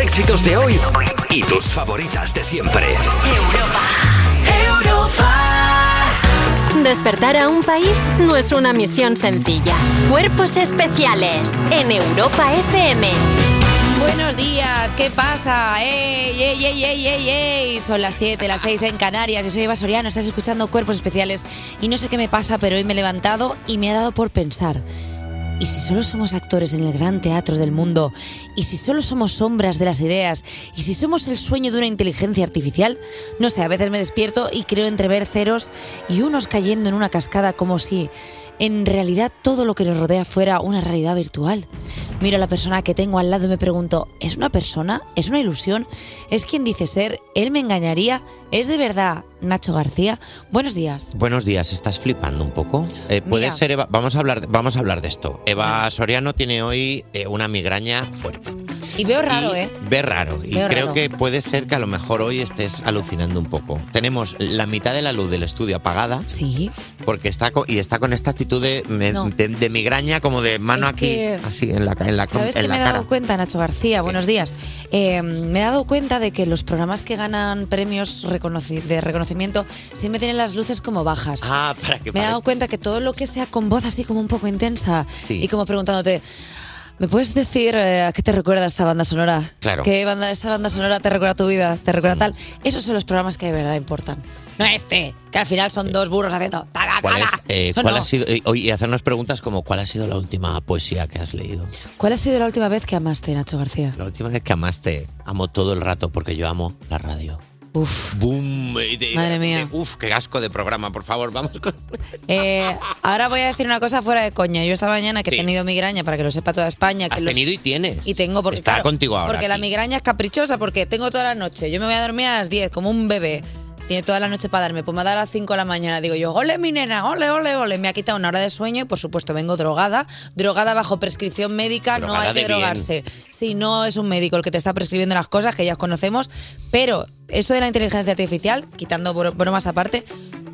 éxitos de hoy y tus favoritas de siempre. Despertar a un país no es una misión sencilla. Cuerpos especiales en Europa FM. Buenos días, ¿qué pasa? ¡Ey, ey, ey, ey, ey, ey! Son las 7, las 6 en Canarias. Yo soy Eva Soriano, estás escuchando Cuerpos Especiales. Y no sé qué me pasa, pero hoy me he levantado y me ha dado por pensar. ¿Y si solo somos actores en el gran teatro del mundo? ¿Y si solo somos sombras de las ideas? ¿Y si somos el sueño de una inteligencia artificial? No sé, a veces me despierto y creo entrever ceros y unos cayendo en una cascada como si en realidad todo lo que nos rodea fuera una realidad virtual. Miro a la persona que tengo al lado y me pregunto, ¿es una persona? ¿Es una ilusión? ¿Es quien dice ser? ¿Él me engañaría? ¿Es de verdad Nacho García? Buenos días. Buenos días, estás flipando un poco. Eh, puede Mira. ser Eva, vamos a hablar, vamos a hablar de esto. Eva Soriano tiene hoy eh, una migraña fuerte. Y veo raro, ¿eh? Ve raro y Veo creo raro. que puede ser que a lo mejor hoy estés alucinando un poco. Tenemos la mitad de la luz del estudio apagada. Sí. Porque está co- y está con esta actitud de, me- No. de- de migraña como de mano Es aquí, que- así en la ca- en la com- ¿Sabes en qué la me he cara. dado cuenta, Nacho García? Buenos días. Eh, me he dado cuenta de que los programas que ganan premios reconoci- de reconocimiento siempre tienen las luces como bajas. Ah, para que me he dado parezca- cuenta que todo lo que sea con voz así como un poco intensa Sí. y como preguntándote, ¿me puedes decir eh, a qué te recuerda esta banda sonora? Claro. Mm. ¿Qué banda, esta banda sonora te recuerda tu vida? ¿Te recuerda tal? Esos son los programas que de verdad importan. No este, que al final son dos burros haciendo... taga, ¿Cuál, es, taga. eh, Eso cuál no. ha sido y, oye, y hacernos preguntas como ¿cuál ha sido la última poesía que has leído? ¿Cuál ha sido la última vez que amaste, Nacho García? La última vez que amaste, amo todo el rato porque yo amo la radio. Uf. Boom. y de- Madre de- mía. uf, qué asco de programa, por favor, vamos con Eh, ahora voy a decir una cosa fuera de coña. Yo esta mañana que Sí. he tenido migraña, para que lo sepa toda España. Que Has los- tenido y tienes. y tengo porque Está claro, contigo ahora. Porque la aquí. migraña es caprichosa, porque tengo toda la noche. Yo me voy a dormir a las 10 como un bebé. Tiene toda la noche para darme. Pues me ha dado a las 5 de la mañana. Digo yo, ole mi nena, ole, ole, ole. Me ha quitado una hora de sueño y por supuesto vengo drogada. Drogada bajo prescripción médica, no Drogada hay que de bien. drogarse. Si no es un médico el que te está prescribiendo las cosas que ya conocemos. Pero esto de la inteligencia artificial, quitando bro- bromas aparte,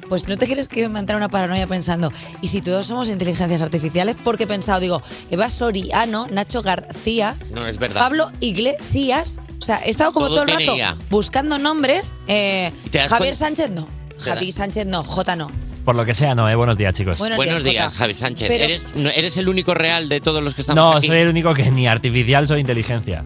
pues no te crees que me entra una paranoia pensando, y si todos somos inteligencias artificiales, porque he pensado, digo, Eva Soriano, Nacho García, No, es verdad. Pablo Iglesias. O sea, he estado como Todo todo, el rato tiene IA. buscando nombres. eh, ¿Te das Javier cuenta? Sánchez no. Te da- Javi Sánchez no. J no. Por lo que sea, no, ¿eh? Buenos días, chicos. Buenos, Buenos días, Jota. Javi Sánchez. Pero- ¿Eres, no, eres el único real de todos los que estamos no, aquí. soy el único que ni artificial, soy inteligencia.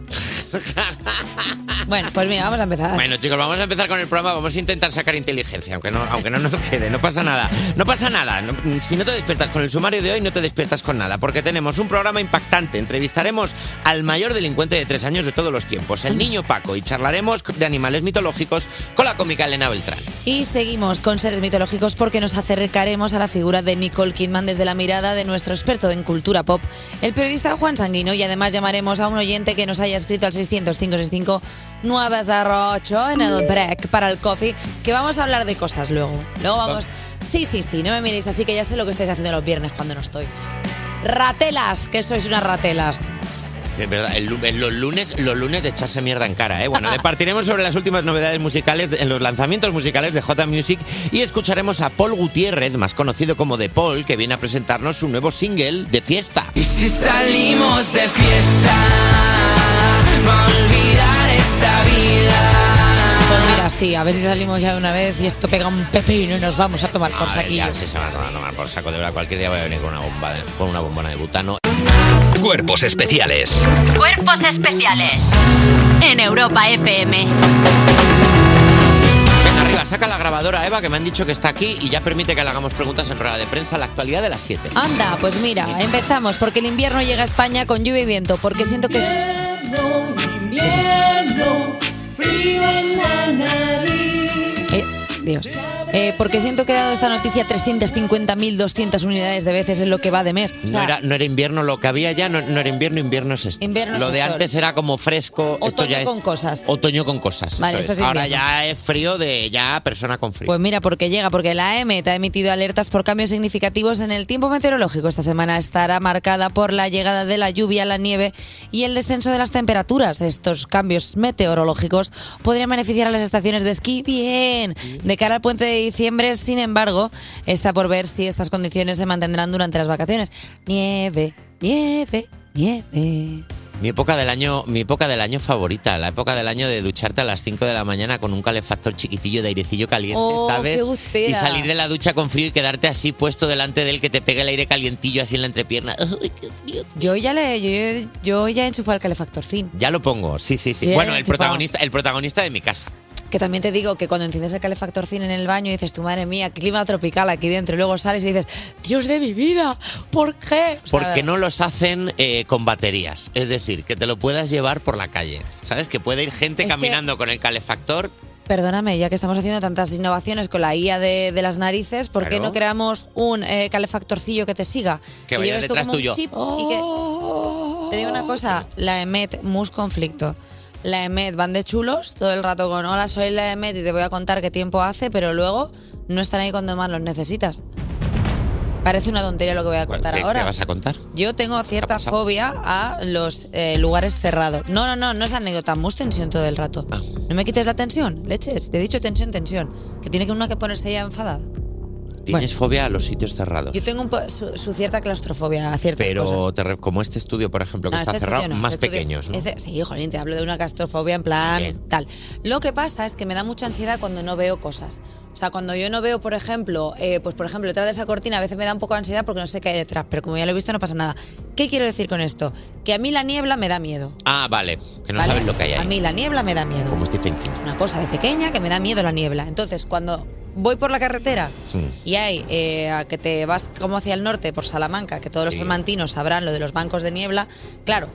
Bueno, pues mira, vamos a empezar. Bueno, chicos, vamos a empezar con el programa. Vamos a intentar sacar inteligencia, aunque no, aunque no nos quede. No pasa nada. No pasa nada. No- si no te despiertas con el sumario de hoy, no te despiertas con nada, porque tenemos un programa impactante. Entrevistaremos al mayor delincuente de tres años de todos los tiempos, el niño Paco, y charlaremos de animales mitológicos con la cómica Elena Beltrán. Y seguimos con seres mitológicos porque nos acercaremos a la figura de Nicole Kidman desde la mirada de nuestro experto en cultura pop, el periodista Juan Sanguino, y además llamaremos a un oyente que nos haya escrito al 605 908 en el break para el coffee, que vamos a hablar de cosas luego. Luego vamos... Sí, sí, sí, no me miréis así que ya sé lo que estáis haciendo los viernes cuando no estoy. Ratelas, que sois unas ratelas. De verdad, el lu- el- los lunes, los lunes de echarse mierda en cara, ¿eh? Bueno, departiremos sobre las últimas novedades musicales de- en los lanzamientos musicales de J Music y escucharemos a Paul Gutiérrez, más conocido como The Paul, que viene a presentarnos su nuevo single de fiesta. Y si salimos de fiesta, va a olvidar esta vida. Pues mira, sí, a ver si salimos ya de una vez y esto pega un pepino y nos vamos a tomar por A ver, saquillo. ya sí se van a tomar por saco de verdad. Cualquier día voy a venir con una bomba, de- con una bombona de butano. Cuerpos especiales Cuerpos especiales en Europa FM. Ven arriba, saca la grabadora, Eva, que me han dicho que está aquí y ya permite que le hagamos preguntas en rueda de prensa. La actualidad de las 7. Anda, pues mira, empezamos porque el invierno llega a España con lluvia y viento, porque siento que es- eh, Dios. Eh, porque siento que he dado esta noticia 350.200 unidades de veces en lo que va de mes. O sea, No era, no era invierno lo que había ya, no, no era invierno, invierno es esto. Invierno es lo de esto. antes era como fresco. esto Otoño ya es- con cosas. Otoño con cosas. Vale, eso esto es Ahora invierno. ya es frío de ya persona con frío. Pues mira, porque llega, porque la AM te ha emitido alertas por cambios significativos en el tiempo meteorológico. Esta semana estará marcada por la llegada de la lluvia, la nieve y el descenso de las temperaturas. Estos cambios meteorológicos podrían beneficiar a las estaciones de esquí bien. De cara al puente de diciembre, sin embargo, está por ver si estas condiciones se mantendrán durante las vacaciones. Nieve, nieve, nieve. Mi época del año, mi época del año favorita, la época del año de ducharte a las 5 de la mañana con un calefactor chiquitillo de airecillo caliente, Oh, ¿sabes? qué gustera. Y salir de la ducha con frío y quedarte así puesto delante del que te pegue el aire calientillo así en la entrepierna. Yo ya le, yo, yo ya enchufé al calefactorcín. Ya lo pongo, sí, sí, sí. Bien, bueno, el chupado. protagonista, el protagonista de mi casa. Que también te digo que cuando enciendes el calefactorcín en el baño y dices, tu madre mía, clima tropical aquí dentro, y luego sales y dices, Dios de mi vida, ¿por qué? O sea, Porque no los hacen eh, con baterías. Es decir, que te lo puedas llevar por la calle. ¿Sabes? Que puede ir gente Es que- caminando con el calefactor. Perdóname, ya que estamos haciendo tantas innovaciones con la IA de, de las narices, ¿por qué Claro. no creamos un eh, calefactorcillo que te siga? Que vaya lleves tú detrás como un tuyo. Oh. chip y que- Te digo una cosa, la EMET, mus conflicto. La EMET van de chulos todo el rato con hola, soy la EMET y te voy a contar qué tiempo hace, pero luego no están ahí cuando más los necesitas. Parece una tontería lo que voy a ¿Qué, contar qué ahora. vas a contar? Yo tengo cierta fobia a los eh, lugares cerrados. No, no, no, no es anécdota, mus tensión todo el rato. Ah. No me quites la tensión, leches. Te he dicho tensión, tensión. Que tiene que una que ponerse ya enfadada. Tienes fobia a los sitios cerrados. Yo tengo un po- su, su cierta claustrofobia a ciertas cosas. Pero te re- como este estudio, por ejemplo, que No, está este cerrado, estudio no, más este estudio- pequeños. ¿no? este- sí, jolín, te hablo de una claustrofobia en plan Bien. tal. Lo que pasa es que me da mucha ansiedad cuando no veo cosas. O sea, cuando yo no veo, por ejemplo, eh, pues por ejemplo, detrás de esa cortina a veces me da un poco de ansiedad porque no sé qué hay detrás, pero como ya lo he visto no pasa nada. ¿Qué quiero decir con esto? Que a mí la niebla me da miedo. Ah, vale, que no ¿vale? sabes lo que hay A ahí. mí la niebla me da miedo. Como Stephen King. Es una cosa de pequeña que me da miedo la niebla. Entonces, cuando voy por la carretera Sí. y hay eh, a que te vas como hacia el norte por Salamanca, que todos los Sí. salmantinos sabrán lo de los bancos de niebla, claro.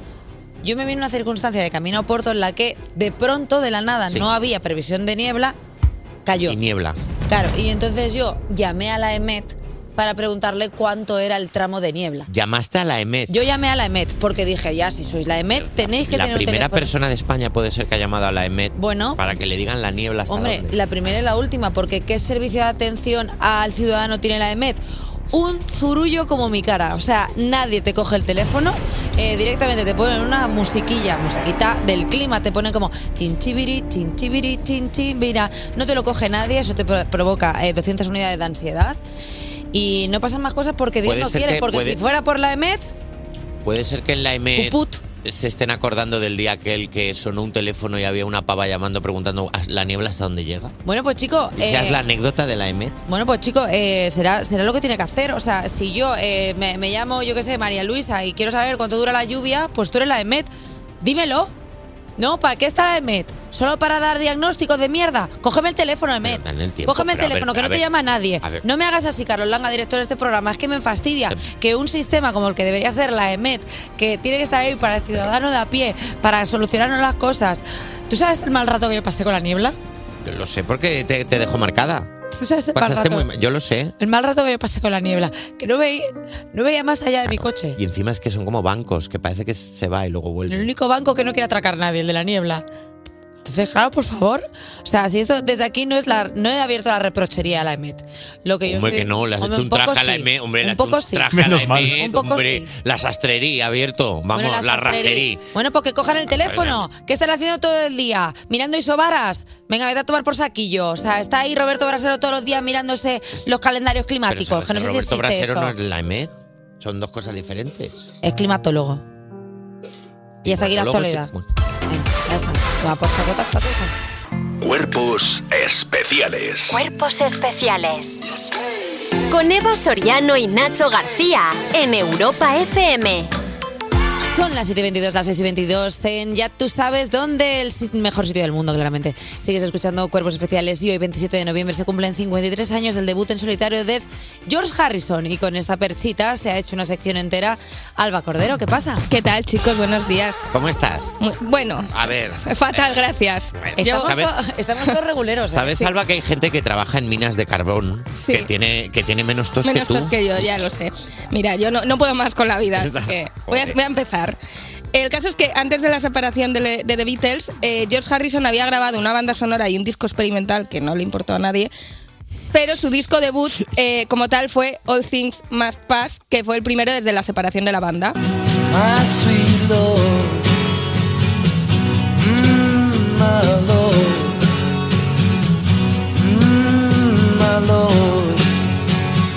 Yo me vi en una circunstancia de camino a Porto en la que de pronto, de la nada, Sí. no había previsión de niebla, cayó. Y niebla. Claro, y entonces yo llamé a la EMET para preguntarle cuánto era el tramo de niebla. Llamaste a la E EMET. Yo llamé a la EMET porque dije, ya, si sois la EMET, tenéis que la tener un primera teléfono. persona de España puede ser que ha llamado a la E EMET Bueno, para que le digan la niebla hasta Hombre, dónde. la primera y la última, porque ¿qué servicio de atención al ciudadano tiene la EMET? Un zurullo como mi cara, o sea, nadie te coge el teléfono, eh, directamente te ponen una musiquilla, musiquita del clima, te ponen como chinchibiri, chinchibiri, chinchibira, no te lo coge nadie, eso te pro- provoca eh, 200 unidades de ansiedad y no pasan más cosas porque Dios Puede no ser quiere, que- porque puede- si fuera por la EMET, Puede ser que en la EMET Puput. se estén acordando del día aquel que sonó un teléfono y había una pava llamando preguntando "¿Ah, la niebla hasta dónde llega. bueno pues chico, Y sea eh, es la anécdota de la EMET. Bueno, pues chicos, eh, será, será lo que tiene que hacer. O sea, si yo eh, me, me llamo, yo qué sé, María Luisa y quiero saber cuánto dura la lluvia, pues tú eres la EMET. Dímelo. No, ¿para qué está la EMET? ¿Solo para dar diagnósticos de mierda? Cógeme el teléfono, EMET. dan el tiempo, Cógeme el pero a ver, teléfono, que a no te ver, llama nadie. a ver. Em. No me hagas así, Carlos Langa, director de este programa. Es que me fastidia que un sistema como el que debería ser la EMET, que tiene que estar ahí para el ciudadano de a pie, para solucionarnos las cosas. ¿Tú sabes el mal rato que yo pasé con la niebla? Yo lo sé porque te, te dejó marcada. ¿Tú sabes el mal Pasaste rato? muy mal. Yo lo sé. El mal rato que me pasé con la niebla. Que no veía, no veía más allá de mi coche. Y encima es que son como bancos, que parece que se va y luego El vuelve. único banco que no quiere atracar nadie, el de la niebla. Entonces, claro, por favor. O sea, si esto desde aquí no es la. No he abierto la reprochería a la EMET. Lo que yo Hombre, estoy- que no, le has Hombre, hecho un traje poco a la sí. EMET, hombre, le un has hecho poco un sí. traje a la Menos mal. EMET, Un poco hombre, sí. la sastrería, abierto, vamos, Bueno, la sastrería. rajería. Bueno, porque cojan el teléfono. ¿Qué están haciendo todo el día? Mirando isobaras. Venga, vete a tomar por saquillo. O sea, está ahí Roberto Brasero todos los días mirándose los calendarios Pero climáticos. sabes Que no que sé si Roberto Brasero existe eso. no es la EMET, son dos cosas diferentes. Es climatólogo. Y hasta aquí la Luego, actualidad. sí, bueno. Venga, ya está. Toma por saco, tac, tac, eso. Cuerpos especiales. Cuerpos especiales. Con Evo Soriano y Nacho García en Europa FM. Son las 7.22, las 6.22 en Ya tú sabes dónde, el si- mejor sitio del mundo, claramente. Sigues escuchando Cuerpos Especiales y hoy, 27 de noviembre, se cumplen 53 años del debut en solitario de George Harrison. Y con esta perchita se ha hecho una sección entera. Alba Cordero, ¿qué pasa? ¿Qué tal, chicos? Buenos días. ¿Cómo estás? Mu- Bueno, A ver. fatal, gracias. Yo, Estamos- Estamos, ¿Sabes? to- estamos todos reguleros. ¿eh? ¿Sabes, Alba, que hay gente que trabaja en minas de carbón? Sí. Que, tiene, que tiene menos tos menos que tú. tos que yo, ya lo sé. Mira, yo no, no puedo más con la vida, así que voy a, Joder. voy a empezar. El caso es que antes de la separación de, le- de The Beatles, eh, George Harrison había grabado una banda sonora y un disco experimental que no le importó a nadie, pero su disco debut eh, como tal fue All Things Must Pass, que fue el primero desde la separación de la banda. My sweet love. Mm, my love. Mm, my love.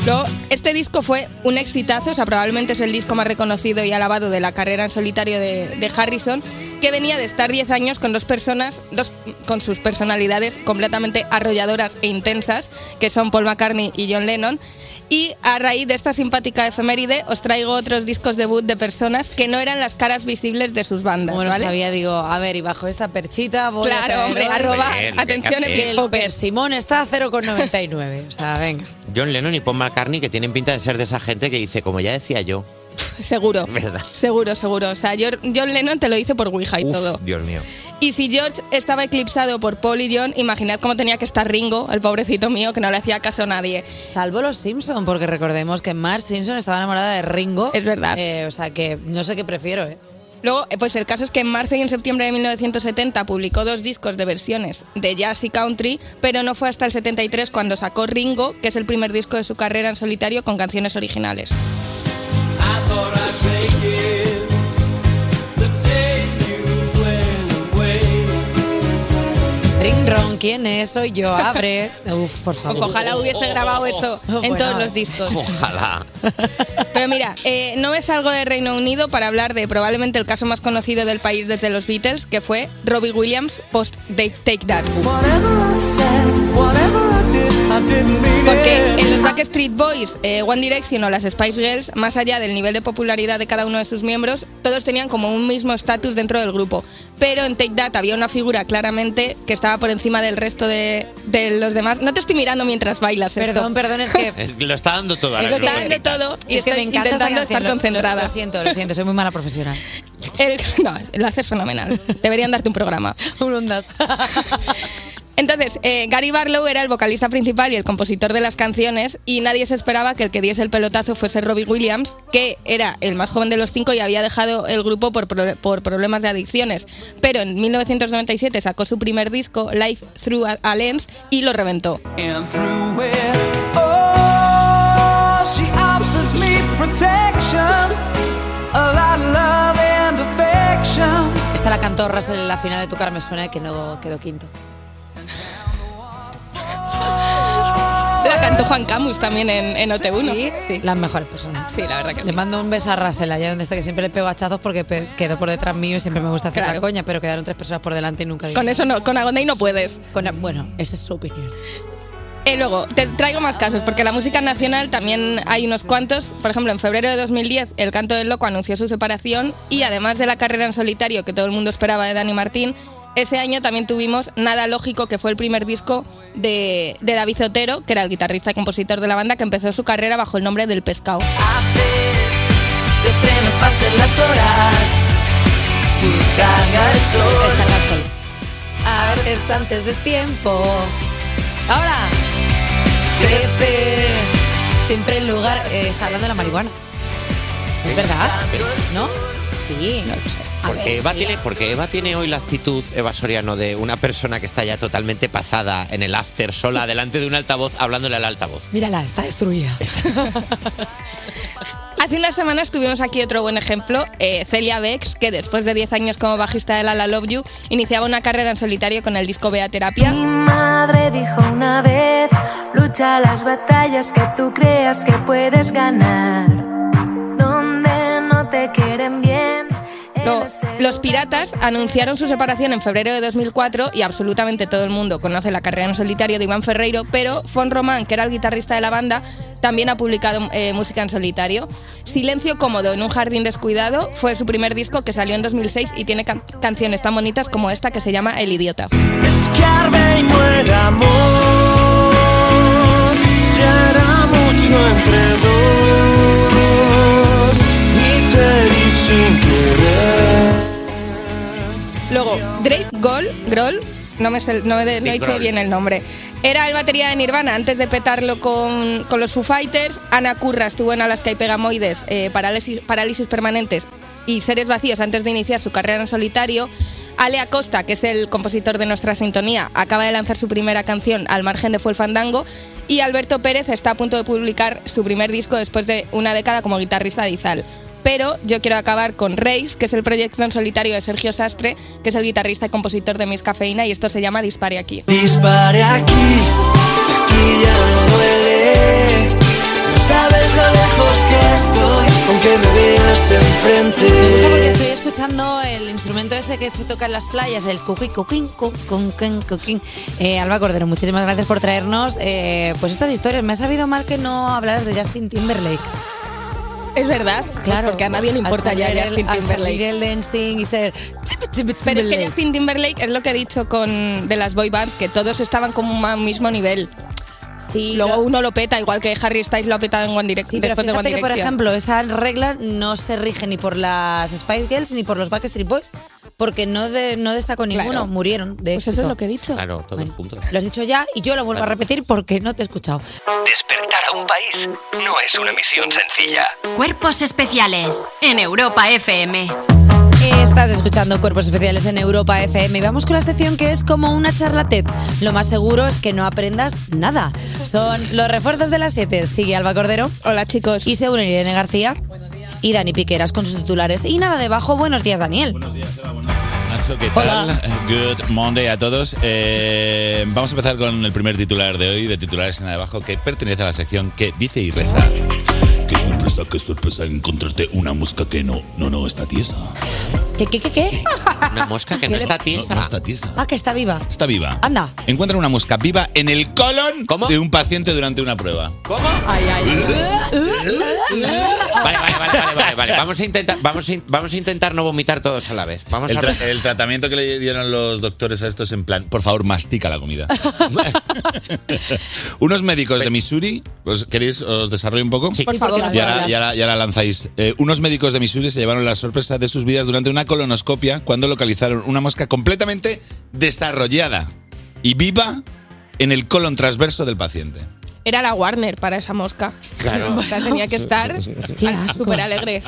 Luego, este disco fue un exitazo, o sea, probablemente es el disco más reconocido y alabado de la carrera en solitario de, de Harrison, que venía de estar 10 años con dos personas, dos con sus personalidades completamente arrolladoras e intensas, que son Paul McCartney y John Lennon. Y a raíz de esta simpática efeméride os traigo otros discos debut de personas que no eran las caras visibles de sus bandas, Como no ¿vale? sabía, digo, a ver, y bajo esta perchita voy a Claro, traer hombre, hoy arroba, Muy bien, Ah, atención, bien, que Epic el Poker. persimón está a 0,99. O sea, venga. John Lennon y Paul McCartney que tienen pinta de ser de esa gente que dice, como ya decía yo, Seguro, ¿verdad? seguro, seguro. O sea, Jor- John Lennon te lo hizo por Ouija y Uf, todo. Dios mío. Y si George estaba eclipsado por Paul y John, imaginad cómo tenía que estar Ringo, el pobrecito mío, que no le hacía caso a nadie. Salvo los Simpson, porque recordemos que Marge Simpson estaba enamorada de Ringo. Es verdad. Eh, o sea, que no sé qué prefiero, ¿eh? Luego, eh, pues el caso es que en marzo y en septiembre de 1970 publicó dos discos de versiones de jazz y country, pero no fue hasta el 73 cuando sacó Ringo, que es el primer disco de su carrera en solitario con canciones originales. Ring Ron, ¿quién es? Soy yo, abre. Uf, por Pues favor. ojalá hubiese grabado eso oh, en bueno. todos los discos. Ojalá. Pero mira, eh, no me salgo de Reino Unido para hablar de probablemente el caso más conocido del país desde los Beatles, que fue Robbie Williams post They Take That. Porque en los Backstreet Boys, eh, One Direction o las Spice Girls, más allá del nivel de popularidad de cada uno de sus miembros, todos tenían como un mismo estatus dentro del grupo. Pero en Take That había una figura claramente que estaba por encima del resto de, de los demás. No te estoy mirando mientras bailas. esto. Perdón, perdón, es que. Es que lo está dando todo a Es la que- Está Eurocopa. dando todo y es que me estoy encanta esta intentando estar canción, lo- concentrada. Lo, lo siento, lo siento, soy muy mala profesional. El- no, lo haces fenomenal. Deberían darte un programa. Un ondas. Entonces, eh, Gary Barlow era el vocalista principal y el compositor de las canciones y nadie se esperaba que el que diese el pelotazo fuese Robbie Williams, que era el más joven de los cinco y había dejado el grupo por, pro- por problemas de adicciones. Pero en 1997 sacó su primer disco, Life Through a, a Lens, y lo reventó. And through it, oh, she offers me protection, a lot of love and affection. Esta la cantó Russell en la final de Tu cara me suena que no quedó quinto. La cantó Juan Camus también en, en OT1. Las mejores personas. Sí, la verdad que Le sí. mando un beso a Russell allá donde está, que siempre le pego hachazos porque pe- quedó por detrás mío y siempre me gusta hacer Claro. la coña, pero quedaron tres personas por delante y nunca dije Con nada. eso no, con Agondey no puedes. Con- bueno, esa es su opinión. Y Eh, luego, te traigo más casos, porque la música nacional también hay unos cuantos. Por ejemplo, en febrero de 2010, El Canto del Loco anunció su separación y además de la carrera en solitario que todo el mundo esperaba de Dani Martín, ese año también tuvimos Nada Lógico, que fue el primer disco de, de David Otero, que era el guitarrista y compositor de la banda, que empezó su carrera bajo el nombre del Pescado. Esta la sol. A veces antes de tiempo. Ahora. Creces. Siempre en lugar. eh, está hablando de la marihuana. Es verdad. ¿No? Sí. A Porque ver, Eva, sí. tiene, porque Eva tiene hoy la actitud, Eva Soriano, de una persona que está ya totalmente pasada en el after, sola, delante de un altavoz, hablándole al altavoz. Mírala, está destruida. Hace unas semanas tuvimos aquí otro buen ejemplo, eh, Celia Bex, que después de 10 años como bajista de La La Love You, iniciaba una carrera en solitario con el disco Bea Terapia. Mi madre dijo una vez, lucha las batallas que tú creas que puedes ganar. Donde no te quieren bien. Luego, eres el los lugar Piratas anunciaron su separación en febrero de 2004 y absolutamente todo el mundo conoce la carrera en solitario de Iván Ferreiro, pero Fon Román, que era el guitarrista de la banda, también ha publicado eh, música en solitario. Silencio cómodo en un jardín descuidado fue su primer disco que salió en 2006 y tiene can- canciones tan bonitas como esta que se llama El Idiota. Es que Arme no era amor, ya era mucho entre dos, y te di sin querer. Luego, Drake Gold, Grohl, no me, sé- no me de- no he Dave dicho Grohl. bien el nombre. Era el batería de Nirvana antes de petarlo con, con los Foo Fighters. Ana Curra estuvo en Alaska y Pegamoides, eh, parálisis, parálisis permanentes y seres vacíos antes de iniciar su carrera en solitario. Ale Acosta, que es el compositor de nuestra sintonía, acaba de lanzar su primera canción al margen de Fue el Fandango. Y Alberto Pérez está a punto de publicar su primer disco después de una década como guitarrista de Izal. Pero yo quiero acabar con Reis, que es el proyecto en solitario de Sergio Sastre, que es el guitarrista y compositor de Miss Cafeína, y esto se llama Dispare aquí. Dispare aquí, que aquí ya no duele. No sabes tienes Porque estoy enfrente. escuchando el instrumento ese que se toca en las playas, el cucuy, cuquín, cucunquén, cuquín. Eh, Alba Cordero, muchísimas gracias por traernos eh, pues estas historias. Me ha sabido mal que no hablaras de Justin Timberlake. Es verdad, claro, porque a nadie le importa Al ya salir Justin el- al salir Timberlake. el dancing y ser... Pero es que Justin Timberlake es lo que he dicho con de las boy bands, que todos estaban como a un mismo nivel. Luego uno lo peta, igual que Harry Styles lo ha petado en One Direc- Sí, pero después de One fíjate que, por Direction. ejemplo, esa regla no se rige ni por las Spice Girls ni por los Backstreet Boys, porque no, de- no destacó ninguno, murieron de Pues eso éxito. es lo que he dicho. Claro, todos juntos. Lo has dicho ya y yo lo vuelvo a repetir porque no te he escuchado. Despertar a un país no es una misión sencilla. Cuerpos especiales en Europa FM. Estás escuchando Cuerpos Especiales en Europa FM y vamos con la sección que es como una charla TED. Lo más seguro es que no aprendas nada. Son los refuerzos de las 7. Sigue Alba Cordero. Hola chicos. Y se unen Irene García y Dani Piqueras con sus titulares. Y nada debajo, buenos días Daniel. Nacho, ¿qué tal? Good Monday a todos. Eh, vamos a empezar con el primer titular de hoy, de titulares en la de abajo, que pertenece a la sección que dice y reza. Qué sorpresa, qué sorpresa encontrarte una mosca que no, no, no está tiesa. ¿Qué, qué, qué, qué? Una mosca que no está No, no está tiesa. Ah, que está viva. Está viva. Anda. Encuentran una mosca viva en el colon de un paciente durante una prueba. Ay, Vale, vale, vale, vale, vale, vale. Vamos a intentar, vamos a, in- vamos a intentar no vomitar todos a la vez. Vamos El, a tra- el tratamiento que le dieron los doctores a esto es en plan, por favor, mastica la comida. Unos médicos de Missouri, ¿os ¿queréis os desarrollo un poco? Por Sí, favor. porque no Y puedo ahora, hablar. y ahora- y ahora lanzáis. Eh, unos médicos de Missouri se llevaron la sorpresa de sus vidas durante una colonoscopia cuando localizaron una mosca completamente desarrollada y viva en el colon transverso del paciente. Era la Warner para esa mosca. Claro. O sea, tenía que estar súper alegre.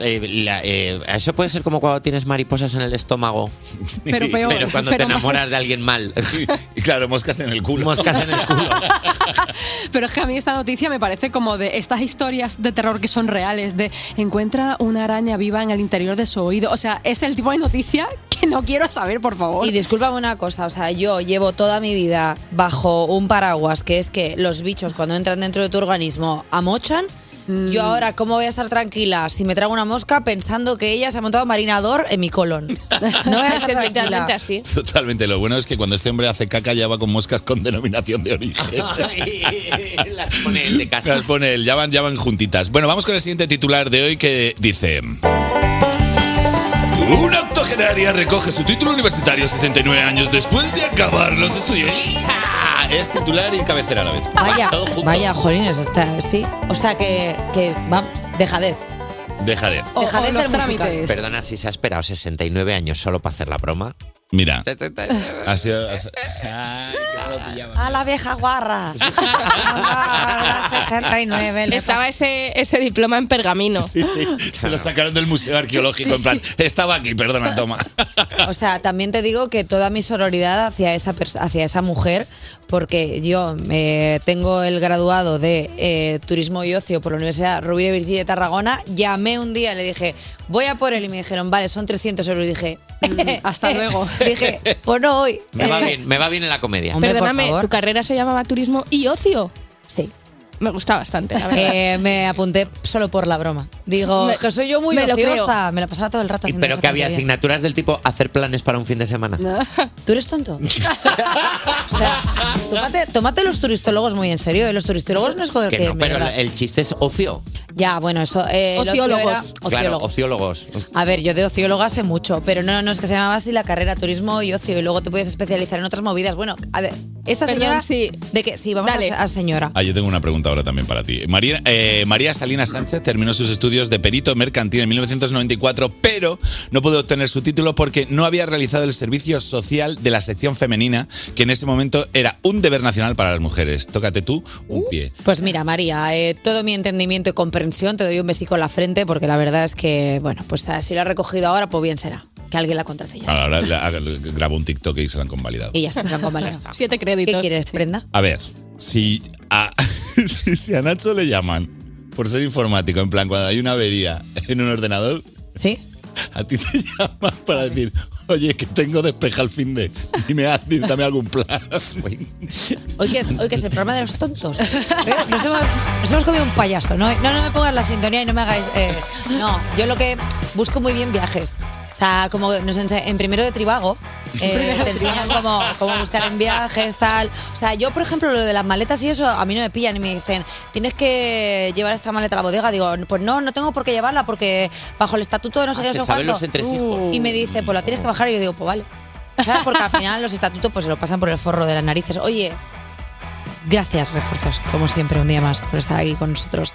Eh, la- eh, eso puede ser como cuando tienes mariposas en el estómago. Pero peor. cuando Pero te más. enamoras de alguien mal. Y claro, moscas en el culo. Moscas en el culo. Pero es que a mí esta noticia me parece como de estas historias de terror que son reales, de encuentra una araña viva en el interior de su oído. O sea, es el tipo de noticia que no quiero saber, por favor. Y discúlpame una cosa, o sea, yo llevo toda mi vida bajo un paraguas, que es que los bichos cuando entran dentro de tu organismo amochan. Mm. Yo ahora, ¿cómo voy a estar tranquila si me trago una mosca pensando que ella se ha montado marinador en mi colon? No voy a estar tranquila. Literalmente así. Totalmente. Lo bueno es que cuando este hombre hace caca ya va con moscas con denominación de origen. Las pone él de casa. Las pone él, ya van, ya van juntitas. Bueno, vamos con el siguiente titular de hoy que dice... Una octogenaria recoge su título universitario 69 años después de acabar los estudios. ¡Ya! Es titular y cabecera a la vez. Vaya, vaya, jolines, está, sí. O sea, que, que vamos, dejadez. Deja de. O- Deja de o los hacer música. trámites. Perdona si se ha esperado 69 años solo para hacer la broma. Mira. Ha sido. A la vieja guarra. Ah, A la 69. le Estaba ese, ese diploma en pergamino. Se lo sacaron del Museo Arqueológico, en plan, estaba aquí, perdona, toma. O sea, también te digo que toda mi sororidad hacia esa pers- hacia esa mujer, porque yo eh, tengo el graduado de eh, Turismo y Ocio por la Universidad Rovira y Virgili de Tarragona, llamé un día y le dije, voy a por él, y me dijeron, vale, son 300 euros, y dije, Mm, hasta luego. dije, pues no hoy. Me Eh, va bien, me va bien en la comedia. Perdóname, tu carrera se llamaba Turismo y Ocio. Sí. Me gusta bastante, la verdad. Eh, me apunté solo por la broma. Digo, Me- que soy yo muy me lo creo. ociosa, me la pasaba todo el rato. Y- haciendo Pero esa que había tontería. asignaturas del tipo hacer planes para un fin de semana. ¿Tú eres tonto? O sea, tómate, tómate los turistólogos muy en serio. ¿eh? Los turistólogos no es joder Que que, no, de pero verdad. el chiste es ocio. Ya, bueno, eso. eh, el ocio era- Claro, ociólogo. ociólogos. A ver, yo de socióloga sé mucho, pero no, no es que se llamaba así la carrera turismo y ocio y luego te puedes especializar en otras movidas. Bueno, a ver, esta Perdón, señora de que sí, vamos a, a señora. Ah, yo tengo una pregunta ahora también para ti. María, eh, María Salinas Sánchez terminó sus estudios de perito mercantil en 1994, pero no pudo obtener su título porque no había realizado el servicio social de la sección femenina, que en ese momento era un deber nacional para las mujeres. Tócate tú un pie. Pues mira, María, eh, todo mi entendimiento y comprensión te doy un besico en la frente porque la verdad es que, bueno, pues ah, si lo ha recogido ahora, pues bien será. Que alguien la contrate ya. Ahora la- haga- grabó un TikTok y se lo han convalidado. Y ya está, Franco María. Siete créditos. ¿Qué quieres, prenda? A ver, si a, si a Nacho le llaman por ser informático, en plan, cuando hay una avería en un ordenador, ¿Sí? a ti te llaman para decir, Oye, que tengo despeja al fin de. Dime, a- dame algún plan. Hoy que, es, hoy que es el programa de los tontos. Pero Nos hemos, nos hemos comido un payaso. No, no, no me pongas la sintonía y no me hagáis. eh, no, yo lo que busco muy bien viajes. O sea, como nos ense- en primero de Tribago eh, Primero te de enseñan cómo, cómo buscar en viajes, tal. O sea, yo, por ejemplo, lo de las maletas y eso, a mí no me pillan y me dicen, tienes que llevar esta maleta a la bodega. Digo, pues no, no tengo por qué llevarla porque bajo el estatuto de no sé Ah, qué, se no sé saben cuánto". los entresijos. Y me dice, pues la tienes que bajar. Y yo digo, pues vale. ¿Sabes? Porque al final los estatutos pues se lo pasan por el forro de las narices. Oye, gracias, refuerzos, como siempre, un día más por estar aquí con nosotros.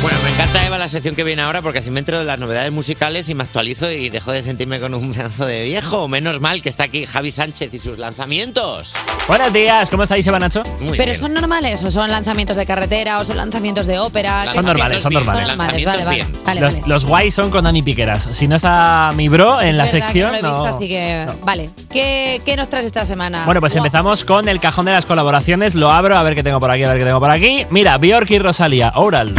Bueno, me encanta Eva la sección que viene ahora porque así me entero de las novedades musicales y me actualizo y dejo de sentirme con un pedazo de viejo. Menos mal que está aquí Javi Sánchez y sus lanzamientos. Buenos días, ¿cómo estáis, Eva Nacho? Muy ¿Pero son normales o son lanzamientos de carretera o son lanzamientos de ópera? Son normales, son normales. vale, vale. Vale, los, vale. los guays son con Dani Piqueras. Si no está mi bro en Es la verdad que sección, no lo he visto, no. así que... Vale, ¿Qué, qué nos traes esta semana? Bueno, pues Guau. empezamos con el cajón de las colaboraciones. Lo abro, a ver qué tengo por aquí, a ver qué tengo por aquí. Mira, Bjork y Rosalía, Oral.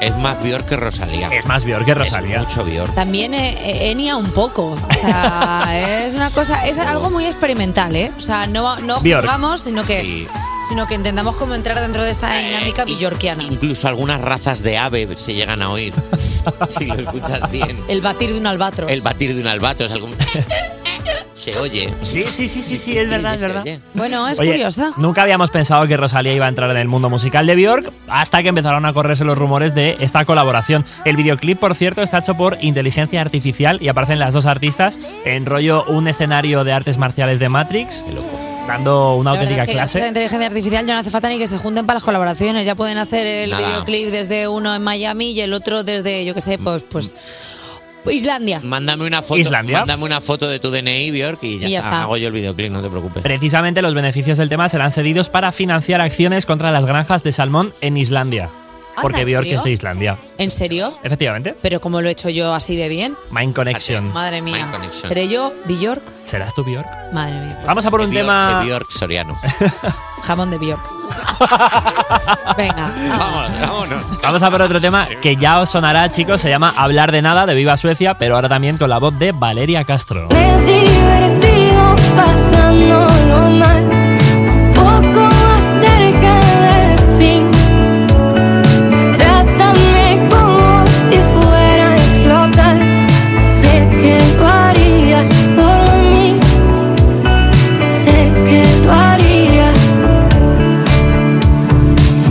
Es más Bior que Rosalía. Es más Bior que Rosalía. mucho Bior. También eh, eh, Enya un poco. O sea, es una cosa, es algo muy experimental, ¿eh? O sea, no, va- no Bjork. jugamos, sino que, sino que intentamos como entrar dentro de esta Eh, dinámica billorquiana. Incluso algunas razas de ave se llegan a oír. si lo escuchas bien. El batir de un albatros. El batir de un albatro es algún. se oye. Sí, sí, sí, sí, sí, es verdad, es verdad. Bueno, es Oye, curiosa. Nunca habíamos pensado que Rosalía iba a entrar en el mundo musical de Björk hasta que empezaron a correrse los rumores de esta colaboración. El videoclip, por cierto, está hecho por inteligencia artificial y aparecen las dos artistas en rollo un escenario de artes marciales de Matrix, dando una La verdad auténtica es que clase. con esta inteligencia artificial ya no hace falta ni que se junten para las colaboraciones. Ya pueden hacer el Nada. videoclip desde uno en Miami y el otro desde, yo qué sé, pues, pues Islandia. Mándame una foto. Islandia. Mándame una foto de tu DNI, Bjork, y ya, Y ya está. Hago yo el videoclip, no te preocupes. Precisamente los beneficios del tema serán cedidos para financiar acciones contra las granjas de salmón en Islandia. Porque ¿en Björk serio? es de Islandia. ¿En serio? Efectivamente. Pero como lo he hecho yo así de bien, Mind Mm. Connection. madre mía. ¿Seré yo, Bjork? ¿Serás tú, Björk? Madre mía. pues, Vamos a por un tema. Bjork Soriano. Jamón de Bjork. Venga. Vamos, vámonos. Vamos a por otro tema que ya os sonará, chicos. Se llama Hablar de nada de Viva Suecia, pero ahora también con la voz de Valeria Castro. divertido pasándolo mal, un poco más cerca del fin. Trátame como si fuera a explotar, sé que lo harías por mí, sé que lo harías.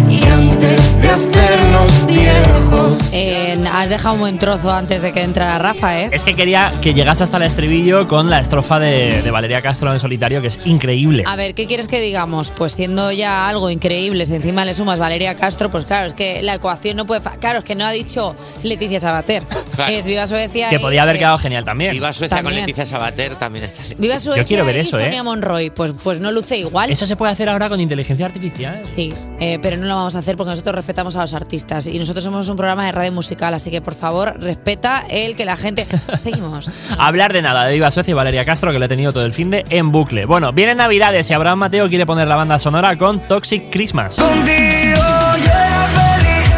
Y antes de hacernos viejos. Eh, has dejado un buen trozo antes de que entrara Rafa, ¿eh? Es que quería que llegase hasta el estribillo con la estrofa de, de Valeria Castro en solitario, que es increíble. A ver, ¿qué quieres que digamos? Pues siendo ya algo increíble, si encima le sumas Valeria Castro, pues claro, es que la ecuación no puede. fa- Claro, es que no ha dicho Leticia Sabater. Claro. Es Viva Suecia. y- eh, genial también. Viva Suecia con También. Leticia Sabater también está. Viva Suecia. y Sonia Monroy, pues, pues no luce igual. ¿eh? Eso se puede hacer ahora con inteligencia artificial. Sí, eh, pero no lo vamos a hacer porque nosotros respetamos a los artistas y nosotros somos un programa de radio musical, así que por favor respeta el que la gente. Seguimos. Hablar de nada de Viva Suecia y Valeria Castro, que lo he tenido todo el fin de en bucle. Bueno, vienen Navidades y Abraham Mateo quiere poner la banda sonora con Toxic Christmas. Contigo yo era feliz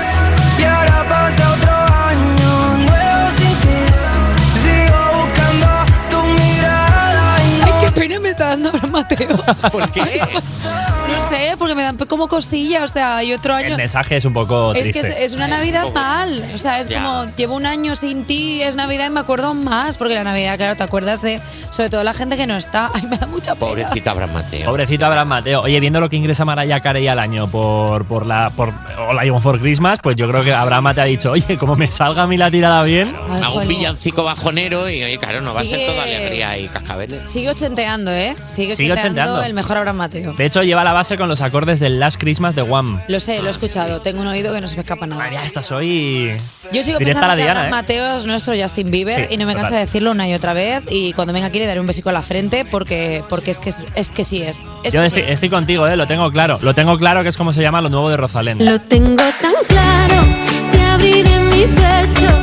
y ahora pasa otro año nuevo sin ti. Sigo buscando tu mirada y Ay, qué pena me está dando Mateo. ¿Por qué? No sé, porque me dan como costilla, o sea, y otro El año. mensaje es un poco Es que triste. es, es una Navidad mal. O sea, es Ya. como llevo un año sin ti, es Navidad y me acuerdo más. Porque la Navidad, claro, te acuerdas de. Sobre todo la gente que no está. Ay, me da mucha pena. Pobrecito Abraham Mateo. Pobrecito Abraham Mateo. Oye, viendo lo que ingresa Mariah Carey al año por, por la por All I Want for Christmas, pues yo creo que Abraham Mateo ha dicho, oye, como me salga a mí la tirada bien. Hago un villancico bajonero y, oye, claro, no va a ser Sigue- toda alegría y cascabeles. Sigue ochenteando, ¿eh? Sigue ochenteando, Sigue ochenteando. el mejor Abraham Mateo. De hecho, lleva la base con los acordes del Last Christmas de Wham. Lo sé, lo he escuchado. Tengo un oído que no se me escapa nada. Esta soy. Yo sigo Directa pensando a la que diana, Abraham ¿eh? Mateo es nuestro Justin Bieber Sí, y no me canso total. de decirlo una y otra vez. Y cuando venga aquí le daré un besico a la frente porque, porque es, que, es- es que sí es. Es Yo que estoy, sí es. estoy contigo, eh, lo tengo claro. Lo tengo claro que es como se llama lo nuevo de Rosalén. Lo tengo tan claro, te abriré mi pecho.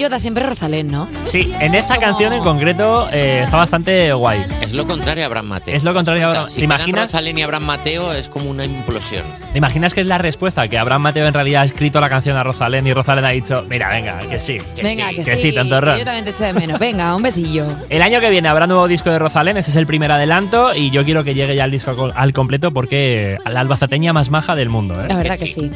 canta siempre Rosalén, ¿no? Sí, en esta canción en concreto eh, está bastante guay. Es lo contrario a Abraham Mateo. Es lo contrario a Abraham. Si ¿Te imaginas? imaginas? Rosalén y Abraham Mateo es como una implosión. ¿Te imaginas que es la respuesta? Que Abraham Mateo en realidad ha escrito la canción a Rosalén y Rosalén ha dicho, mira, venga, que sí. Venga, que, que sí. sí, tanto que error. yo también te echo de menos. Venga, un besillo. El año que viene habrá nuevo disco de Rosalén, ese es el primer adelanto y yo quiero que llegue ya el disco co- al completo porque eh, la albazateña más maja del mundo. ¿eh? La verdad que sí.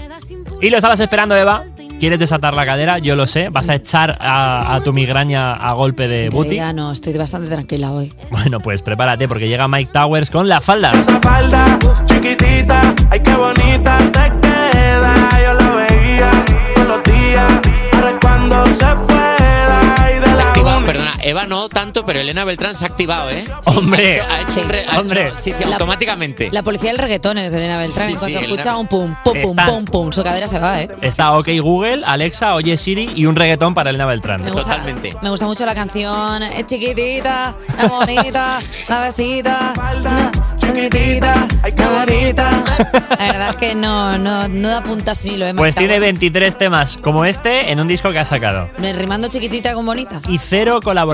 Y lo estabas esperando, Eva. ¿Quieres desatar la cadera? Yo lo sé. Vas a echar a, a tu migraña a golpe de En booty. realidad no, estoy bastante tranquila hoy. Bueno, pues prepárate porque llega Mike Towers con la falda. falda chiquitita, ay qué bonita te queda. Yo la veía todos los días, ahora es cuando se pueda. Y de Se ha la activado, perdona. Eva no tanto, pero Elena Beltrán se ha activado, ¿eh? Hombre, Ha hecho un re- ha hecho- sí, sí, La- automáticamente. La policía del reggaetón es Elena Beltrán. Sí, en cuanto sí, escucha Elena. un pum, pum, pum, Están- pum, pum, su cadera se va, ¿eh? Está OK Google, Alexa, Oye Siri y un reggaetón para Elena Beltrán. gusta. Totalmente. Me gusta mucho la canción. Es chiquitita, la bonita, la besita, na- chiquitita, la bonita. La verdad es que no, no, no da puntas ni lo he Pues marcado. tiene 23 temas como este en un disco que ha sacado. Me rimando chiquitita con bonita. Y cero colaboraciones.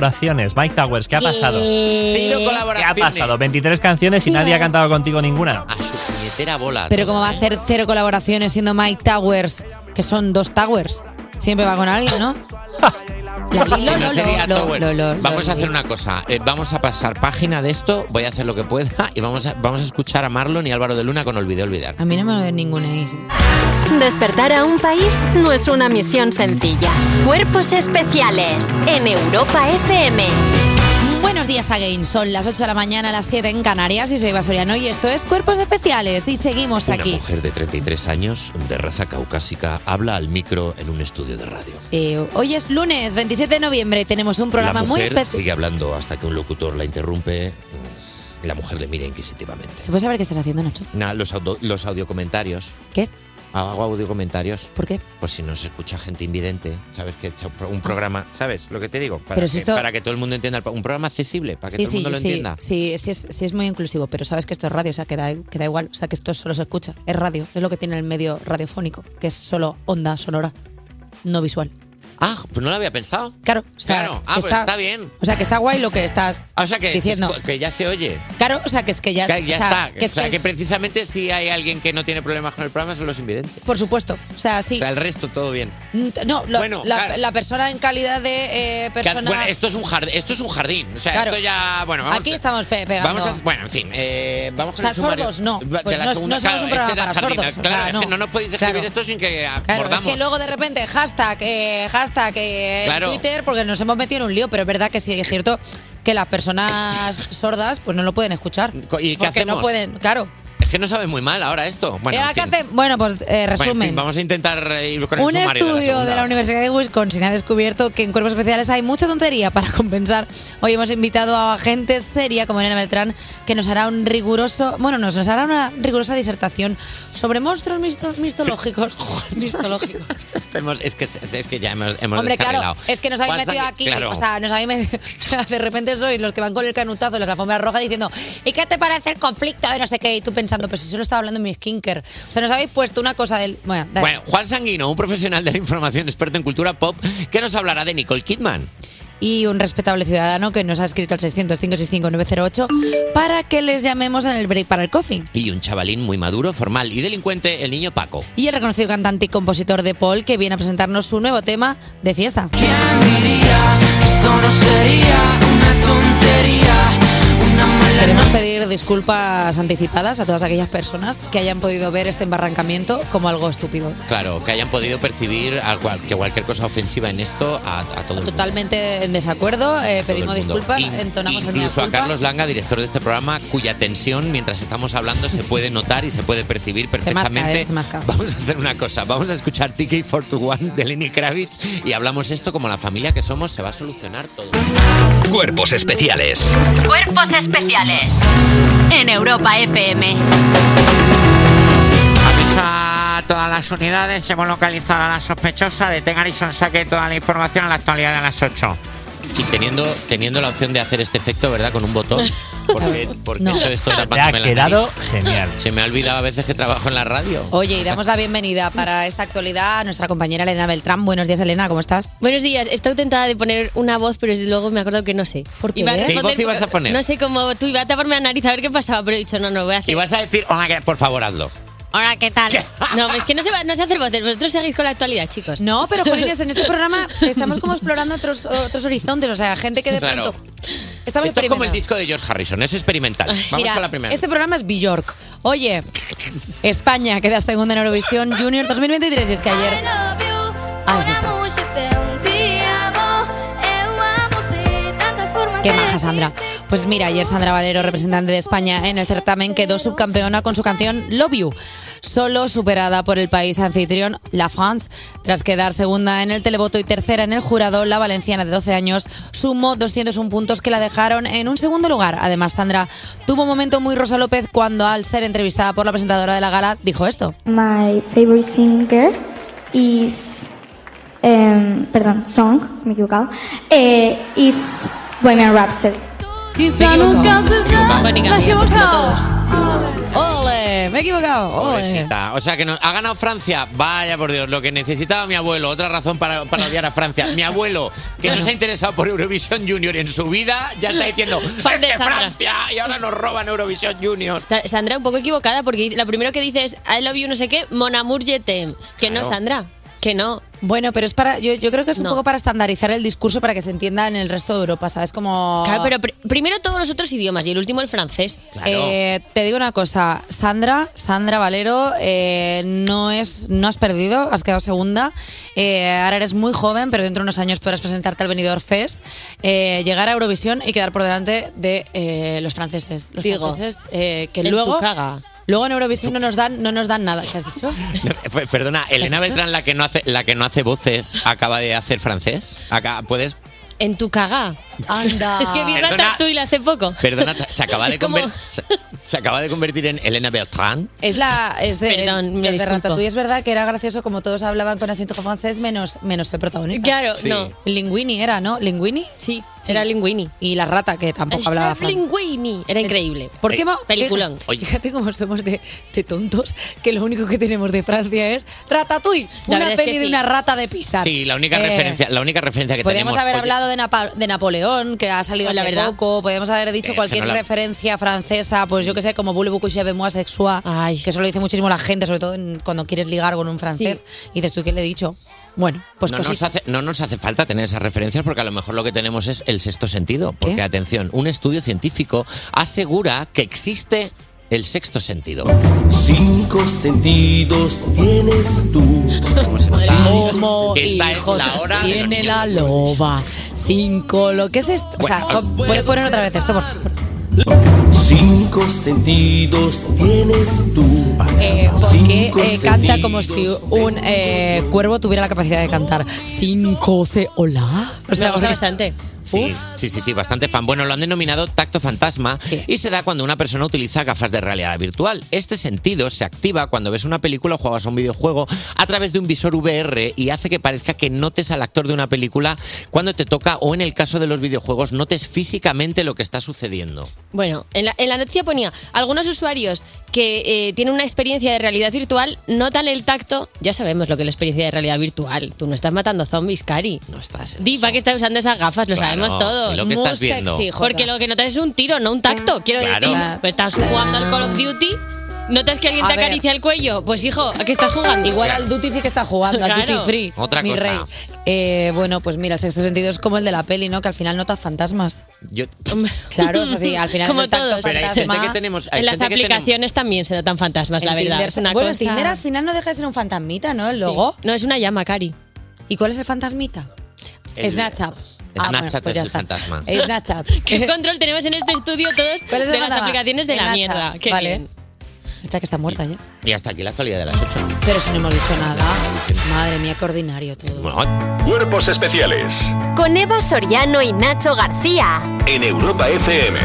Mike Towers, ¿qué ha pasado? Cero ¿Qué ha pasado? 23 canciones y nadie ha cantado contigo ninguna. A su puñetera bola. Pero como va a hacer cero colaboraciones siendo Mike Towers, que son dos Towers, siempre va con alguien, ¿no? La Si Lilo, no lo, sería lo, Tower. lo, lo, lo, Vamos lo, a hacer una cosa. eh, vamos a pasar página de esto. Voy a hacer lo que pueda y vamos a, vamos a escuchar a Marlon y Álvaro de Luna con Olvidé Olvidar. A mí no me lo den ningún ace. Despertar a un país no es una misión sencilla. Cuerpos especiales en Europa FM. Buenos días again, son las 8 de la mañana, las 7 en Canarias y soy Eva Soriano y esto es Cuerpos Especiales y seguimos Una aquí. mujer de 33 años, de raza caucásica, habla al micro en un estudio de radio. Eh, hoy es lunes 27 de noviembre y tenemos un programa la mujer muy especial. sigue hablando hasta que un locutor la interrumpe. mm, y La mujer le mira inquisitivamente. ¿Se puede saber qué estás haciendo, Nacho? Nah, los, audio, los audiocomentarios. ¿Qué? Hago audiocomentarios. ¿Por qué? Pues si no se escucha gente invidente, ¿sabes? que es Un programa, ¿sabes lo que te digo? Para, Ah. Pero que, si esto- para que todo el mundo entienda. el pro- Un programa accesible, para que sí, todo el sí, mundo lo sí, entienda. sí, sí, es, sí es muy inclusivo, pero sabes que esto es radio, o sea, que da, que da igual, o sea, que esto solo se escucha, es radio, es lo que tiene el medio radiofónico, que es solo onda sonora, no visual. Ah, pues no lo había pensado. Claro, o sea, Claro, ah, que pues está bien. O sea, que está guay lo que estás Ah, o sea que, diciendo. que ya se oye. Claro, o sea, que es que ya, Que ya o sea, está. que es o sea, que- que precisamente si hay alguien que no tiene problemas con el programa son los invidentes. Por supuesto, o sea, sí. O sea, el resto todo bien. Mm, t- No, lo- Bueno, la, claro. la persona en calidad de eh, Que- persona. bueno, esto es un jardín, esto es un jardín. O sea, Claro. esto ya, bueno, vamos. Aquí estamos pe- pegando. Vamos a, bueno, en fin, eh, vamos con O sea, el sumario. sordos no. De Pues la no es- segunda, no somos claro, un programa este era para jardín. sordos. O Claro, sea, es que no. no nos podéis escribir Claro. esto sin que Claro, acordamos. es que luego de repente hashtag, eh, hashtag eh, en Claro. Twitter, porque nos hemos metido en un lío, pero es verdad que sí es cierto que las personas sordas pues no lo pueden escuchar. ¿Y qué porque no hacemos? pueden, claro. Es que no sabe muy mal ahora esto. Bueno, ¿Y ahora en qué fin. hace? Bueno, pues eh, Bueno, en fin, resumen. vamos a intentar ir con el sumario un de la estudio de la, segunda. Universidad de Wisconsin ha descubierto que en cuerpos especiales hay mucha tontería para compensar. Hoy hemos invitado a gente seria como Elena Beltrán que nos hará un riguroso, bueno, nos, nos hará una rigurosa disertación sobre monstruos misto- mistológicos. mistológicos. Hemos- es, que, es, es que ya hemos, hemos Hombre, claro, descarrilado. es que nos habéis What's metido that? aquí, Claro. o sea, nos habéis metido, de repente sois los que van con el canutazo de las alfombras rojas diciendo, ¿y qué te parece el conflicto? Y no sé qué, y tú pensando, pero si solo estaba hablando mi skinker. O sea, nos habéis puesto una cosa del... Bueno, dale. Bueno, Juan Sanguino, un profesional de la información, experto en cultura pop, que nos hablará de Nicole Kidman. y un respetable ciudadano que nos ha escrito al 600-565-908 para que les llamemos en el break para el coffee. Y un chavalín muy maduro, formal y delincuente, el niño Paco. Y el reconocido cantante y compositor de Paul que viene a presentarnos su nuevo tema de fiesta. Esto no sería una tontería. Queremos pedir disculpas anticipadas a todas aquellas personas que hayan podido ver este embarrancamiento como algo estúpido. Claro, que hayan podido percibir a cual- que cualquier cosa ofensiva en esto a, a todo el mundo. Totalmente en desacuerdo, eh, Todo el pedimos mundo. disculpas, In- entonamos el mea Incluso a culpa. Carlos Langa, director de este programa, cuya tensión mientras estamos hablando se puede notar y se puede percibir Se masca, perfectamente. eh, se masca. Vamos a hacer una cosa, vamos a escuchar TK41 de Lenny Kravitz y hablamos esto como la familia que somos, se va a solucionar todo. Cuerpos especiales. Cuerpos especiales en Europa FM. a todas las unidades, hemos localizado a la sospechosa, detengan y sonsaque toda la información a la actualidad de las 8. Y teniendo, teniendo la opción de hacer este efecto, ¿verdad? Con un botón. porque, porque No. he hecho esto de Te ha tapándome la quedado nariz. genial. Se me ha olvidado a veces que trabajo en la radio. Oye, y damos la bienvenida para esta actualidad a nuestra compañera Elena Beltrán. Buenos días, Elena, ¿cómo estás? Buenos días, estoy tentada de poner una voz, pero luego me acuerdo que no sé. ¿Por qué? ¿Qué voz ibas a poner? No sé cómo tú ibas a taparme la nariz a ver qué pasaba, pero he dicho, no, no voy a hacer. Y vas a decir, hola, que- por favor, hazlo. Ahora, ¿qué tal? No, es que no sé, no sé hacer voces, vosotros seguís con la actualidad, chicos. No, pero Jolines, en este programa estamos como explorando otros, otros horizontes, o sea, gente que de Claro. pronto... Esto Estamos es como el experimentando. disco de George Harrison, es experimental. Vamos Mira, con la primera. este programa es Bjork. Oye, España queda segunda en Eurovisión Junior 2023 y es que ayer... Ah, es esta. Qué maja Sandra. Pues mira, ayer Sandra Valero, representante de España en el certamen, quedó subcampeona con su canción Love You, solo superada por el país anfitrión La France. Tras quedar segunda en el televoto y tercera en el jurado, la valenciana de 12 años sumó 201 puntos que la dejaron en un segundo lugar. Además, Sandra tuvo un momento muy Rosa López cuando, al ser entrevistada por la presentadora de la gala, dijo esto. My favorite singer is. em, perdón, song, me he equivocado. eh, is Bohemian Rhapsody. Quizá nunca se Equivocado. Mónica, me he equivocado. ¡Ole! Me he equivocado. ¡Ole! Pobrecita. O sea que nos ha ganado Francia. Vaya por Dios, lo que necesitaba mi abuelo. Otra razón para, para odiar a Francia. Mi abuelo, que no se ha interesado por Eurovisión Junior en su vida, ya está diciendo "Es de Francia y ahora nos roban Eurovisión Junior. Sa- Sandra, un poco equivocada, porque la primero que dices, I love you, no sé qué, Mon amour, je t'aime. Que Claro. no, Sandra, que no. Bueno, pero es para. Yo, yo creo que es un No. poco para estandarizar el discurso para que se entienda en el resto de Europa, ¿sabes? Como. Claro, pero pr- primero todos los otros idiomas y el último el francés. Eh, te digo una cosa, Sandra, Sandra Valero, eh, no es, no has perdido, has quedado segunda. Eh, ahora eres muy joven, pero dentro de unos años podrás presentarte al Benidorm Fest, eh, llegar a Eurovisión y quedar por delante de eh, los franceses. Los Digo, franceses eh, que en luego, tu caga. luego en Eurovisión no nos dan, no nos dan nada. ¿Qué has dicho? No, eh, Perdona, Elena Beltrán, la que no hace, la que no hace voces, acaba de hacer francés. Acá, ¿puedes? En tu caga. Anda. Es que vi Perdona. Ratatouille hace poco. Perdona, se acaba, de Es como- conver- se, se acaba de convertir en Elena Beltrán. Es la. Es de, Perdón, me los de disculpo. Ratatouille es verdad que era gracioso como todos hablaban con acento francés menos, menos el protagonista. Claro, Sí. no. Linguini era, ¿no? ¿Linguini? Sí, era Linguini. Y la rata que tampoco hablaba francés. Linguini. Era increíble. ¿Por qué? Eh, ma- Peliculón. Fíjate, fíjate cómo somos de, de tontos, que lo único que tenemos de Francia es Ratatouille, La una verdad es que peli de sí. una rata de pisar. Sí, la única Eh, referencia, la única referencia que Podríamos tenemos. Oh, haber Oye, hablado de, Napa- de Napoleón, que ha salido La hace verdad. poco. Podríamos haber dicho Eh, cualquier que no la- referencia francesa, pues yo que sé, como voulez-vous coucher avec moi sexual, que eso lo dice muchísimo la gente, sobre todo en- cuando quieres ligar con un francés. Y dices, ¿tú qué le he dicho? Bueno, pues no, nos cositas. hace, no nos hace falta tener esas referencias porque a lo mejor lo que tenemos es el sexto sentido. Porque, atención, un estudio científico asegura que existe el sexto sentido. Cinco sentidos tienes tú. Como Esta es hijos la hora de los tiene la loba. Cinco, lo que es esto. O sea, Bueno, pues- com- puedes poner otra vez esto, por favor. Cinco sentidos tienes tú. Eh, ¿Por qué Cinco eh, canta sentidos como si un eh, cuervo tuviera la capacidad de cantar? Cinco, se, hola. O sea, Me gusta porque- bastante. Sí, sí, sí, sí, bastante fan. Bueno, lo han denominado tacto fantasma y se da cuando una persona utiliza gafas de realidad virtual. Este sentido se activa cuando ves una película o juegas a un videojuego a través de un visor VR y hace que parezca que notes al actor de una película cuando te toca o en el caso de los videojuegos notes físicamente lo que está sucediendo. Bueno, en la, en la noticia ponía, algunos usuarios que eh, tienen una experiencia de realidad virtual notan el tacto. Ya sabemos lo que es la experiencia de realidad virtual. Tú no estás matando zombies, Cari. No estás. Diva que está usando esas gafas, lo Claro, sabemos todos. y lo que estás Muy viendo. sexy, Jota. Porque lo que notas es un tiro, no un tacto. Quiero Claro. decir, pues estás jugando al Call of Duty. ¿Notas que alguien A te ver. acaricia el cuello? Pues hijo, ¿a qué estás jugando? Igual al Duty sí que está jugando, al Claro. Duty Free. Otra mi cosa. rey. Eh, bueno, pues mira, el sexto sentido es como el de la peli, ¿no? Que al final notas fantasmas. Yo, Claro, es así, al final Como es el tacto todos. Pero hay gente fantasma. que tenemos- hay En las gente que tenemos- aplicaciones también se notan fantasmas, la En verdad. Tinder Es se- una bueno, cosa- Tinder al final no deja de ser un fantasmita, ¿no? El logo. No, es una llama, Cari. ¿Y cuál es el fantasmita? El- Snapchat. Ah, bueno, Snapchat pues es ya el está. fantasma. Eh, Snapchat. ¿Qué control tenemos en este estudio todos Eh. ¿Cuál es el de las fantasma? aplicaciones de El la Snapchat. mierda? Qué vale. bien. Esta que está muerta ya. Y hasta aquí la actualidad de las 8. Pero si no hemos dicho nada. Madre mía, qué ordinario todo. Cuerpos especiales Con Eva Soriano y Nacho García. en Europa FM.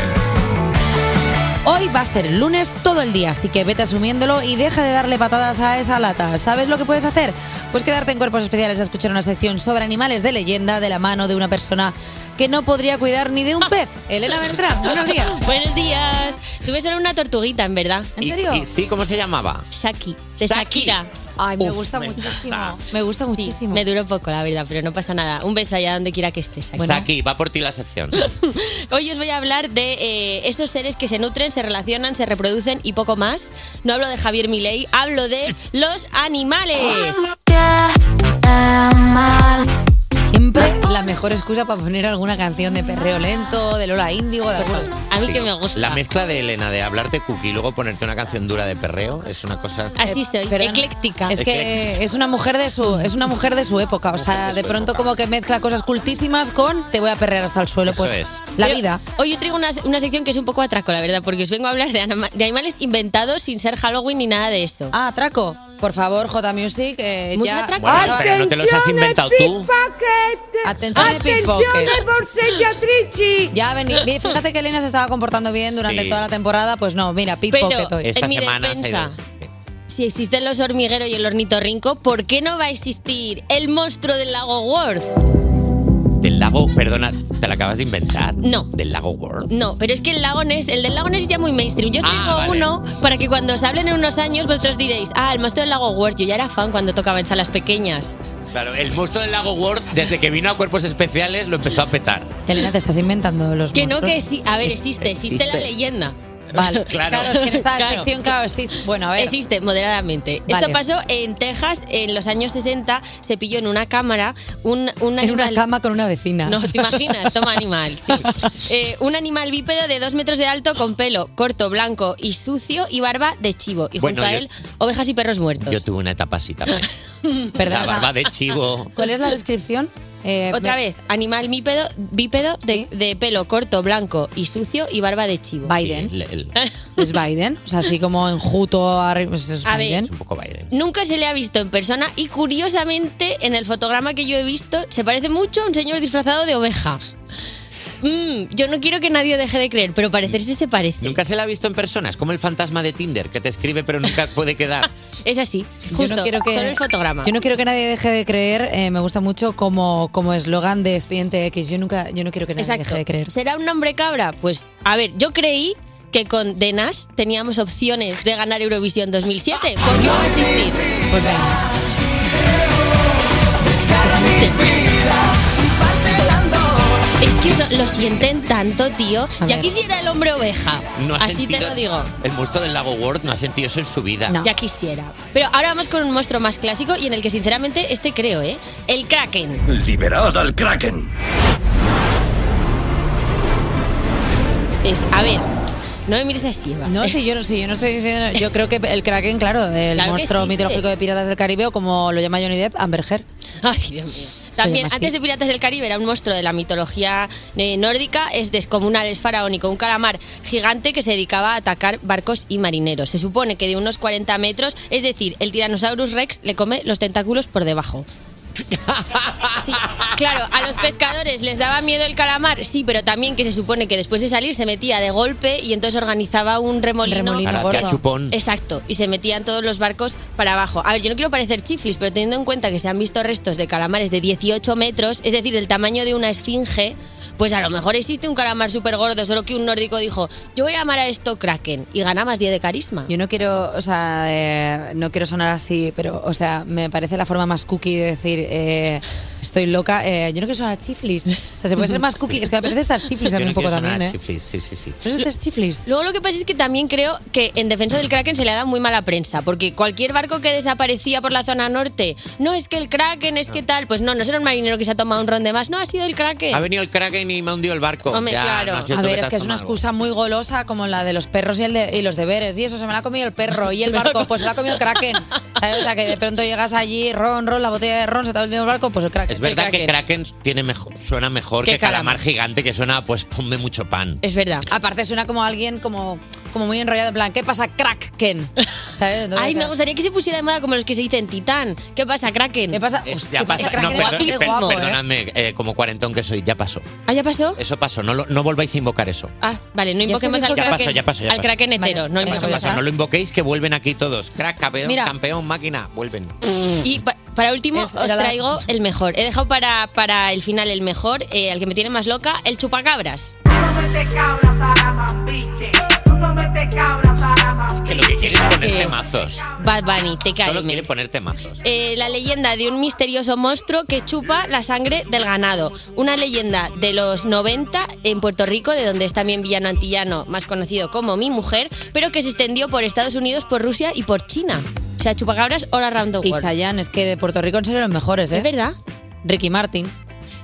Hoy va a ser lunes todo el día, así que vete asumiéndolo y deja de darle patadas a esa lata. ¿Sabes lo que puedes hacer? Pues quedarte en cuerpos especiales a escuchar una sección sobre animales de leyenda de la mano de una persona que que no podría cuidar ni de un pez. Elena Beltrán, buenos días. Buenos días. Tuve solo una tortuguita, en verdad. ¿Y- y sí, ¿cómo se llamaba? Saki, de Shakira. Ay, me Uf, gusta me muchísimo. Me gusta muchísimo. me duró poco, la verdad, pero no pasa nada. Un beso allá donde quiera que estés. Saki. Aquí, va por ti la sección. Hoy os voy a hablar de eh, esos seres que se nutren, se relacionan, se reproducen y poco más. No hablo de Javier Milei, hablo de los animales. Siempre la mejor excusa para poner alguna canción de perreo lento, de Lola Índigo, de A mí que me gusta. La mezcla de Elena de hablarte cookie y luego ponerte una canción dura de perreo es una cosa. Así soy, Eh, ecléctica. Es que es una mujer de su es una mujer de su época, o sea, de pronto como que mezcla cosas cultísimas con te voy a perrear hasta el suelo, pues es. la Pero vida. Hoy os traigo una, una sección que es un poco atraco, la verdad, porque os vengo a hablar de, anima- de animales inventados sin ser Halloween ni nada de esto. Ah, atraco. Por favor, J Music, eh, Mucho ya. atraco. Bueno, pero no te los has Atención, inventado tú. Atención, de Attenzione, Ya ha venido. Ve, Fíjate que Elena se estaba comportando bien durante Sí. toda la temporada, pues no, mira, pickpocket Pero hoy. Esta semana se ha ido- Si existen los hormigueros y el ornitorrinco, ¿por qué no va a existir el monstruo del lago Worth? Del lago, perdona, te la acabas de inventar. No. Del lago World. No, pero es que el lago Ness, el del lago Ness es ya muy mainstream. Yo os Ah, digo vale. uno para que cuando os hablen en unos años vosotros diréis, ah, el monstruo del lago Worth, yo ya era fan cuando tocaba en salas pequeñas. Claro, el monstruo del lago World, desde que vino a cuerpos especiales, lo empezó a petar. Elena, te estás inventando los Que no, monstruos? que sí, a ver, existe, existe, la Existe. leyenda. Vale, Claro. claro. es que en esta Claro. sección, claro, existe. Bueno, a ver. Existe, moderadamente. Esto Vale. pasó en Texas en los años 60. Se pilló en una cámara un, un En una animal. cama con una vecina. No, te imaginas, toma animal. sí. Eh, un animal bípedo de dos metros de alto con pelo corto, blanco y sucio y barba de chivo. Y Bueno, junto a yo- él, ovejas y perros muertos. Yo tuve una etapa así también. Perdona. La barba de chivo. ¿Cuál es la descripción? Eh, Otra me- vez, animal bípedo, bípedo de, de pelo corto, blanco y sucio y barba de chivo. Biden. Es Biden. O sea, así como enjuto arriba. Pues es A ver. Biden. Es un poco Biden. Nunca se le ha visto en persona y curiosamente en el fotograma que yo he visto se parece mucho a un señor disfrazado de oveja. Mm, yo no quiero que nadie deje de creer, pero parecerse se parece. Nunca se la ha visto en persona, es como el fantasma de Tinder que te escribe pero nunca puede quedar. Es así, Yo justo, no quiero que, solo el fotograma. Yo no quiero que nadie deje de creer. eh, me gusta mucho como, como eslogan de Expediente X. Yo nunca, yo no quiero que nadie deje de creer. ¿Será un nombre cabra? Pues, a ver, yo creí que con The Nash teníamos opciones de ganar Eurovisión 2007. ¿Por qué no existir? Pues venga. Es que eso- los sienten tanto, tío. A Ya ver. quisiera el hombre oveja. No ha Así te sentido- lo digo. El monstruo del lago World no ha sentido eso en su vida. Ya quisiera. Pero ahora vamos con un monstruo más clásico y en el que sinceramente este creo, ¿eh? El Kraken. Liberad al Kraken. Es, a ver, no me mires así, Eva. No, sí, yo no, sí, yo no estoy diciendo. Yo creo que el Kraken, claro, el Claro que monstruo sí. mitológico de Piratas del Caribe, o como lo llama Johnny Depp, Amber Heard. Ay, Dios mío. También, más antes pi- de Piratas del Caribe, era un monstruo de la mitología eh, nórdica, es descomunal, es faraónico, un calamar gigante que se dedicaba a atacar barcos y marineros. Se supone que de unos 40 metros, es decir, el Tyrannosaurus Rex le come los tentáculos por debajo. Sí, claro, a los pescadores les daba miedo el calamar, sí, pero también que se supone que después de salir se metía de golpe y entonces organizaba un remolino. Remolino Ahora gordo. hacía chupón. Exacto, y se metían todos los barcos para abajo. A ver, yo no quiero parecer chiflis, pero teniendo en cuenta que se han visto restos de calamares de 18 metros, es decir, el tamaño de una esfinge, pues a lo mejor existe un calamar súper gordo, solo que un nórdico dijo, yo voy a llamar a esto Kraken, y gana más 10 de carisma. Yo no quiero, o sea, eh, no quiero sonar así, pero, o sea, me parece la forma más cookie de decir, eh, estoy loca. eh, yo no quiero sonar chiflis. O sea, se puede ser más cookie. Es que me parece estar chiflis a mí Yo no un poco quiero sonar también, ¿eh? chiflis, Sí, sí, sí. Pero estos chiflis. Luego lo que pasa es que también creo que en defensa del Kraken se le ha dado muy mala prensa, porque cualquier barco que desaparecía por la zona norte, no es que el Kraken, es que tal, pues no, no será un marinero que se ha tomado un ron de más, no ha sido el Kraken. Ah. Ha venido el Kraken y me ha hundido el barco. Hombre, Ya, claro. no ha sido A tú ver, te es has que es una tomado algo. excusa muy golosa como la de los perros y, el de- y los deberes. Y eso se me la ha comido el perro y el barco, pues se la ha comido el kraken. ¿Sabes? O sea, que de pronto llegas allí, ron, ron, la botella de ron, se te ha hundido el barco, pues el kraken. Es verdad que Kraken tiene mejor, suena mejor Que que calamar gigante, que suena pues ponme mucho pan. Es verdad. Aparte suena como alguien como, como muy enrollado, en plan, ¿qué pasa, kraken? ¿Sabes? Entonces, Ay, me claro. gustaría que se pusiera de moda como los que se dicen Titán. ¿Qué pasa, Kraken? ¿Qué pasa? Es- Eh, ya pasa. No, Kraken? perdón- Guapo, per- guapo, ¿eh? perdonadme, eh, como cuarentón que soy, ya pasó. Ah, ya pasó. Eso pasó, no, lo- no volváis a invocar eso. Ah, vale, no Ya invoquemos está, al ya Kraken. pasó, ya pasó, ya al pasó. Kraken hetero, no Pasó, ¿eh? invoquemos. pasó, no lo invoquéis, que vuelven aquí todos. Crack, campeón, Mira. campeón, máquina, vuelven. Y pa- Para último, Es- os era la- traigo el mejor. He dejado para, para el final el mejor, eh, al que me tiene más loca, el chupacabras. Que lo que quiere es ponerte mazos. Bad Bunny, te cae. Solo quiere ponerte mazos. Eh, la leyenda de un misterioso monstruo que chupa la sangre del ganado. Una leyenda de los 90 en Puerto Rico, de donde es también Villano Antillano, más conocido como Mi Mujer, pero que se extendió por Estados Unidos, por Rusia y por China. O sea, chupacabras all around the Y world. Chayanne, es que de Puerto Rico en serio los mejores, ¿eh? Es verdad. Ricky Martin.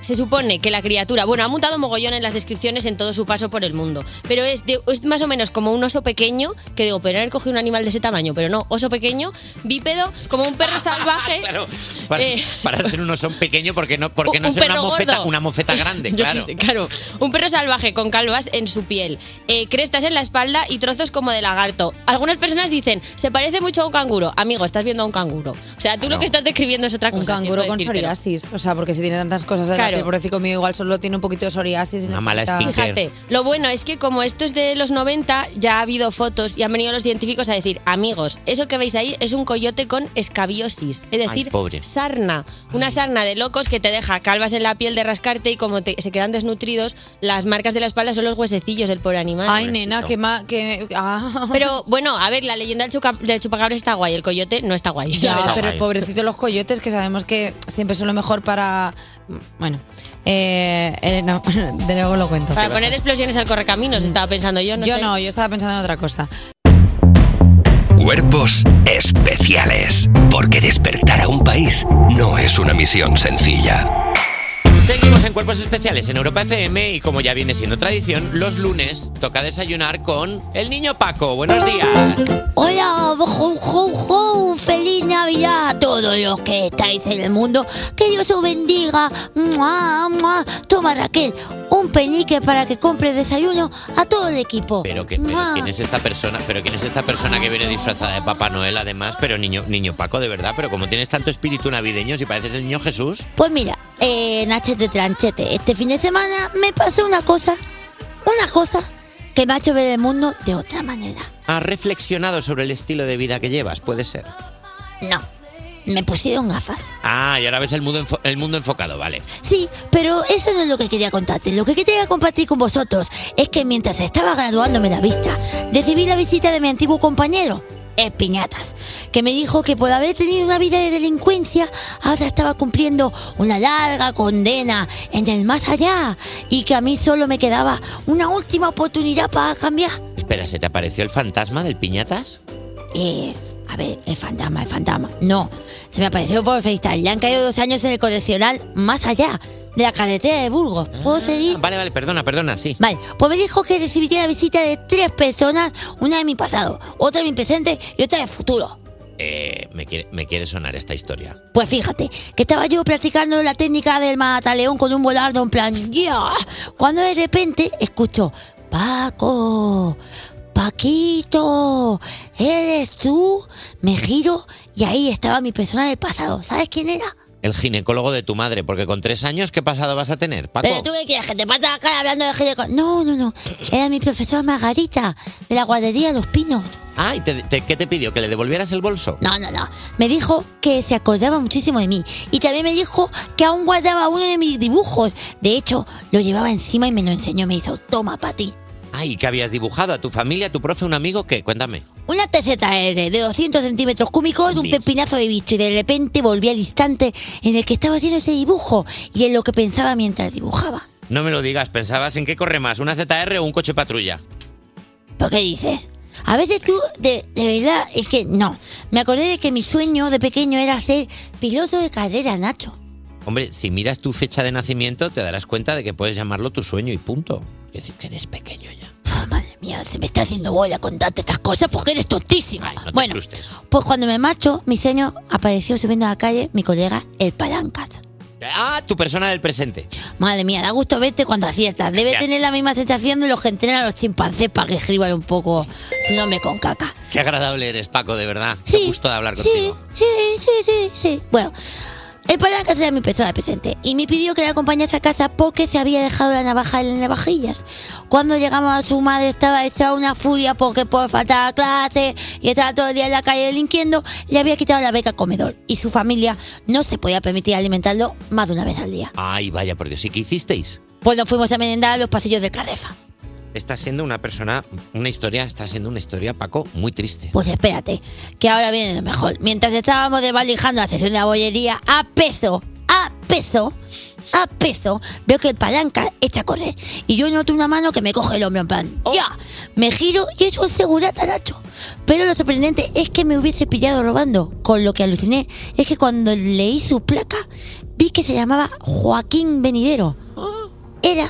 Se supone que la criatura, bueno, ha mutado mogollón en las descripciones en todo su paso por el mundo, pero es, de- es más o menos como un oso pequeño, que digo, pero haber cogido un animal de ese tamaño, pero no, oso pequeño, bípedo, como un perro salvaje. Claro, para, Eh. para ser un oso pequeño, porque no, porque Un- no un ser una perro mofeta, gordo. una mofeta grande, Yo qué claro. sé, claro. Un perro salvaje con calvas en su piel, eh, crestas en la espalda y trozos como de lagarto. Algunas personas dicen, se parece mucho a un canguro. Amigo, estás viendo a un canguro. O sea, tú lo que estás describiendo es otra cosa. Un canguro siento con decírtelo. psoriasis. O sea, porque si tiene tantas cosas en Claro. la piel, conmigo igual solo tiene un poquito de psoriasis. y Una mala necesita- skincare. Fíjate, lo bueno es que como esto es de los 90, ya ha habido fotos y han venido los científicos a decir, amigos, eso que veis ahí es un coyote con escabiosis, es decir, pobre. sarna, una sarna de locos que te deja calvas en la piel de rascarte y como te- se quedan desnutridos, las marcas de la espalda son los huesecillos del pobre animal. Ay, nena, que ma... Que... ah. Pero bueno, a ver, la leyenda del, chuca- del chupacabra está guay, el coyote no está guay. Ya, la verdad. pero pobrecito los coyotes, que sabemos que siempre son lo mejor para... Bueno, eh, eh, no, de luego lo cuento. Para poner explosiones al correcaminos, estaba pensando yo, no yo sé. no, yo estaba pensando en otra cosa. Cuerpos especiales. Porque despertar a un país no es una misión sencilla. Seguimos en Cuerpos Especiales en Europa FM y como ya viene siendo tradición, los lunes toca desayunar con el niño Paco. Buenos días. Hola, ho, ho, ho, feliz Navidad a todos los que estáis en el mundo. Que Dios os bendiga. Mua, mua. Toma Raquel, un penique para que compre desayuno a todo el equipo. Pero, que, pero Mua. quién es esta persona, pero quién es esta persona que viene disfrazada de Papá Noel además, pero niño, niño Paco, de verdad, pero como tienes tanto espíritu navideño, si pareces el niño Jesús. Pues mira, eh, Nachete Tranchete, este fin de semana me pasó una cosa, una cosa que me ha hecho ver el mundo de otra manera. ¿Has reflexionado sobre el estilo de vida que llevas? Puede ser. No, me pusieron gafas. Ah, y ahora ves el mundo, enfo- el mundo enfocado, vale. Sí, pero eso no es lo que quería contarte. Lo que quería compartir con vosotros es que mientras estaba graduándome la vista, recibí la visita de mi antiguo compañero, el Piñatas, que me dijo que por haber tenido una vida de delincuencia, ahora estaba cumpliendo una larga condena en el más allá y que a mí solo me quedaba una última oportunidad para cambiar. Espera, ¿se te apareció el fantasma del piñatas? Eh, a ver, el fantasma, el fantasma. No, se me apareció por FaceTime. Le han caído dos años en el coleccional más allá de la carretera de Burgos. ¿Puedo seguir? Ah, Vale, vale, perdona, perdona, sí. Vale, pues me dijo que recibiría la visita de tres personas, una de mi pasado, otra de mi presente y otra de futuro. Eh, me, quiere, me quiere sonar esta historia. Pues fíjate, que estaba yo practicando la técnica del mataleón con un volardo en plan, ¡ya! Cuando de repente escucho, Paco, Paquito, ¿eres tú? Me giro y ahí estaba mi persona del pasado. ¿Sabes quién era? El ginecólogo de tu madre, porque con tres años, ¿qué pasado vas a tener, Paco? Pero tú qué quieres, que te pasa la cara hablando de gineco. No, no, no. Era mi profesora Margarita, de la guardería Los Pinos. Ah, ¿y te- te- qué te pidió? ¿Que le devolvieras el bolso? No, no, no. Me dijo que se acordaba muchísimo de mí. Y también me dijo que aún guardaba uno de mis dibujos. De hecho, lo llevaba encima y me lo enseñó. Me hizo, toma, para ti. Ay, ¿qué habías dibujado? ¿A tu familia, a tu profe, un amigo? ¿Qué? Cuéntame. Una TZR de 200 centímetros cúbicos, un pepinazo de bicho. Y de repente volví al instante en el que estaba haciendo ese dibujo y en lo que pensaba mientras dibujaba. No me lo digas, pensabas en qué corre más, una ZR o un coche patrulla. ¿Pero qué dices? A veces tú, de, de verdad, es que no. Me acordé de que mi sueño de pequeño era ser piloto de carrera, Nacho. Hombre, si miras tu fecha de nacimiento, te darás cuenta de que puedes llamarlo tu sueño y punto. Es decir, que eres pequeño ya. Mira, se me está haciendo bola contarte estas cosas porque eres tontísima. No te bueno, frustres. pues cuando me marcho, mi sueño apareció subiendo a la calle mi colega el Palancas. Ah, tu persona del presente. Madre mía, da gusto verte cuando aciertas. Debe Gracias. tener la misma sensación de los que entrenan a los chimpancés para que escriban un poco su nombre con caca. Qué agradable eres, Paco, de verdad. Qué gusto de hablar Sí, contigo. sí, sí, sí, sí. Bueno, El palanca era mi persona presente y me pidió que le acompañase a casa porque se había dejado la navaja en las navajillas. Cuando llegamos a su madre estaba hecha una furia porque por faltar a clase y estaba todo el día en la calle delinquiendo, le había quitado la beca al comedor y su familia no se podía permitir alimentarlo más de una vez al día. Ay, vaya por Dios. ¿Y qué hicisteis? Pues nos fuimos a merendar a los pasillos de Carrefa. Está siendo una persona, una historia, está siendo una historia, Paco, muy triste. Pues espérate, que ahora viene lo mejor. Mientras estábamos desvalijando la sesión de la bollería a peso, a peso, a peso, veo que el palanca echa a correr. Y yo noto una mano que me coge el hombro en plan, ¡ya! Me giro y es un segurata, Nacho. Pero lo sorprendente es que me hubiese pillado robando. Con lo que aluciné es que cuando leí su placa, vi que se llamaba Joaquín Venidero. Era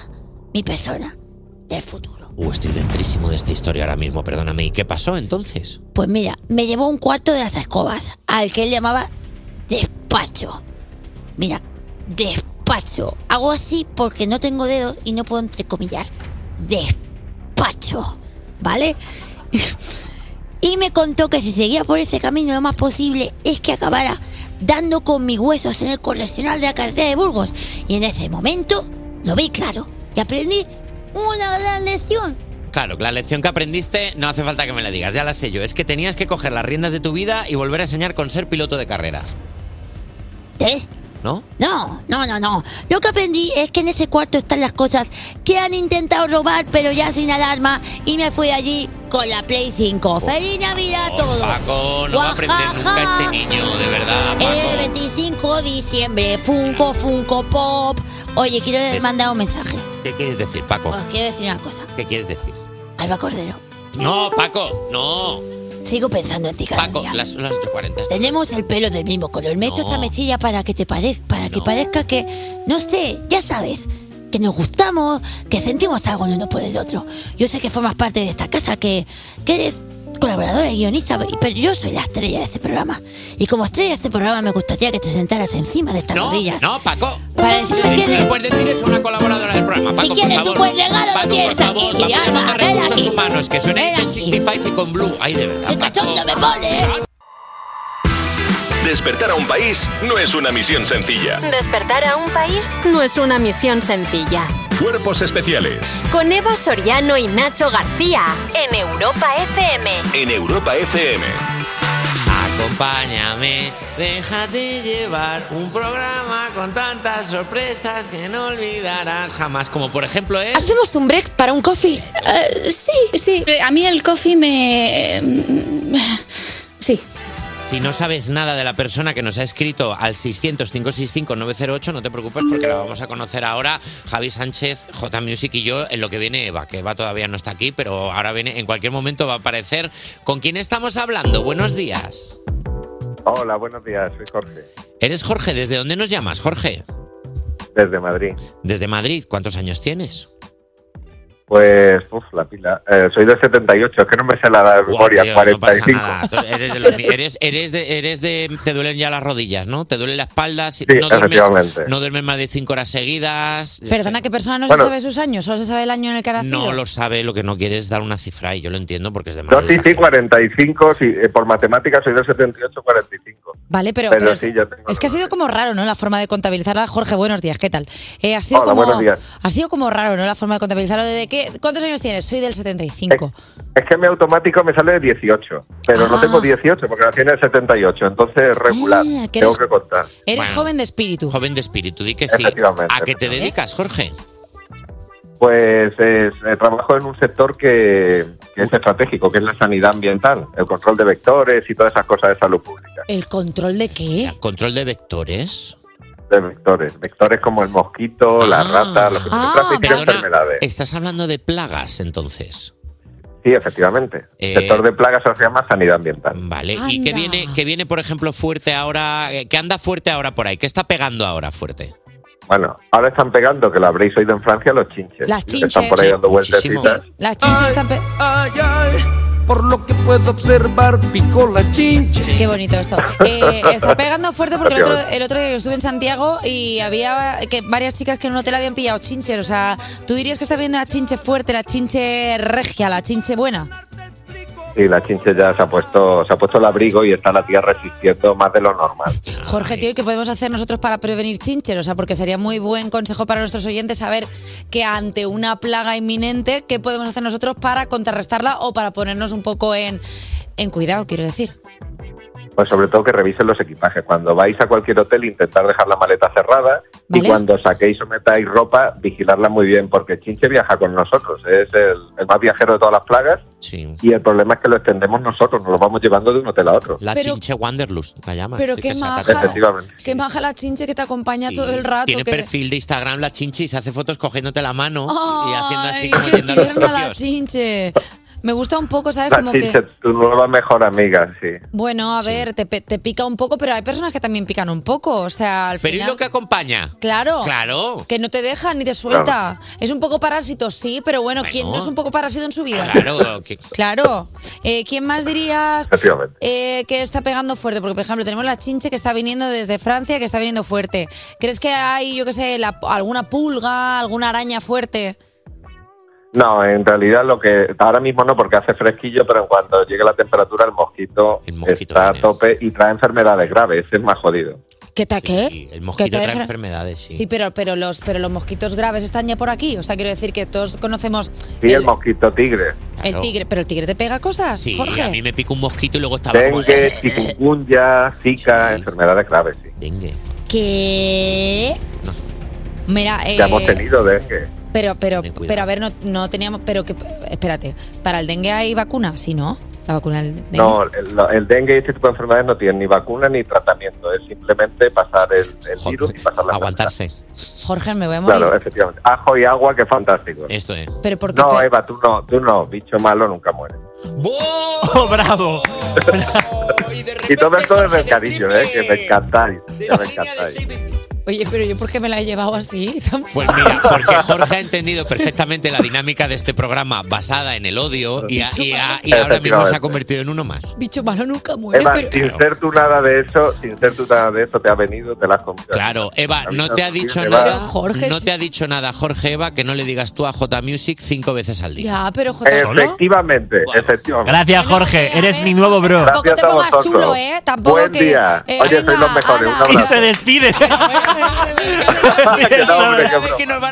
mi persona del futuro. Uh, estoy dentrísimo de esta historia ahora mismo, perdóname. ¿Y qué pasó entonces? Pues mira, me llevó un cuarto de las escobas, al que él llamaba despacho. Mira, despacho. Hago así porque no tengo dedos y no puedo entrecomillar. Despacho, ¿vale? Y me contó que si seguía por ese camino lo más posible es que acabara dando con mis huesos en el correccional de la carretera de Burgos. Y en ese momento lo vi claro y aprendí una gran lección. Claro, la lección que aprendiste no hace falta que me la digas, ya la sé yo. Es que tenías que coger las riendas de tu vida y volver a enseñar con ser piloto de carrera. ¿Eh? ¿No? No, no, no, no. Lo que aprendí es que en ese cuarto están las cosas que han intentado robar, pero ya sin alarma, y me fui allí con la Play 5. ¡Feliz Navidad a todos! Oh. Paco, no va a aprender nunca este niño, de verdad, El Paco. 25 de diciembre, Funko, Funko Pop. Oye, quiero ¿Ves? mandar un mensaje. ¿Qué quieres decir, Paco? Os quiero decir una cosa. ¿Qué quieres decir? Alba Cordero, No, Paco, no. sigo pensando en ti, cada Paco, día. las, las 8.40. Tenemos el pelo del mismo color. Me he hecho No. esta mesilla para que te parezca, para que parezca que, no sé, ya sabes, que nos gustamos, que sentimos algo el uno por el otro. Yo sé que formas parte de esta casa, que, que eres colaboradora y guionista, pero yo soy la estrella de este programa. Y como estrella de este programa me gustaría que te sentaras encima de estas No, rodillas. no, Paco. Para decirme quién No es. puedes decir eso a una colaboradora del programa, Paco, Si por quieres un favor. buen regalo, Paco, lo tienes por favor, aquí, vamos a Ana, llamar ven recursos aquí. humanos, que suena Ven Eiffel 65 y con Blue. Ay, de verdad, Paco. ¡Cachondo me pone! Despertar a un país no es una misión sencilla. Despertar a un país no es una misión sencilla. Cuerpos especiales Con Eva Soriano y Nacho García en Europa FM. en Europa FM. Acompáñame, déjate llevar un programa con tantas sorpresas que no olvidarás jamás. Como por ejemplo ¿eh? es... ¿Hacemos un break para un coffee? Eh, sí, sí. A mí el coffee me... eh, Sí. Si no sabes nada de la persona que nos ha escrito al 600-565-908, no te preocupes porque la vamos a conocer ahora. Javi Sánchez, J Music y yo en lo que viene Eva, que Eva todavía no está aquí, pero ahora viene, en cualquier momento va a aparecer. ¿Con quién estamos hablando? Buenos días. Hola, buenos días, soy Jorge, Eres Jorge, ¿desde dónde nos llamas, Jorge? desde Madrid. Desde Madrid, ¿cuántos años tienes? Pues, uf, la pila. Eh, soy del 78, es que no me sé la edad de memoria, Tío, no pasa 45. nada. Ah, Tú Eres de, los ni- eres- eres de- eres de- Te duelen ya las rodillas, ¿no? Te duele la espalda. si- Sí, no, duermes, efectivamente. no duermes más de cinco horas seguidas. Perdona, ¿qué persona no Bueno. se sabe sus años? Solo se sabe el año en el que ha nacido. No lo sabe, lo que no quiere es dar una cifra y yo lo entiendo porque es de No, Madrid. sí, sí, 45, sí, eh, por matemáticas soy del 78, 45. Vale, pero, Pero, pero sí, yo tengo. es que ha sido como raro, ¿no? La forma de contabilizarla. Jorge, buenos días, ¿qué tal? Eh, ha sido Hola, como, buenos días. Ha sido como raro, ¿no? La forma de contabilizarlo. ¿De qué? ¿Cuántos años tienes? Soy del Eh, 75. Es que mi automático me sale de 18, pero no tengo 18 porque nací en el 78, entonces regular. Ah, que tengo eres- que contar. Eres joven de espíritu. Joven de espíritu, di que sí. ¿A qué te dedicas, Jorge? Pues es- eh, trabajo en un sector que, que es estratégico, que es la sanidad ambiental, el control de vectores y todas esas cosas de salud pública. ¿El control de qué? ¿Control de vectores? De vectores, vectores como el mosquito, la rata, lo que se Ah, transmiten perdona. enfermedades. Estás hablando de plagas, entonces. Sí, efectivamente. Eh, sector de plagas se llama sanidad ambiental. Vale, Eh, ¿y qué viene, qué viene, por ejemplo, fuerte ahora? eh, ¿Qué anda fuerte ahora por ahí? ¿Qué está pegando ahora fuerte? Bueno, ahora están pegando, que lo habréis oído en Francia, los chinches. Las que Están chinches. por ahí dando Sí, vueltecitas. Las chinches están... pe- Por lo que puedo observar, picó la chinche. Qué bonito esto. Eh, está pegando fuerte porque el otro, el otro día yo estuve en Santiago y había que varias chicas que en un hotel habían pillado chinches. O sea, tú dirías que está viendo la chinche fuerte, la chinche regia, la chinche buena. Sí, sí, la chinche ya se ha puesto, se ha puesto el abrigo y está la tía resistiendo más de lo normal. Jorge, tío, ¿y qué podemos hacer nosotros para prevenir chinches? O sea, porque sería muy buen consejo para nuestros oyentes saber que ante una plaga inminente, ¿qué podemos hacer nosotros para contrarrestarla o para ponernos un poco en, en cuidado, quiero decir? Pues sobre todo que revisen los equipajes. Cuando vais a cualquier hotel, intentar dejar la maleta cerrada y cuando saquéis o metáis ropa, vigilarla muy bien, porque Chinche viaja con nosotros. Es el, el más viajero de todas las plagas Sí. y el problema es que lo extendemos nosotros, nos lo vamos llevando de un hotel a otro. La Pero- chinche Wanderlust, la llama. Pero qué maja. Efectivamente. Qué maja la chinche que te acompaña todo el rato. Tiene que- perfil de Instagram la chinche y se hace fotos cogiéndote la mano y haciendo así ¡Ay, como qué yendo a los tierna la sitios. chinche! Me gusta un poco, ¿sabes? La Ah, Como que... Chinche, tu nueva mejor amiga, sí. Bueno, a ver, te, pe- te pica un poco, pero hay personas que también pican un poco. O sea, al Pero ¿y final. lo que acompaña? Claro. Claro. Que no te deja ni te suelta. Es un poco parásito, sí, pero bueno, ¿quién no es un poco parásito en su vida? Claro, que- Claro. Eh, ¿Quién más dirías Efectivamente. eh, que está pegando fuerte? Porque, por ejemplo, tenemos la chinche que está viniendo desde Francia, que está viniendo fuerte. ¿Crees que hay, yo qué sé, la- alguna pulga, alguna araña fuerte? No, en realidad lo que ahora mismo no, porque hace fresquillo, pero en cuanto llegue la temperatura, el mosquito, está a tope y trae enfermedades graves, es más jodido. ¿Qué tal qué? El ¿Qué mosquito tal, trae Fran? enfermedades, sí. Sí, pero, pero, los, pero los mosquitos graves están ya por aquí. O sea, quiero decir que todos conocemos Sí, el, mosquito tigre. el tigre, pero el tigre te pega cosas, Sí, Jorge. a mí me pica un mosquito y luego estaba como... Dengue, chikungunya, zika, enfermedades graves, sí. Dengue. ¿Qué? Mira, eh, Ya hemos tenido dengue. pero, pero, Ten cuidado. pero a ver, no, no teníamos, pero que, espérate, para el dengue hay vacuna, ¿sí no? La vacuna del dengue. No, el, lo- el dengue y este tipo de enfermedades no tienen ni vacuna ni tratamiento, es simplemente pasar el, el virus y pasar la Aguantarse. Jorge, me voy a morir. Claro, efectivamente. Ajo y agua, que fantástico. Esto es. Pero ¿por qué? No, Eva, tú no, tú no, bicho malo nunca muere. ¡Oh, bravo! Y todo esto desde el cariño, ¿eh? que me encantáis. Que me encantáis. Oye, pero yo por qué me la he llevado así? Tan Pues mira, porque Jorge ha entendido perfectamente la dinámica de este programa basada en el odio y, a- y a- y ahora mismo se ha Efectivamente. convertido en uno más. Bicho malo nunca muere, Eva, pero... sin ser tú nada de eso, sin ser tú nada de eso, te ha venido, te la has comido. Claro, Eva, no te ha dicho Eva. nada. no te ha dicho nada, Jorge Eva, que no le digas tú a J Music cinco veces al día. Ya, pero Eh, Jota, ¿solo? Efectivamente, efectivamente. Gracias, Jorge. Eres mi nuevo bro. ¿eh? Tampoco te pongas chulo, ¿eh? Tampoco Buen que... día. eh, Oye, sois venga, los mejores. Un Y abrazo. se despide. Que no, hombre, que broma.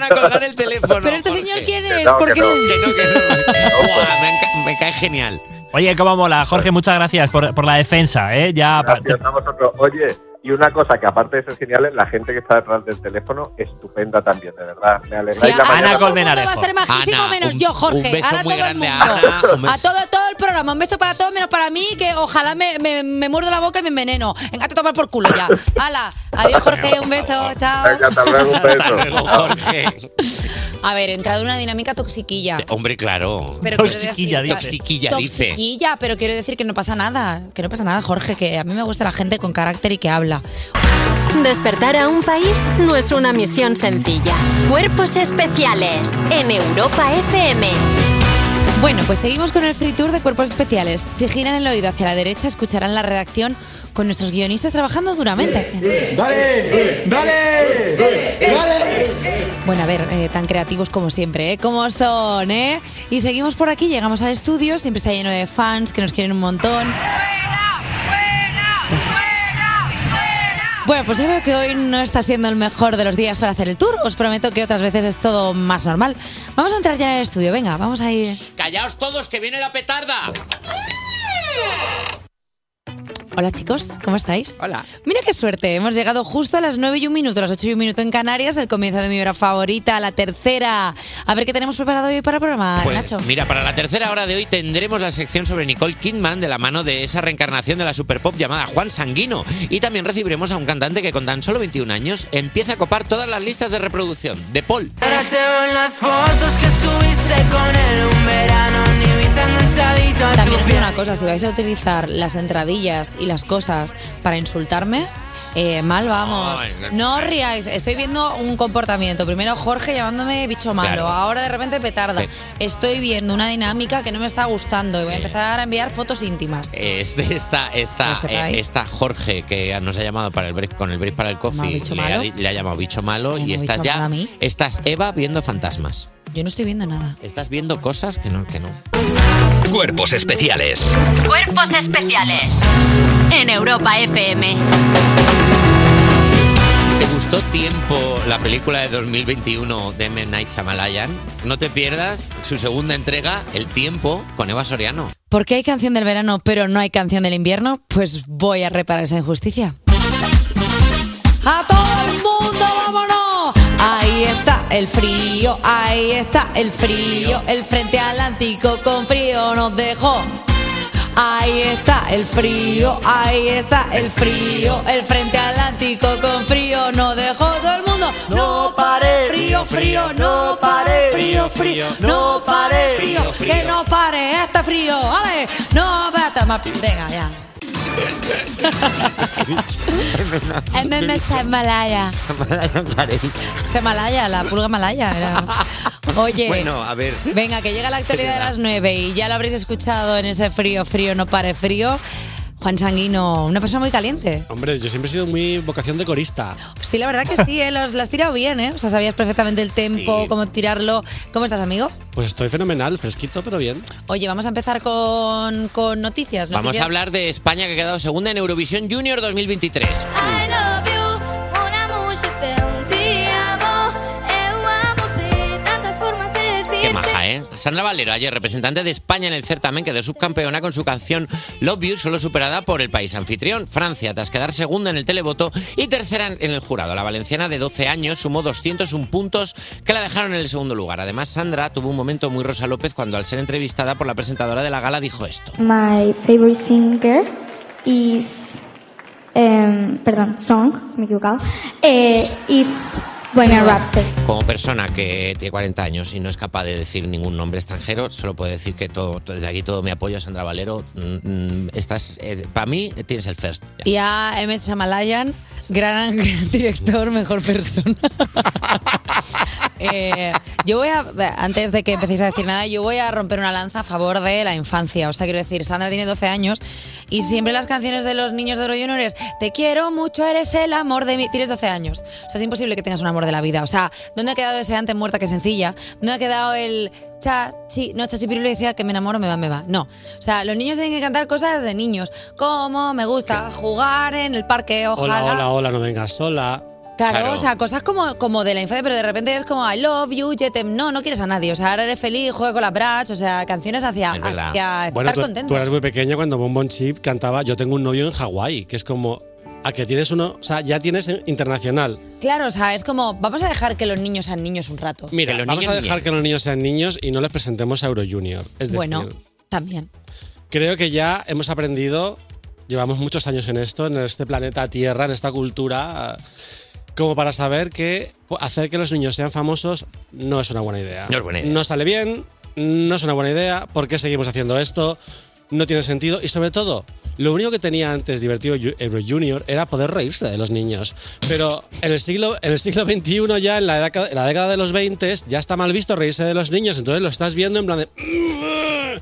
Pero este señor, ¿quién es? no, que Porque... no. pues. Buah, me, enca- me cae genial. Oye, cómo mola. Jorge, muchas gracias por, por la defensa, ¿eh? Ya, pa- Gracias a vosotros. Oye, y una cosa que aparte de ser genial, la gente que está detrás del teléfono, estupenda también, de verdad. Me alegráis Sí, la ahora mañana. todo el mundo Todo va a ser majísimo Ana, menos un- yo, Jorge. un beso muy Ahora todo el grande mundo. a Ana, un beso. A todo, todo el programa. Un beso para todos menos para mí, que ojalá me, me, me muerdo la boca y me enveneno. Venga, te tomar por culo ya. Hala. Adiós, Jorge. Un beso. Chao. Venga, hasta luego, un beso. Jorge. A ver, he entrado en una dinámica toxiquilla. Hombre, claro. Pero quiero toxiquilla, decir- toxiquilla dice. Toxiquilla, pero quiero decir que no pasa nada. Que no pasa nada, Jorge, que a mí me gusta la gente con carácter y que habla. Despertar a un país no es una misión sencilla. Cuerpos especiales en Europa FM. Bueno, pues seguimos con el free tour de cuerpos especiales. Si giran el oído hacia la derecha, escucharán la redacción con nuestros guionistas trabajando duramente. Dale, dale, dale. Bueno, a ver, eh, tan creativos como siempre, ¿eh? Como son, ¿eh? Y seguimos por aquí, llegamos al estudio, siempre está lleno de fans que nos quieren un montón. Bueno, pues ya veo que hoy no está siendo el mejor de los días para hacer el tour. Os prometo que otras veces es todo más normal. Vamos a entrar ya en el estudio, venga, vamos a ir. Callaos todos, que viene la petarda. Hola chicos, ¿cómo estáis? Hola. Mira qué suerte, hemos llegado justo a las 9 y un minuto, a las 8 y un minuto en Canarias, el comienzo de mi hora favorita, la tercera. A ver qué tenemos preparado hoy para el programa, Pues, Ah, Nacho. mira, para la tercera hora de hoy tendremos la sección sobre Nicole Kidman de la mano de esa reencarnación de la superpop llamada Juan Sanguino. Y también recibiremos a un cantante que con tan solo 21 años empieza a copar todas las listas de reproducción. De Paul. Ahora te veo en las fotos que estuviste con él un verano, ni viste enganchadito a También tu os digo piel. una cosa, si vais a utilizar las entradillas y las cosas para insultarme, eh, mal vamos. No, No os riáis, estoy viendo un comportamiento. Primero Jorge llamándome bicho malo, Claro. ahora de repente petarda. Estoy viendo una dinámica que no me está gustando y voy a empezar a enviar fotos íntimas. Eh. Este está, está, Pues eh, está Jorge que nos ha llamado para el break, con el break para el llamado coffee. bicho Le ha, malo? di- le ha llamado bicho malo y llamado estás bicho malo ya, a mí? estás Eva viendo fantasmas. Yo no estoy viendo nada. Estás viendo cosas que no, que no. Cuerpos especiales. Cuerpos especiales. En Europa FM. ¿Te gustó tiempo la película de 2021 de M. Night Shyamalan? No te pierdas su segunda entrega, El tiempo, con Eva Soriano. ¿Por qué hay canción del verano pero no hay canción del invierno? Pues voy a reparar esa injusticia. ¡A todo el mundo, vámonos! Ahí está el frío, ahí está el frío, el frente atlántico con frío nos dejó. Ahí está el frío, ahí está el frío, el frente atlántico con frío nos dejó todo el mundo. No pare, frío, frío, no pare, frío, frío, no pare, frío, que no pare este frío, ¡ale! No basta más. Venga, ya. MMS Malaya. Se Malaya, la pulga malaya. era. Oye, Bueno, a ver. venga, que llega la actualidad de las 9 y ya lo habréis escuchado en ese frío, frío, no pare frío. Juan Sanguino, una persona muy caliente. Hombre, yo siempre he sido muy vocación de corista. Sí, la verdad que sí, ¿eh? Los, las has tirado bien, ¿eh? O sea, sabías perfectamente el tempo, cómo tirarlo. ¿Cómo estás, amigo? Pues estoy fenomenal, fresquito, pero bien. Oye, vamos a empezar con, con noticias. Vamos noticias- a hablar de España que ha quedado segunda en Eurovisión Junior 2023. Qué maja, ¿eh? Sandra Valero, ayer representante de España en el certamen, quedó subcampeona con su canción Love You, solo superada por el país anfitrión, Francia, tras quedar segunda en el televoto y tercera en el jurado. La valenciana de 12 años sumó 201 puntos que la dejaron en el segundo lugar. Además, Sandra tuvo un momento muy Rosa López cuando al ser entrevistada por la presentadora de la gala dijo esto. My favorite singer is, em, perdón, song, me he equivocado, eh, is Bohemian Rhapsody. Como persona que tiene 40 años y no es capaz de decir ningún nombre extranjero, solo puedo decir que todo, desde aquí todo mi apoyo a Sandra Valero. Mm, mm, estás, para mí tienes el first. Y a M. Shamalayan, gran, gran director, mejor persona. Eh, yo voy a, antes de que empecéis a decir nada, yo voy a romper una lanza a favor de la infancia. O sea, quiero decir, Sandra tiene 12 años y siempre las canciones de los niños de Oro Junior es Te quiero mucho, eres el amor de mi... Tienes 12 años. O sea, es imposible que tengas un amor de la vida. O sea, ¿dónde ha quedado ese antes muerta que sencilla? ¿Dónde ha quedado el cha, chi? No, chachipiruli decía que me enamoro, me va, me va. No. O sea, los niños tienen que cantar cosas de niños. Como me gusta jugar en el parque, ojalá. Hola, hola, hola, no vengas sola. Claro, o sea, cosas como, como de la infancia, pero de repente es como I love you, jetem. No, no quieres a nadie. O sea, ahora eres feliz, juega con las brats, o sea, canciones hacia, hacia Bueno, estar tú, contento. tú eras muy pequeña cuando Bonbon Chip cantaba Yo tengo un novio en Hawái, que es como a que tienes uno, o sea, ya tienes internacional. Claro, o sea, es como vamos a dejar que los niños sean niños un rato. Mira, vamos a dejar que los niños sean niños y no les presentemos a Euro Junior. Es decir, Bueno, también. creo que ya hemos aprendido, llevamos muchos años en esto, en este planeta Tierra, en esta cultura, como para saber que hacer que los niños sean famosos no es una buena idea. No es buena idea. No sale bien, no es una buena idea, ¿por qué seguimos haciendo esto? No tiene sentido y sobre todo, lo único que tenía antes divertido Ju- Euro Junior era poder reírse de los niños. Pero en el siglo, en el siglo XXI ya, en la, década, en la década de los 20, ya está mal visto reírse de los niños, entonces lo estás viendo en plan de...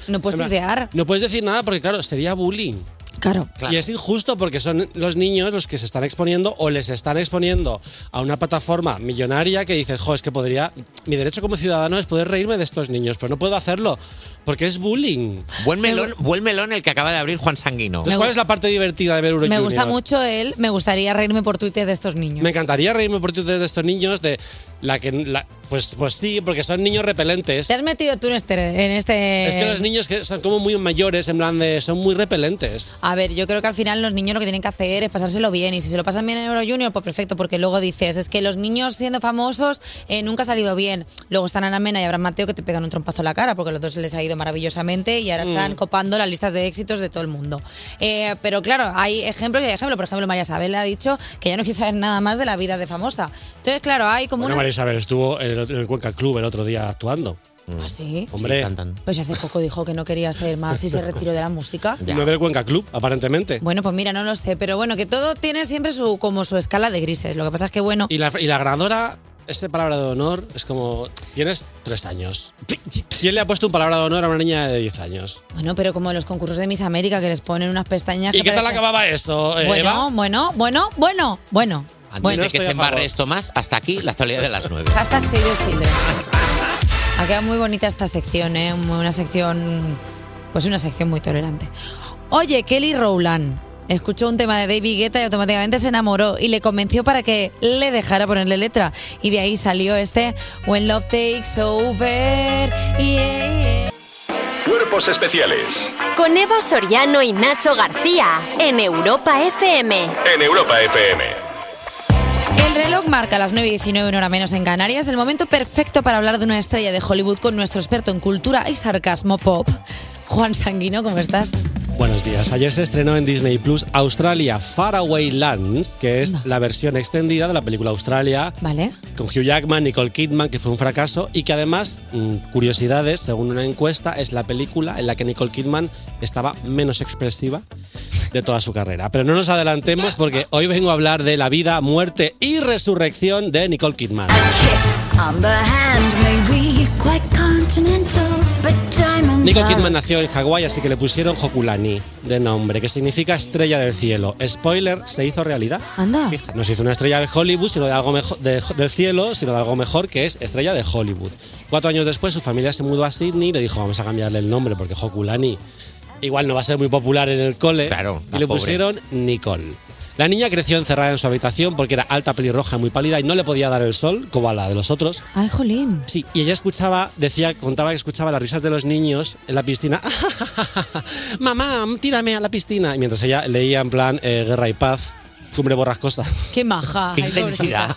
No puedes En plan, idear. No puedes decir nada porque, claro, sería bullying. Claro. Y es injusto porque son los niños los que se están exponiendo o les están exponiendo a una plataforma millonaria que dices, jo, es que podría. Mi derecho como ciudadano es poder reírme de estos niños, pero no puedo hacerlo porque es bullying. Buen melón, buen melón el que acaba de abrir Juan Sanguino. Entonces, ¿cuál es la parte divertida de ver Euro Me Junior? gusta mucho él, me gustaría reírme por Twitter de estos niños. Me encantaría reírme por Twitter de estos niños, de la que. la- pues, pues sí, porque son niños repelentes. Te has metido tú en este... en este- Es que los niños que son como muy mayores, en plan de. son muy repelentes. A ver, yo creo que al final los niños lo que tienen que hacer es pasárselo bien y si se lo pasan bien en Euro Junior, pues perfecto, porque luego dices, es que los niños siendo famosos eh, nunca ha salido bien. Luego están Ana Mena y Abraham Mateo que te pegan un trompazo en la cara porque a los dos les ha ido maravillosamente y ahora están Mm. copando las listas de éxitos de todo el mundo. Eh, pero claro, hay ejemplos y hay ejemplos. Por ejemplo, María Isabel ha dicho que ya no quiere saber nada más de la vida de famosa. Entonces, claro, hay como Bueno, una... María Isabel estuvo en el, en el Cuenca Club el otro día actuando. ¿Ah, sí? Hombre. Pues hace poco dijo que no quería ser más y se retiró de la música. No del Cuenca Club, aparentemente. Bueno, pues mira, no lo sé, pero bueno, que todo tiene siempre su como su escala de grises. Lo que pasa es que bueno, Y la, y la ganadora, este palabra de honor, es como, tienes tres años. ¿Quién le ha puesto un palabra de honor a una niña de 10 años? bueno, pero como en los concursos de Miss América que les ponen unas pestañas. ¿Y que qué tal parecen- acababa esto, eh, Bueno, Eva? bueno, bueno, bueno, bueno. Antes Bueno, de que estoy se a favor. embarre esto más, hasta aquí la actualidad de las 9. Hashtag Save the Children. Ha quedado muy bonita esta sección, ¿eh? Muy- Una sección Pues una sección muy tolerante. Oye, Kelly Rowland escuchó un tema de David Guetta y automáticamente se enamoró y le convenció para que le dejara ponerle letra. Y de ahí salió este When Love Takes Over. eh, yeah. Cuerpos especiales Con Evo Soriano y Nacho García en Europa FM. en Europa FM. El reloj marca las 9 y 19, una hora menos en Canarias, el momento perfecto para hablar de una estrella de Hollywood con nuestro experto en cultura y sarcasmo pop, Juan Sanguino, ¿cómo estás? Buenos días. Ayer se estrenó en Disney Plus Australia Faraway Lands, que es la versión extendida de la película Australia ¿Vale? con Hugh Jackman, Nicole Kidman, que fue un fracaso y que además, mm, curiosidades, según una encuesta, es la película en la que Nicole Kidman estaba menos expresiva de toda su carrera. Pero no nos adelantemos porque hoy vengo a hablar de la vida, muerte y resurrección de Nicole Kidman. On the hand, maybe quite continental, but diamonds Nicole are- Kidman nació en Hawái, así que le pusieron Hokulani de nombre, que significa estrella del cielo. Spoiler, se hizo realidad. Anda. Nos hizo una estrella de Hollywood, sino de algo mejor, de- del cielo, sino de algo mejor, que es estrella de Hollywood. Cuatro años después, su familia se mudó a Sydney y le dijo, vamos a cambiarle el nombre, porque Hokulani igual no va a ser muy popular en el cole. Claro, y la le pobre. pusieron Nicole. La niña creció encerrada en su habitación porque era alta, pelirroja, muy pálida y no le podía dar el sol, como a la de los otros. Ay, jolín. Sí, y ella escuchaba, decía, contaba que escuchaba las risas de los niños en la piscina. Mamá, tírame a la piscina. Y mientras ella leía en plan eh, Guerra y Paz, Cumbre Borrascosa. Qué maja. Ay, pobrecita.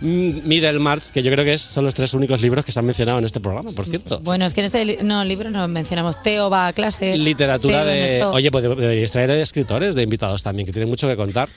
Mm, Middlemarch, que yo creo que es- son los tres únicos libros que se han mencionado en este programa, por cierto. Bueno, es que en este li- no, libro no mencionamos Teo va a clase. Literatura Teo en el de... zoo. Oye, pues deberíais traer escritores de invitados también, que tienen mucho que contar.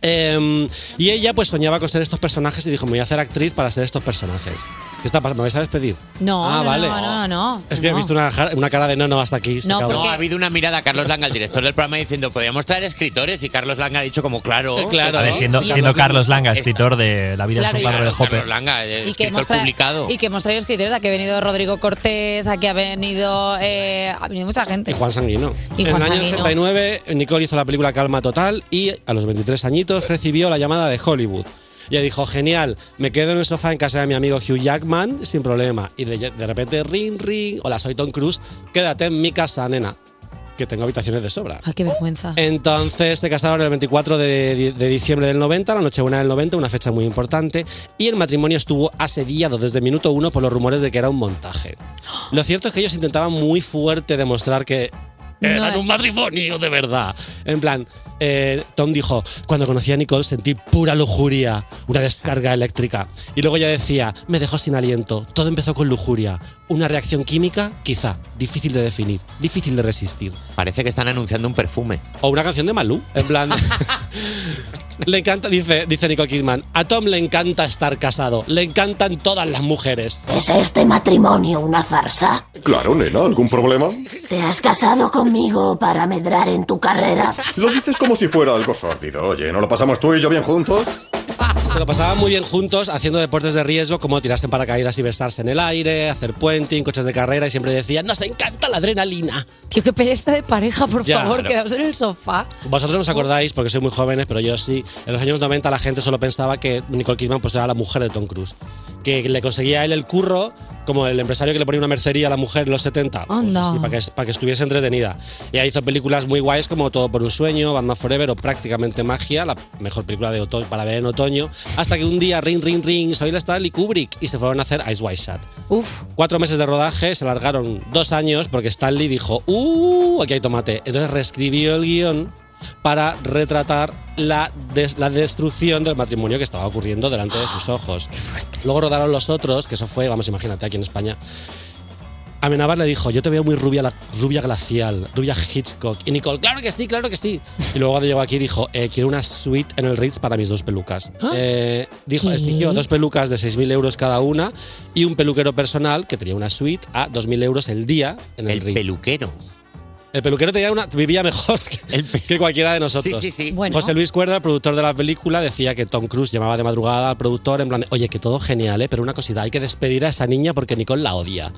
Em, y ella pues soñaba con ser estos personajes y dijo, me voy a hacer actriz para ser estos personajes. ¿Qué está pasando? ¿Me vais a despedir? No, Ah, no, vale. no, no, no. Es que he no. visto una, ja- una cara de no, no, hasta aquí. se No, acabó". No, ha habido una mirada a Carlos Langa, el director del programa, diciendo, podríamos traer escritores y Carlos Langa ha dicho como, claro. Eh, A ver, siendo, siendo Carlos Langa, escritor de La vida Claro, de su padre y- de Hopper. Carlos Langa, eh, Y que, hemos escritor tra- publicado. y que hemos traído escritores, aquí ha venido Rodrigo Cortés, aquí ha venido, eh, ha venido mucha gente. Y Juan Sanguino. Y en Juan el año Sanguino. 89, Nicole hizo la película Calma Total y a los 23 añitos recibió la llamada de Hollywood. Y ella dijo, genial, me quedo en el sofá en casa de mi amigo Hugh Jackman sin problema. Y de, de repente, ring, ring, hola, soy Tom Cruise, quédate en mi casa, nena, que tengo habitaciones de sobra. Ay, Ah, qué vergüenza. Entonces se casaron el 24 de, de diciembre del 90, la Nochebuena del 90, una fecha muy importante, y el matrimonio estuvo asediado desde minuto uno por los rumores de que era un montaje. Lo cierto es que ellos intentaban muy fuerte demostrar que eran un matrimonio de verdad. En plan, eh, Tom dijo, cuando conocí a Nicole sentí pura lujuria, una descarga eléctrica. Y luego ya decía, me dejó sin aliento, todo empezó con lujuria, una reacción química, quizá, difícil de definir, difícil de resistir. Parece que están anunciando un perfume. O una canción de Malú, en plan. le encanta, dice, dice Nicole Kidman, a Tom le encanta estar casado, le encantan todas las mujeres. ¿Es este matrimonio una farsa? Claro, nena, ¿algún problema? ¿Te has casado conmigo para medrar en tu carrera? Lo dices como si fuera algo sórdido. Oye, ¿no lo pasamos tú y yo bien juntos? Se lo pasaban muy bien juntos haciendo deportes de riesgo como tirarse en paracaídas y besarse en el aire, hacer puenting, coches de carrera y siempre decían, nos encanta la adrenalina. Tío, qué pereza de pareja, por Ya, favor, pero- quedaos en el sofá. Vosotros no os acordáis, porque sois muy jóvenes, pero yo sí. En los años 90 la gente solo pensaba que Nicole Kidman pues, era la mujer de Tom Cruise. Que le conseguía a él el curro, como el empresario que le ponía una mercería a la mujer en los 70. Pues Anda. así, para, que, para que estuviese entretenida. Ella hizo películas muy guays como Todo por un sueño, Batman Forever o Prácticamente Magia, la mejor película de otoño, para ver en otoño. Hasta que un día, ring, ring, ring, soy la Stanley Kubrick y se fueron a hacer Ice White Shut. Uf. Cuatro meses de rodaje, se alargaron dos años porque Stanley dijo, ¡uh! Aquí hay tomate. Entonces reescribió el guión para retratar la, des- la destrucción del matrimonio que estaba ocurriendo delante de sus ojos. Luego rodaron los otros, que eso fue, vamos, imagínate, aquí en España. Amenábar le dijo, yo te veo muy rubia, la- rubia glacial, rubia Hitchcock. Y Nicole, claro que sí, claro que sí. Y luego cuando llegó aquí dijo, "Eh, quiero una suite en el Ritz para mis dos pelucas. Eh, dijo, ¿Qué? exigió dos pelucas de 6.000 euros cada una y un peluquero personal que tenía una suite a 2.000 euros el día en el, Ritz. ¿El peluquero? El peluquero tenía una, vivía mejor que, que cualquiera de nosotros. Sí, sí, sí. Bueno. José Luis Cuerda, el productor de la película, decía que Tom Cruise llamaba de madrugada al productor en plan, oye, que todo genial, ¿eh? pero una cosita, hay que despedir a esa niña porque Nicole la odia.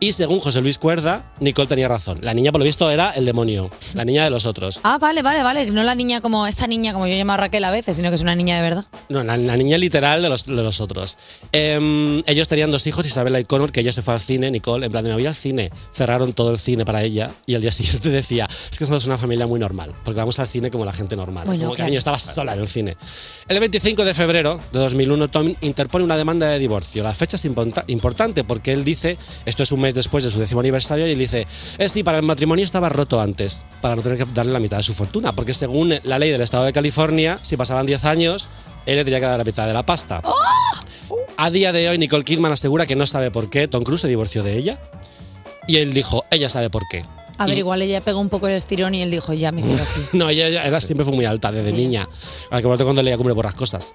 Y según José Luis Cuerda, Nicole tenía razón. La niña, por lo visto, era el demonio, la niña de los otros. Ah, vale, vale, vale. No la niña como esta niña, como yo llamo a Raquel a veces, sino que es una niña de verdad. No, la, la niña literal de los, de los otros. Em, ellos tenían dos hijos, Isabela y Connor, que ella se fue al cine, Nicole, en plan de me voy al cine. Cerraron todo el cine para ella y al día siguiente decía, es que somos una familia muy normal, porque vamos al cine como la gente normal. Bueno, como que claro. niño estaba sola en el cine. El 25 de febrero de 2001, Tom interpone una demanda de divorcio. La fecha es imponta- importante porque él dice, esto es un mes después de su décimo aniversario, y él dice, es sí, para el matrimonio estaba roto antes, para no tener que darle la mitad de su fortuna, porque según la ley del estado de California, si pasaban 10 años, él le tenía que dar la mitad de la pasta. ¡Oh! A día de hoy, Nicole Kidman asegura que no sabe por qué Tom Cruise se divorció de ella. Y él dijo, ella sabe por qué. A ver, igual ella pegó un poco el estirón y él dijo, ya me quedo aquí. No, ella, ella era- siempre fue muy alta desde niña. Al que me cuando leía cumple por las cosas.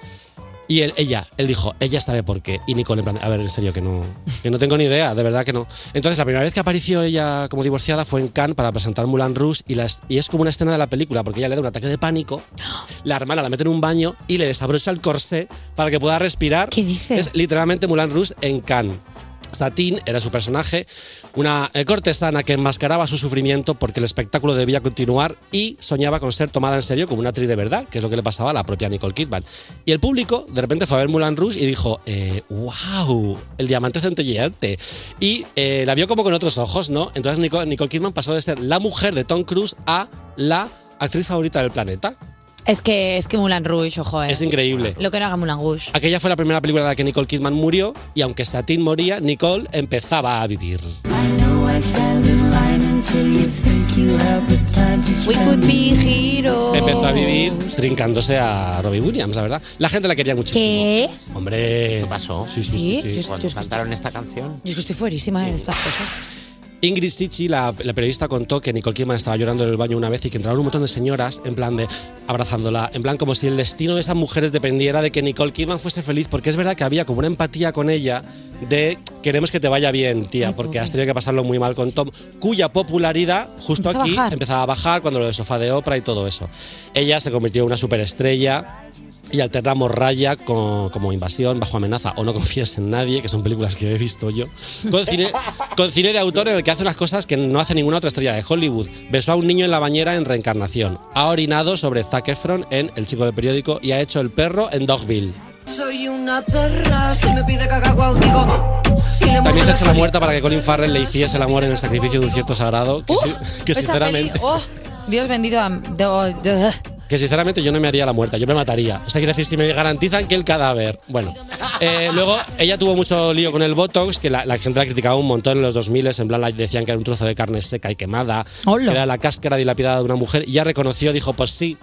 Y él, ella, él dijo, ella sabe por qué. Y Nicole, en plan, a ver, en serio, que no, que no tengo ni idea, de verdad que no. Entonces, la primera vez que apareció ella como divorciada fue en Cannes para presentar Mulan Rouge y, las, y es como una escena de la película, porque ella le da un ataque de pánico, la hermana la mete en un baño y le desabrocha el corsé para que pueda respirar. ¿Qué dices? Es literalmente Mulan Rouge en Cannes. Satín era su personaje, una eh, cortesana que enmascaraba su sufrimiento porque el espectáculo debía continuar y soñaba con ser tomada en serio como una actriz de verdad, que es lo que le pasaba a la propia Nicole Kidman. Y el público de repente fue a ver Moulin Rouge y dijo, eh, wow, el diamante centelleante. Y eh, la vio como con otros ojos, ¿no? Entonces Nicole, Nicole Kidman pasó de ser la mujer de Tom Cruise a la actriz favorita del planeta. Es que es que Mulan Rouge, ojo, eh. Es increíble. Lo que no haga Mulan Rouge. Aquella fue la primera película en la que Nicole Kidman murió y aunque Satín moría, Nicole empezaba a vivir. We could be heroes. Empezó a vivir trincándose a Robbie Williams, la verdad. La gente la quería muchísimo. ¿Qué? Hombre. ¿Qué pasó? Sí, sí, sí. Sí, yo- yo Cuando cantaron esta canción. Yo es que estoy fuerísima eh, de estas cosas. Ingrid Stitchy, la, la periodista, contó que Nicole Kidman estaba llorando en el baño una vez y que entraron un montón de señoras en plan de abrazándola, en plan como si el destino de esas mujeres dependiera de que Nicole Kidman fuese feliz, porque es verdad que había como una empatía con ella de queremos que te vaya bien, tía, porque has tenido que pasarlo muy mal con Tom, cuya popularidad justo Empezó a aquí bajar. empezaba a bajar cuando lo del sofá de Oprah y todo eso. Ella se convirtió en una superestrella. Y alternamos Raya con- como Invasión, Bajo Amenaza o No Confías en Nadie, que son películas que he visto yo, con cine, con cine de autor en el que hace unas cosas que no hace ninguna otra estrella de Hollywood. Besó a un niño en la bañera en Reencarnación, ha orinado sobre Zac Efron en El Chico del Periódico y ha hecho el perro en Dogville. Soy una perra, si me pide cacahuau, digo. Y le También muerdo se ha la hecho la muerta para que Colin Farrell le hiciese el amor en El Sacrificio de un Cierto Sagrado, que, sí- que Esta sinceramente... peli- oh, Dios bendito a. de- oh, de- Que sinceramente yo no me haría la muerta, yo me mataría. O sea, quiero decir, si me garantizan que el cadáver. Bueno, Eh, luego ella tuvo mucho lío con el Botox, que la, la gente la criticaba un montón en los 2000, en plan la- decían que era un trozo de carne seca y quemada, Hola. que era la cáscara dilapidada de una mujer, y ya reconoció, dijo, pues sí.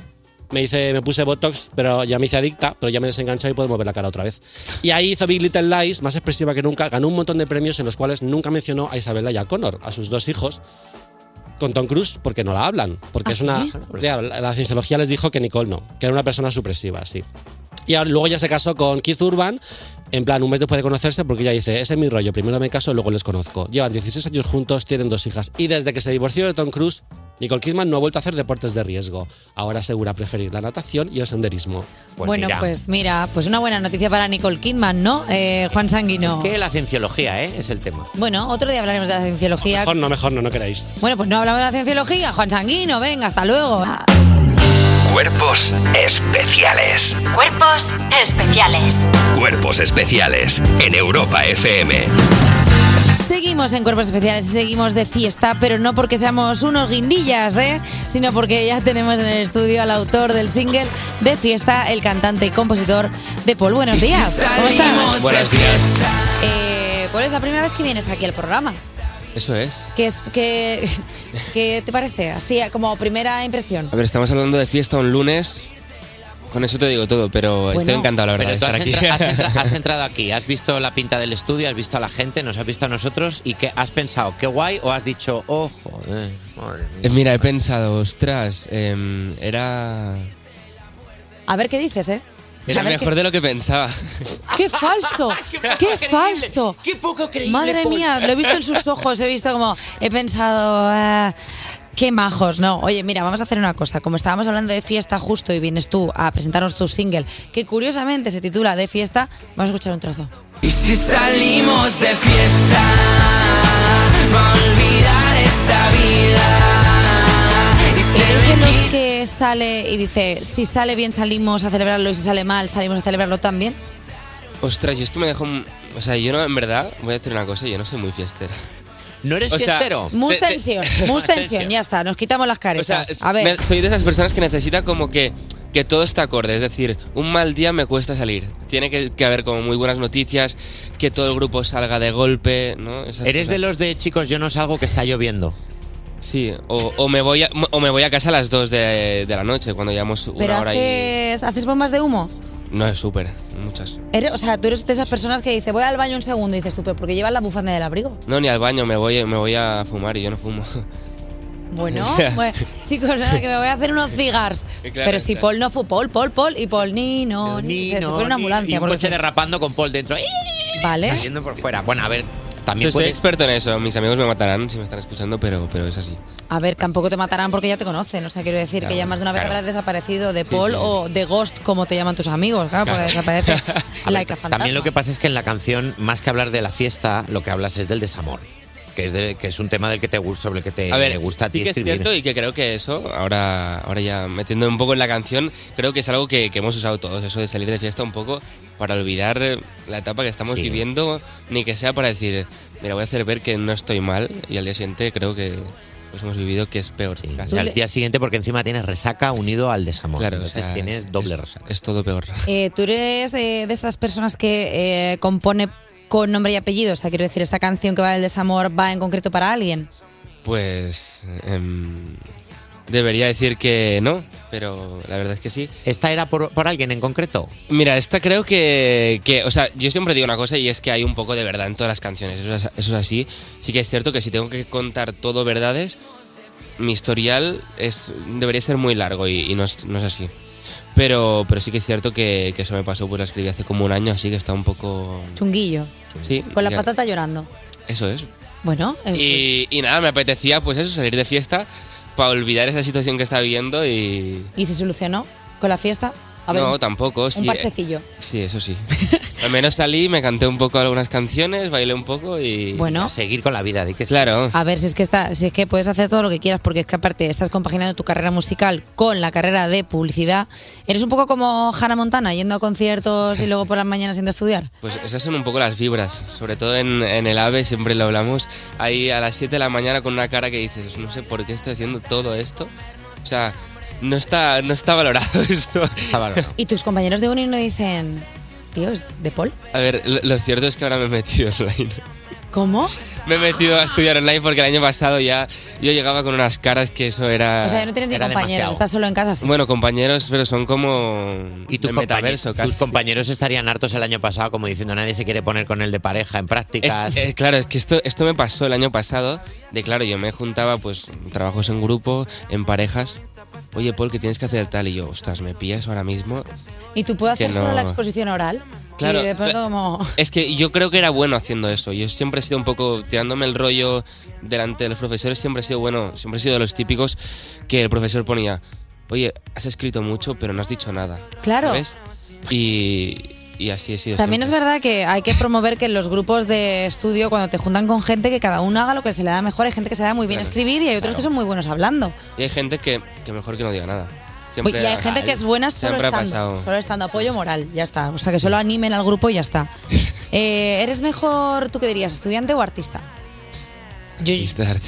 Me hice, me puse Botox, pero ya me hice adicta, pero ya me he desenganchado y puedo mover la cara otra vez. Y ahí hizo Big Little Lies, más expresiva que nunca, ganó un montón de premios en los cuales nunca mencionó a Isabella y a Connor, a sus dos hijos, con Tom Cruise porque no la hablan. Porque ¿Ah, es una. sí? Claro, la, la cienciología les dijo que Nicole no, que era una persona supresiva, sí. Y ahora- luego ya se casó con Keith Urban, en plan, un mes después de conocerse, porque ella dice: Ese es mi rollo, primero me caso y luego les conozco. Llevan 16 años juntos, tienen dos hijas. Y desde que se divorció de Tom Cruise, Nicole Kidman no ha vuelto a hacer deportes de riesgo. Ahora asegura preferir la natación y el senderismo. bueno, pues mira, pues una buena noticia para Nicole Kidman, ¿no? Eh, Juan Sanguino. Es que la cienciología, ¿eh? Es el tema. Bueno, otro día hablaremos de la cienciología. Mejor no, mejor no, no queráis. Bueno, pues no hablamos de la cienciología, Juan Sanguino, venga, hasta luego. Cuerpos especiales. Cuerpos especiales. Cuerpos especiales en Europa FM. Seguimos en Cuerpos Especiales y seguimos de fiesta, pero no porque seamos unos guindillas, ¿eh? sino porque ya tenemos en el estudio al autor del single de fiesta, el cantante y compositor de Paul. Buenos días. ¿Cómo estás? Buenos días. Eh, Paul, es la primera vez que vienes aquí al programa. Eso es. ¿Qué, es, qué, qué te parece? Así, como primera impresión. A ver, estamos hablando de fiesta un lunes. Con eso te digo todo, pero estoy encantado, la verdad, Pero de tú estar has, aquí. entra- has entra- has entrado aquí, has visto la pinta del estudio, has visto a la gente, nos has visto a nosotros y que has pensado, qué guay, o has dicho, ojo, joder, madre mía. Eh, Mira, he pensado, ostras, em, era. A ver qué dices, ¿eh? Era A ver mejor de lo que pensaba. ¡Qué falso! ¡Qué falso! ¡Qué poco creíble! Madre Paul. mía, lo he visto en sus ojos, he visto como. He pensado. "Ah, Qué majos, no. Oye, mira, vamos a hacer una cosa. Como estábamos hablando de fiesta justo y vienes tú a presentarnos tu single, que curiosamente se titula De fiesta, vamos a escuchar un trozo. Y si salimos de fiesta, va a olvidar esta vida. Y se ¿Eres de me los quita- que sale y dice, si sale bien salimos a celebrarlo y si sale mal salimos a celebrarlo también? Ostras, yo es que me dejo. un- O sea, yo no, en verdad, voy a decir una cosa, yo no soy muy fiestera. ¿No eres fiestero? Mus tensión, mus tensión, ya está, nos quitamos las caretas. a ver, Me- soy de esas personas que necesita como que, que todo está acorde. Es decir, un mal día me cuesta salir. Tiene que, que haber como muy buenas noticias, que todo el grupo salga de golpe, ¿no? Esas ¿Eres de cosas. los de chicos, yo no salgo que está lloviendo? Sí, o, o me voy a, o me voy a casa a las 2 de, de la noche, cuando llevamos una pero hora haces, ¿haces bombas de humo? y... No, es súper, muchas. Eres- o sea, tú eres de esas personas que dice voy al baño un segundo y dices tú, pero porque llevas la bufanda del abrigo. No, ni al baño, me voy, me voy a fumar y yo no fumo. Bueno, O sea. bueno, chicos, nada, que me voy a hacer unos cigars. Claro, pero si claro. Paul no fue Paul, Paul, Paul y Paul ni, no, ni, se- se No, fue una ni- ambulancia. Y un porque coche se- derrapando con Paul dentro. Vale. Saliendo por fuera. Bueno, a ver, Yo también soy puede... experto en eso, mis amigos me matarán si me están escuchando, pero, pero es así. A ver, tampoco te matarán porque ya te conocen. O sea, quiero decir que Claro, ya más de una vez claro. habrás desaparecido de Paul sí. o de Ghost, como te llaman tus amigos. Claro, Claro. porque desapareces. like a fantasma. También lo que pasa es que en la canción, más que hablar de la fiesta, lo que hablas es del desamor. Que es, de- que es un tema del que te gusta, sobre el que te, A ver, te Eh, gusta a ti sí que es escribir. cierto y que creo que eso, ahora, ahora ya metiendo un poco en la canción, creo que es algo que, que hemos usado todos, eso de salir de fiesta un poco para olvidar eh, la etapa que estamos Sí. viviendo, ni que sea para decir, mira, voy a hacer ver que no estoy mal y al día siguiente creo que pues hemos vivido que es peor. Y al día siguiente, porque encima tienes resaca unido al desamor. Claro, Entonces o sea, tienes es- doble es- resaca. Es todo peor. Eh, ¿Tú eres eh, de estas personas que eh, compone con nombre y apellido? O sea, quiero decir, esta canción que va del desamor va en concreto para alguien. Pues em, debería decir que no, pero la verdad es que sí. ¿Esta era por, por alguien en concreto? Mira, esta creo que, que- O sea, yo siempre digo una cosa y es que hay un poco de verdad en todas las canciones. Eso es, eso es así. Sí que es cierto que si tengo que contar todo verdades, mi historial es, debería ser muy largo y, y no, es, no es así. Pero, pero sí que es cierto que, que eso me pasó, pues la escribí hace como un año, así que está un poco. Chunguillo. Sí, Con la ya- patata llorando. Eso es. Bueno, es- Y, y nada, me apetecía, pues eso, salir de fiesta para olvidar esa situación que estaba viviendo y. ¿y se solucionó con la fiesta? A ver, no, tampoco. un sí, eh, parchecillo. Sí, eso sí. Al menos salí, me canté un poco algunas canciones, bailé un poco y. Bueno. Y a seguir con la vida, di que Claro. A ver, si es que está, si es que puedes hacer todo lo que quieras, porque es que aparte estás compaginando tu carrera musical con la carrera de publicidad. Eres un poco como Hannah Montana, yendo a conciertos y luego por las mañanas yendo a estudiar. Pues esas son un poco las vibras, sobre todo en, en el AVE, siempre lo hablamos. Ahí a las 7 de la mañana con una cara que dices, no sé por qué estoy haciendo todo esto. O sea, no está, no está valorado esto. Está valorado. Y tus compañeros de uni no dicen, tío, es de Paul. A ver, lo, lo cierto es que ahora me he metido online. ¿Cómo? Me he metido a estudiar online porque el año pasado ya yo llegaba con unas caras que eso Ah, era. O sea, ya no tienes ni compañeros, estás solo en casa. sí. Bueno, compañeros, pero son como. Y tu del compañe- Mm, metaverso, casi. tus compañeros estarían hartos el año pasado, como diciendo nadie se quiere poner con él de pareja en Es- prácticas. eh, claro, es que esto, esto me pasó el año pasado, de claro, yo me juntaba pues trabajos en grupo, en parejas. Oye, Paul, que tienes que hacer tal y yo, ostras, me pillas ahora mismo. ¿Y tú puedes que hacer solo no. la exposición oral? Claro, Y de pronto la- como... Es que yo creo que era bueno haciendo eso. Yo siempre he sido un poco tirándome el rollo delante de los profesores, siempre he sido bueno, siempre he sido de los típicos que el profesor ponía, oye, has escrito mucho, pero no has dicho nada. Claro. ¿Sabes? Y, y así he sido. También siempre. es verdad que hay que promover que en los grupos de estudio, cuando te juntan con gente, que cada uno haga lo que se le da mejor. Hay gente que se le da muy bien Claro, escribir y hay otros claro. que son muy buenos hablando. Y hay gente que, que mejor que no diga nada. Uy, Siempre y hay ha- gente que es buena solo siempre ha estando, pasado. solo estando apoyo moral, ya está. O sea, que solo animen al grupo y ya está. Eh, ¿Eres mejor, tú qué dirías, estudiante o artista? Yo-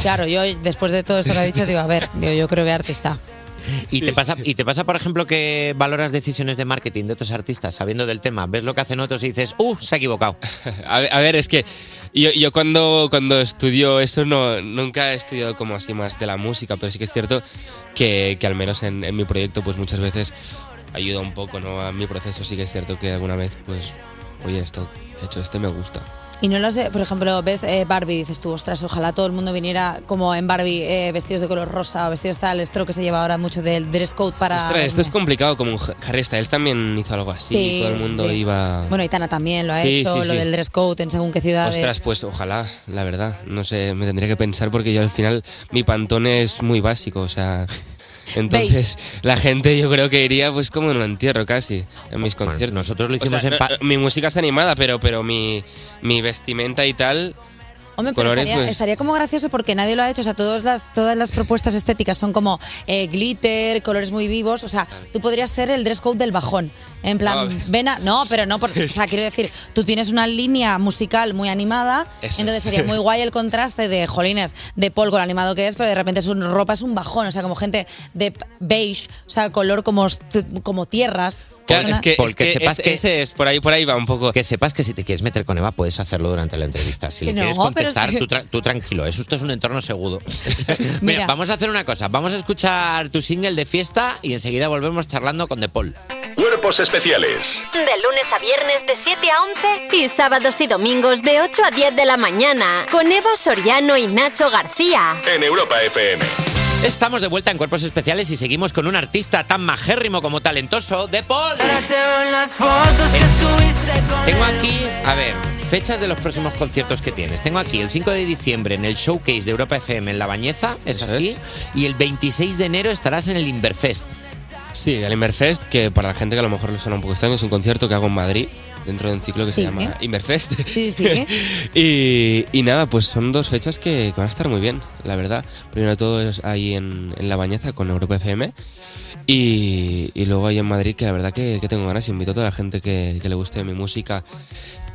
Claro, yo después de todo esto que ha dicho, digo, a ver, yo, yo creo que artista. ¿Y te, pasa, ¿Y te pasa, por ejemplo, que valoras decisiones de marketing de otros artistas sabiendo del tema? ¿Ves lo que hacen otros y dices, uh, se ha equivocado? A ver, a ver, es que yo, yo cuando, cuando estudio eso no, nunca he estudiado como así más de la música, pero sí que es cierto que, que al menos en, en mi proyecto pues muchas veces ayuda un poco ¿no? a mi proceso, sí que es cierto que alguna vez pues, oye, esto que ha hecho este me gusta. Y no lo sé, por ejemplo, ves eh, Barbie, dices tú, ostras, ojalá todo el mundo viniera como en Barbie, eh, vestidos de color rosa o vestidos tal, esto que se lleva ahora mucho del dress code para... Ostras, esto es complicado, como Harry Styles también hizo algo así, Sí, todo el mundo sí. iba... Bueno, Itana también lo ha Sí, hecho, sí, lo sí. del dress code en según qué ciudades. Ostras, pues ojalá, la verdad. No sé, me tendría que pensar porque yo al final mi pantón es muy básico, o sea. Entonces, la gente yo creo que iría pues como en un entierro casi, en mis conciertos. Nosotros lo O hicimos sea, en no, pa- no, Mi música está animada, pero, pero mi, mi vestimenta y tal Hombre, pero colores, estaría, pues- estaría como gracioso porque nadie lo ha hecho. O sea, todas las, todas las propuestas estéticas son como eh, glitter, colores muy vivos. O sea, tú podrías ser el dress code del bajón. En A plan, ver. ven a- No, pero no. por- o sea, quiero decir, tú tienes una línea musical muy animada. Eso entonces es. sería muy guay el contraste de Jolines, de Paul con lo animado que es, pero de repente su ropa es un bajón. O sea, como gente de beige, o sea, color como, t- como tierras. Claro, Una- es que, Porque es que sepas es- que- ese es por ahí, por ahí va un poco. Que sepas que si te quieres meter con Eva, puedes hacerlo durante la entrevista. Si le No, quieres pero contestar, es que- tú, tra- tú tranquilo. Eso, esto es un entorno seguro. Mira, Mira. vamos a hacer una cosa. Vamos a escuchar tu single de fiesta y enseguida volvemos charlando con De Paul. Cuerpos especiales De lunes a viernes de 7 a 11 y sábados y domingos de 8 a 10 de la mañana con Evo Soriano y Nacho García. en Europa FM. Estamos de vuelta en Cuerpos Especiales y seguimos con un artista tan majérrimo como talentoso, De Paul. Tengo aquí, a ver, fechas de los próximos conciertos que tienes. Tengo aquí el 5 de diciembre en el showcase de Europa FM en La Bañeza, es así, y el 26 de enero estarás en el Inverfest. Sí, el Inverfest, que para la gente que a lo mejor le suena un poco extraño, es un concierto que hago en Madrid, dentro de un ciclo que Sí, se llama ¿eh? Inverfest. Sí, sí, ¿eh? Y, y nada, pues son dos fechas que, que van a estar muy bien, la verdad. Primero de todo es ahí en, en La Bañeza con Europa FM. Y, y luego ahí en Madrid, que la verdad que, que tengo ganas. Invito a toda la gente que, que le guste mi música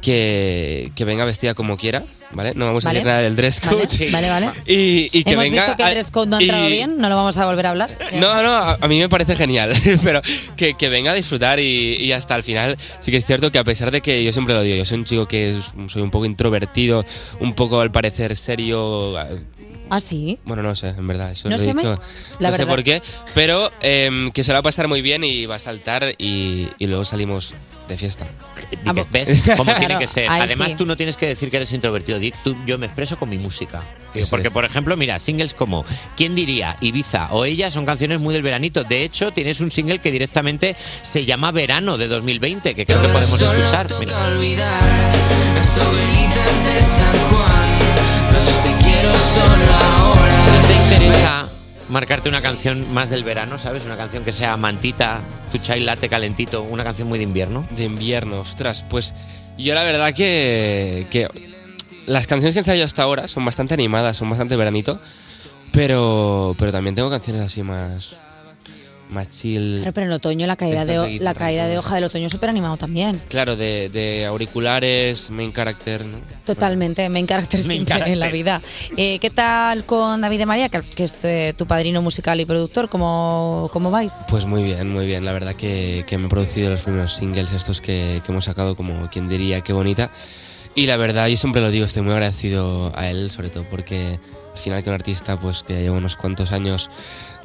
que, que venga vestida como quiera, ¿vale? No vamos a Vale. decir nada del dress code. Vale, vale, vale. Y, y que Hemos venga. visto que el a- dress code no ha entrado y- bien, no lo vamos a volver a hablar. no, no, a, a mí me parece genial, pero que, que venga a disfrutar y, y hasta el final. Sí que es cierto que a pesar de que yo siempre lo digo, yo soy un chico que es- soy un poco introvertido, un poco al parecer serio. eh, Ah, sí. Bueno, no sé, en verdad, eso No lo he sé, me- dicho. la no sé verdad. por qué, pero em, que se lo va a pasar muy bien y va a saltar y, y luego salimos de fiesta. ¿Ves cómo tiene Claro, que ser? ahí Además, sí. tú no tienes que decir que eres introvertido. Di, tú- yo me expreso con mi música. Digo, Eso Porque, es. por ejemplo, mira, singles como ¿Quién diría? Ibiza o Ella son canciones muy del veranito. De hecho, tienes un single que directamente se llama Verano de 2020, que creo que podemos escuchar. Mira. Las hogueritas de San Juan, los te quiero solo ahora. ¿No te interesa marcarte una canción más del verano, sabes? Una canción que sea mantita, tu chai latte calentito, una canción muy de invierno. De invierno, ostras, pues yo la verdad que, que las canciones que han salido hasta ahora son bastante animadas, son bastante veranito, pero, pero también tengo canciones así más, más chill. Claro, pero en el otoño la caída Estas de, de ho- la guitarra, caída de ¿no? hoja del otoño es súper animado también. Claro, de, de auriculares, main character, ¿no? Totalmente, main character Main siempre en la character. vida. Eh, ¿Qué tal con David de María, que, que es eh, tu padrino musical y productor? ¿Cómo, cómo vais? Pues muy bien, muy bien. La verdad que, que me he producido los primeros singles estos que, que hemos sacado, como quien diría, qué bonita. Y la verdad, yo siempre lo digo, estoy muy agradecido a él, sobre todo porque al final que un artista pues que ya lleva unos cuantos años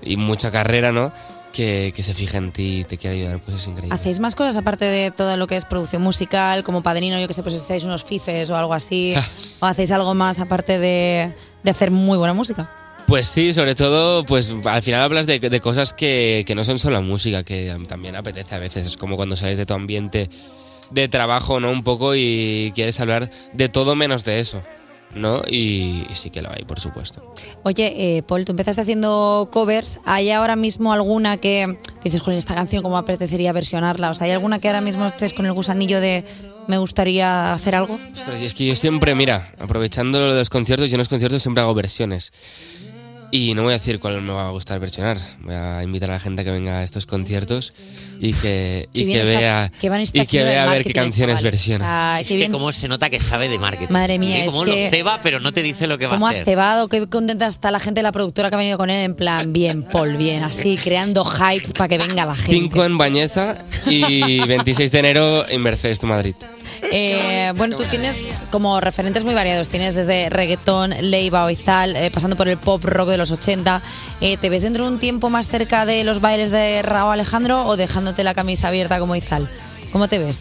y mucha carrera, ¿no? Que, que se fije en ti y te quiera ayudar, pues es increíble. ¿Hacéis más cosas aparte de todo lo que es producción musical, como padrino, yo que sé, pues estáis unos fifes o algo así? ¿O hacéis algo más aparte de, de hacer muy buena música? Pues sí, sobre todo, pues al final hablas de, de cosas que, que no son solo música, que también apetece a veces. Es como cuando sales de tu ambiente de trabajo, ¿no? Un poco y quieres hablar de todo menos de eso, ¿no? Y, y sí que lo hay, por supuesto. Oye, eh, Paul, tú empezaste haciendo covers. ¿Hay ahora mismo alguna que dices, con esta canción, cómo me apetecería versionarla? O sea, ¿hay alguna que ahora mismo estés con el gusanillo de me gustaría hacer algo? Ostras, y es que yo siempre, mira, aprovechando lo de los conciertos, yo en los conciertos siempre hago versiones. Y no voy a decir cuál me va a gustar versionar. Voy a invitar a la gente a que venga a estos conciertos y que, y Qué bien que está- vea, qué van a estar y que haciendo vea el a ver qué marketing, canciones chaval. versiona. Ah, es qué que bien. cómo se nota que sabe de marketing. Madre mía, Mira es cómo que- lo ceba, pero no te dice lo que va ¿Cómo a ha hacer. cebado? Qué contenta está la gente de la productora que ha venido con él en plan, bien, Paul, bien, así, creando hype para que venga la gente. 5 en Bañeza y 26 de enero en Mercedes Madrid. Eh, bueno, tú tienes como referentes muy variados. Tienes desde reggaetón, Leiva, Oizal, eh, pasando por el pop rock de los 80. Eh, ¿Te ves dentro de un tiempo más cerca de los bailes de Raúl Alejandro o dejándote la camisa abierta como Izal? ¿Cómo te ves?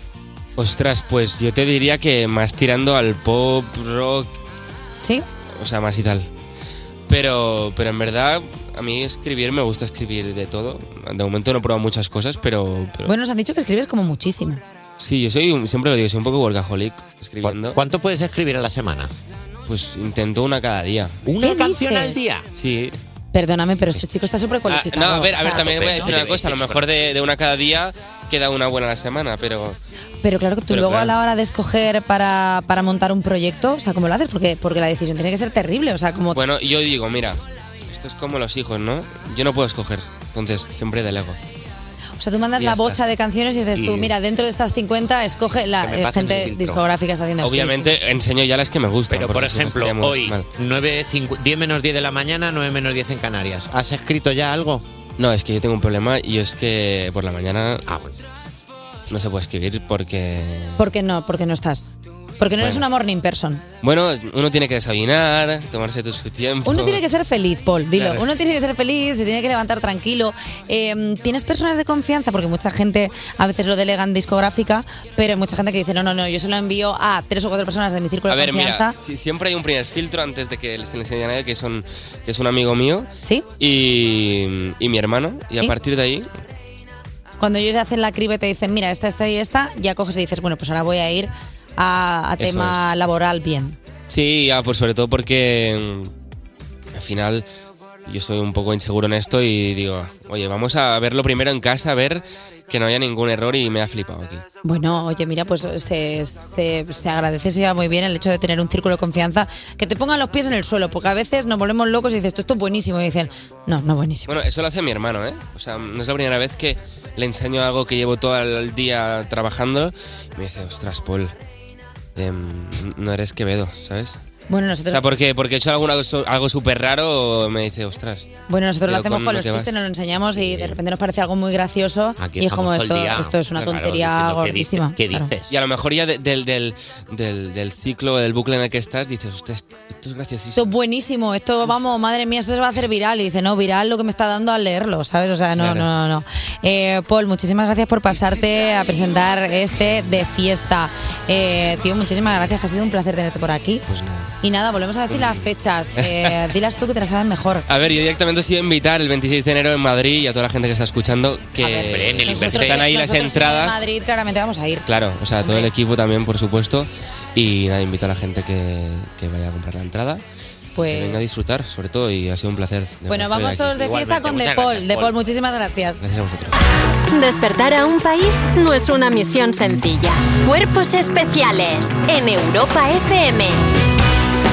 Ostras, pues yo te diría que más tirando al pop, rock, ¿Sí? o sea, más y tal. Pero, pero en verdad, a mí escribir me gusta escribir de todo. De momento no he probado muchas cosas, pero, pero Bueno, nos han dicho que escribes como muchísimo. sí, yo soy, un- siempre lo digo, soy un poco workaholic escribiendo. ¿Cuánto puedes escribir a la semana? Pues intento una cada día. ¿Una ¿Qué canción dices? al día? Sí. Perdóname, pero este chico está Ah, sobrecualificado. no, a ver, a O ver, sea, también voy a decir una cosa, a lo mejor de, de una cada día queda una buena a la semana, pero... Pero claro que tú Pero luego claro. a la hora de escoger para, para montar un proyecto, o sea, ¿cómo lo haces? Porque, porque la decisión tiene que ser terrible, o sea, como... Bueno, yo digo, mira, esto es como los hijos, ¿no? Yo no puedo escoger, entonces siempre delego. O sea, tú mandas Ya la está. bocha de canciones y dices tú, Y- mira, dentro de estas 50 escoge Que la me eh, pasen el gente filtro. discográfica está haciendo Obviamente enseño ya las que me gustan. Pero, por porque si no ejemplo, estaríamos hoy, mal. 9, 5, 10 menos 10 de la mañana, 9 menos 10 en Canarias. ¿Has escrito ya algo? No, es que yo tengo un problema y es que por la mañana... Ah, No se puede escribir porque... ¿Por qué no? Porque no estás. Porque no eres Bueno. una morning person. Bueno, uno tiene que desayunar, tomarse tu- su tiempo. Uno tiene que ser feliz, Paul, dilo. Claro. Uno tiene que ser feliz, se tiene que levantar tranquilo. Eh, ¿Tienes personas de confianza? Porque mucha gente a veces lo delega en discográfica, pero hay mucha gente que dice, no, no, no, yo se lo envío a tres o cuatro personas de mi círculo A ver, de confianza. mira, si- siempre hay un primer filtro antes de que se le enseñe a nadie, que, son, que es un amigo mío ¿Sí? y, y mi hermano. Y a ¿Sí? partir de ahí, Cuando ellos hacen la criba y te dicen, mira, esta, esta y esta, ya coges y dices, bueno, pues ahora voy a ir a, a Eso tema laboral bien. sí, ya, por sobre todo porque mm, al final yo soy un poco inseguro en esto y digo, "Ah, oye, vamos a verlo primero en casa, a ver que no haya ningún error y me ha flipado aquí. Bueno, oye, mira, pues se, se, se agradece, se lleva muy bien el hecho de tener un círculo de confianza que te pongan los pies en el suelo, porque a veces nos volvemos locos y dices, esto, esto es buenísimo, y dicen, no, no buenísimo. Bueno, eso lo hace mi hermano, ¿eh? O sea, no es la primera vez que le enseño algo que llevo todo el día trabajando y me dice, ostras, Paul, em, no eres Quevedo, ¿sabes? Bueno, O nosotros, sea, porque, porque he hecho alguna, cosa- algo súper raro, me dice, ostras. bueno, nosotros lo pero hacemos ¿cómo no con los te vas? chistes, nos lo enseñamos y de repente nos parece algo muy gracioso Aquí y es estamos como todo el esto, día, esto es una claro, tontería diciendo, ¿qué dices? gordísima. ¿Qué claro. Y a lo mejor ya de- del, del, del, del ciclo, del bucle en el que estás, dices, "Hostia, esto, esto es Esto graciosísimo. es buenísimo, esto vamos, madre mía, esto se va a hacer viral. Y dice, no, viral lo que me está dando al leerlo, ¿sabes? O sea, no, Claro. no, no, no. Eh, Paul, muchísimas gracias por pasarte a presentar este de fiesta. Eh, tío, muchísimas gracias, que ha sido un placer tenerte por aquí. Pues nada. Y nada, volvemos a decir las fechas. Eh, dilas tú que te las sabes mejor. A ver, yo directamente os iba a invitar el 26 de enero en Madrid y a toda la gente que está escuchando que Nosotros- están ahí las nosotros en entradas. Madrid claramente vamos a ir. Claro, o sea, todo el equipo también, por supuesto. Y nada, invito a la gente que, que vaya a comprar la entrada. Que venga a Pues... disfrutar, sobre todo, y ha sido un placer. de Bueno, verdad, vamos estar todos aquí. de fiesta con De Paul. De Paul, muchísimas gracias. Gracias a vosotros. Despertar a un país no es una misión sencilla. Cuerpos especiales en Europa FM.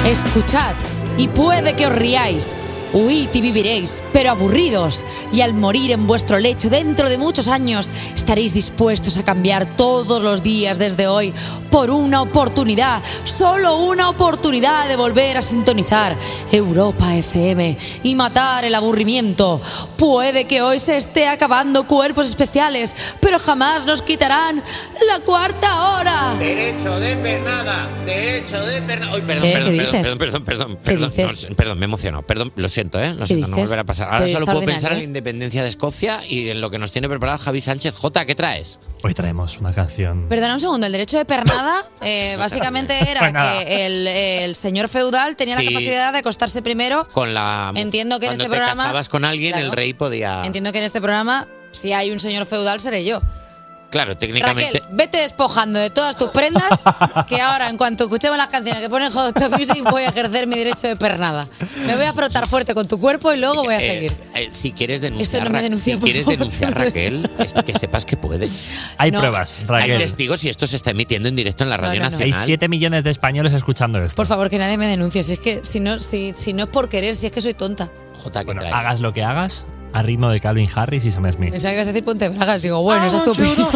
Escuchad, y puede que os riáis. Huid y viviréis, pero aburridos. Y al morir en vuestro lecho dentro de muchos años, estaréis dispuestos a cambiar todos los días desde hoy por una oportunidad, solo una oportunidad de volver a sintonizar Europa FM y matar el aburrimiento. Puede que hoy se esté acabando cuerpos especiales, pero jamás nos quitarán la cuarta hora. Derecho de pernada, derecho de pernada. Uy, perdón, perdón, ¿Qué? ¿Qué perdón, dices? perdón, perdón, perdón, ¿Qué perdón, dices? no, perdón, me emocionó, perdón, lo siento, ¿eh? Lo ¿Qué siento, no dices? volverá a pasar. Ahora Pero solo puedo extraordinario. pensar en la independencia de Escocia y en lo que nos tiene preparado Javi Sánchez. J, ¿qué traes? Hoy traemos una canción. Perdona un segundo, el derecho de pernada eh, básicamente era Pues nada. que el, el señor feudal tenía Sí. la capacidad de acostarse primero. Con la. Entiendo que en cuando este te programa- casabas con alguien, Claro. el rey podía. Entiendo que en este programa, si hay un señor feudal, seré yo. Claro, técnicamente. Raquel, vete despojando de todas tus prendas, que ahora, en cuanto escuchemos las canciones que ponen Hot Top Music, voy a ejercer mi derecho de pernada. Me voy a frotar fuerte con tu cuerpo y luego voy a Eh, seguir. eh, si quieres denunciar, no me Ra- denuncia, si por quieres favor. denunciar Raquel, es que sepas que puedes. Hay No. pruebas, Raquel. Hay testigos y esto se está emitiendo en directo en la radio Hay nacional. 7 millones de españoles escuchando esto. Por favor, que nadie me denuncie. Si es que si no, si, si no es por querer, si es que soy tonta. Jota, Bueno, hagas lo que hagas, a ritmo de Calvin Harris y Sam Smith. Pensaba que ibas a decir ponte bragas. Digo, bueno, esa es tu opinión.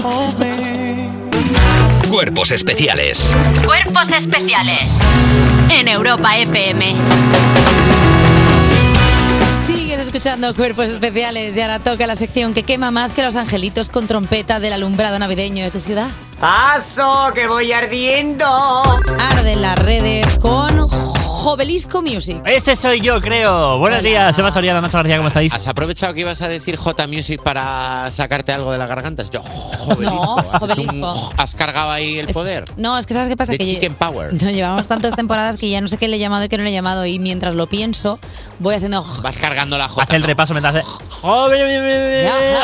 Cuerpos especiales Cuerpos especiales en Europa FM. Sigues escuchando Cuerpos Especiales y ahora toca la sección que quema más que los angelitos con trompeta del alumbrado navideño de tu ciudad. ¡Paso, que voy ardiendo! Arden las redes con Jovelisco Music. Ese soy yo, creo. Buenos días, Seba Soriano, Nacho García, ¿cómo estáis? ¿Has aprovechado que ibas a decir J Music para sacarte algo de la garganta? Yo, No, Jovelisco. ¿Has cargado ahí el poder? No, es que ¿sabes qué pasa? De que lle- Chicken Power. No, llevamos tantas temporadas que ya no sé qué le he llamado y qué no le he llamado y mientras lo pienso voy haciendo... Vas cargando la J. Hace el repaso mientras hace. Joven,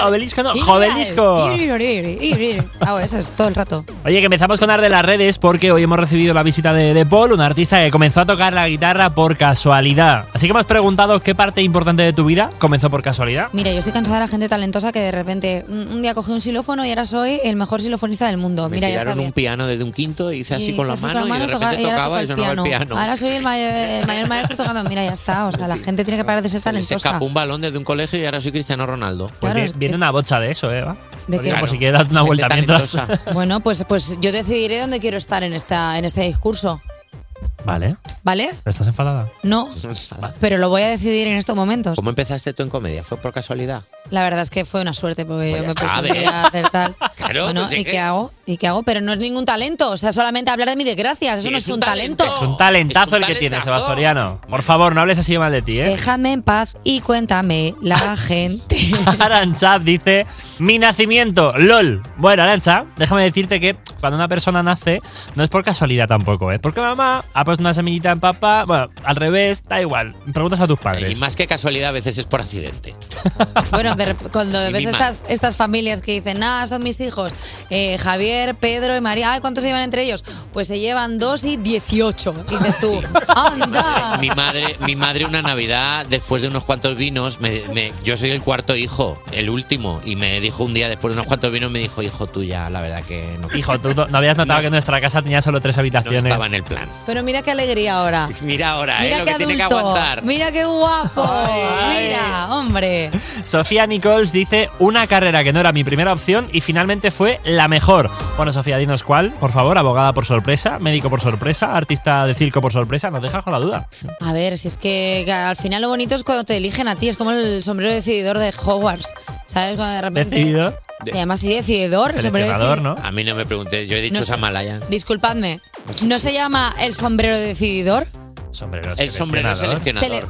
obelisco, no, jovelisco. Hago Ah, eso es todo el rato. Oye, que empezamos con Ar de las redes porque hoy hemos recibido la visita de, de Paul, un artista que comenzó a tocar la guitarra por casualidad. Así que hemos preguntado qué parte importante de tu vida comenzó por casualidad. Mira, yo estoy cansada de la gente talentosa que de repente un un día cogí un xilófono y ahora soy el mejor xilofonista del mundo. Me Mira, ya está tiraron un bien. piano desde un quinto y hice así Y con la así mano y de toca- repente y ahora toco tocaba y sonaba el piano. Ahora soy el mayor, el mayor maestro tocando. Mira, ya está. O sea, la gente tiene que parar de ser Se talentosa. escapó un balón desde un colegio y ahora soy Cristiano Ronaldo. Claro, Pues vi- es- viene una bocha de eso, Eva. ¿De qué? Por Pues si quieres darte una Gente vuelta mientras. talentosa. Bueno, pues, pues yo decidiré dónde quiero estar en, esta, en este discurso. Vale. ¿Vale? ¿Pero ¿Estás enfadada? No, pero lo voy a decidir en estos momentos. ¿Cómo empezaste tú en comedia? ¿Fue por casualidad? La verdad es que fue una suerte porque yo me Pues está, puse un ¿ves? día a hacer tal. Claro, bueno, pues sí ¿y que- qué hago? ¿Y qué hago? Pero no es ningún talento. O sea, solamente hablar de mi desgracia. Eso Sí, no es es, un un talento. Es un talentazo el que tienes, Eva Soriano. Por favor, no hables así de mal de ti, ¿eh? Déjame en paz y cuéntame la gente. Arancha dice, mi nacimiento, lol. Bueno, Arancha, déjame decirte que cuando una persona nace, no es por casualidad tampoco, ¿eh? Porque mamá ha puesto una semillita en papá, bueno, al revés, da igual, preguntas a tus Y padres. más que casualidad, a veces es por accidente. Bueno, de rep- cuando Y ves mi estas, estas familias que dicen, ah, son mis hijos, eh, Javier, Pedro y María, ay, ¿cuántos se llevan entre ellos? Pues se llevan dos y 18. Y dices tú, anda. Mi madre, mi madre una Navidad, después de unos cuantos vinos, me- me- yo soy el cuarto hijo, el último, y me dijo un día, después de unos cuantos vinos, me dijo, hijo tuya, la verdad que no. Hijo, tú no no habías notado que en nuestra casa tenía solo tres habitaciones. estaba en el plan. Pero mira qué alegría ahora. Mira ahora, Mira ¿eh? Lo qué que tiene que adulto. aguantar. Mira qué guapo. Mira, hombre. Sofía Nichols dice una carrera que no era mi primera opción y finalmente fue la mejor. Bueno, Sofía, dinos cuál, por favor, abogada por sorpresa, médico por sorpresa, artista de circo por sorpresa, nos dejas con la duda. A ver, si es que que al final lo bonito es cuando te eligen a ti, es como el sombrero decididor de Hogwarts. ¿Sabes? Cuando de repente. Decididor. Se llama así decididor, el sombrero decididor. A mí no me pregunté, yo he dicho No sé. Samalayan. Disculpadme, ¿no se llama el sombrero decididor? Sombrero El sombrero Se seleccionador. le-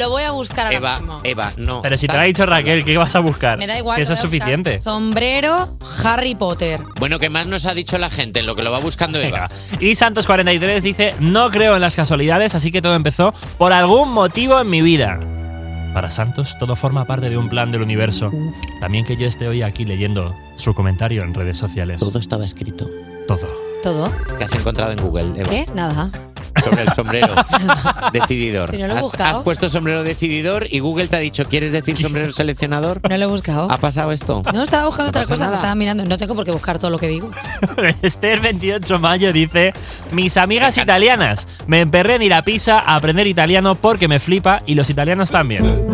Lo voy a buscar ahora Eva, mismo. Eva, no. Pero si te lo ha dicho Raquel, ¿qué vas a buscar? Me da igual. Que lo eso voy es a buscar. suficiente. Sombrero Harry Potter. Bueno, ¿qué más nos ha dicho la gente en lo que lo va buscando Eva? Y Santos43 dice, no creo en las casualidades, así que todo empezó por algún motivo en mi vida. Para Santos, todo forma parte de un plan del universo. También que yo esté hoy aquí leyendo su comentario en redes sociales. Todo estaba escrito. Todo. ¿Todo? ¿Qué has encontrado en Google, Eva? ¿Qué? Nada. Sobre el sombrero decididor. Si no lo he has, buscado. has puesto sombrero decididor y Google te ha dicho, ¿quieres decir sombrero seleccionador? No lo he buscado. ¿Ha pasado esto? No, estaba buscando No otra pasa cosa, nada. me estaba mirando. No tengo por qué buscar todo lo que digo. Esther 28 Este de mayo dice, mis amigas italianas, me emperré en ir a Pisa a aprender italiano porque me flipa y los italianos también.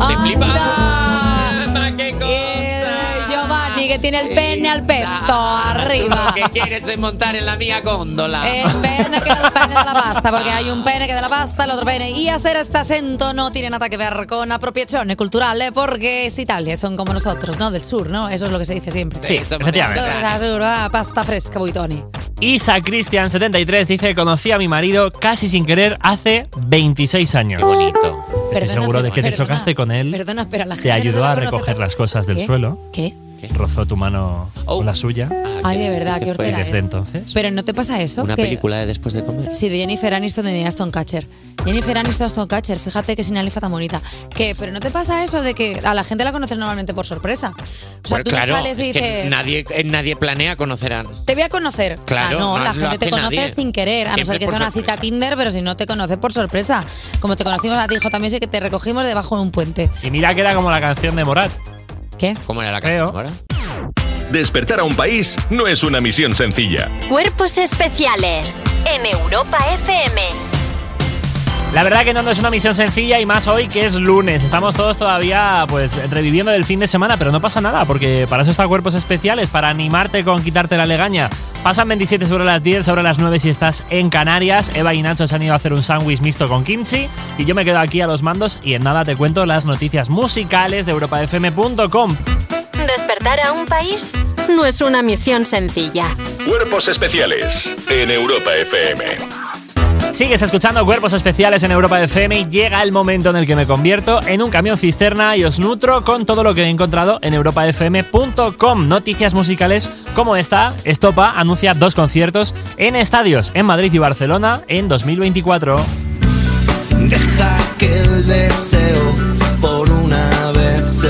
Ah. Eh, Giovanni, que tiene el pene al pesto, Lo arriba. que quieres es montar en la mía góndola. El pene que da el pene Eh, de la pasta, porque hay un pene que da la pasta, el otro pene. Y hacer este acento no tiene nada que ver con apropiazione culturale, porque es Italia, son como nosotros, ¿no? Del sur, ¿no? Eso es lo que se dice siempre. Sí, efectivamente. Entonces, al sur, ah, pasta fresca, buitoni. Isa Cristian73 dice, conocí a mi marido casi sin querer hace 26 años. bonito. Estoy seguro de que te chocaste con él. Perdona, pero la gente. Te ayudó no a reconoce recoger tan- las cosas del ¿Qué? suelo. ¿Qué? Rozó tu mano con la suya. Ah, Ay, de verdad, qué Y hortera desde es. entonces. Pero no te pasa eso. Una que- película de después de comer. Sí, de Jennifer Aniston y de Aston Catcher. Jennifer Aniston Aston Catcher, fíjate que sinalifa tan bonita. Que, pero ¿no te pasa eso de que a la gente la conoces normalmente por sorpresa? O sea, Bueno, tú Pues claro, sales y es que dices, nadie, eh, nadie planea conocer a... te voy a conocer. Claro, Ah, no, no la lo gente te hace conoce nadie. sin querer, a no Siempre ser que por sea una sorpresa. cita Tinder, pero si no te conoces por sorpresa. Como te conocimos a ti, hijo, también sé que te recogimos debajo de un puente. Y mira que era como la canción de Morat. ¿Qué? ¿Cómo era la canción Despertar a un país no es una misión sencilla. Cuerpos especiales en Europa FM. La verdad que no, no es una misión sencilla y más hoy que es lunes. Estamos todos todavía pues reviviendo del fin de semana, pero no pasa nada porque para eso está Cuerpos Especiales, para animarte con quitarte la legaña. Pasan 27 sobre las 10, sobre las 9 si estás en Canarias. Eva y Nacho se han ido a hacer un sándwich mixto con kimchi y yo me quedo aquí a los mandos y en nada te cuento las noticias musicales de europafm.com. Despertar a un país no es una misión sencilla. Cuerpos especiales en Europa FM. Sigues escuchando Cuerpos Especiales en Europa FM y llega el momento en el que me convierto en un camión cisterna y os nutro con todo lo que he encontrado en europafm.com. Noticias musicales como esta, Estopa anuncia dos conciertos en estadios en Madrid y Barcelona en 2024. Deja que el deseo por una vez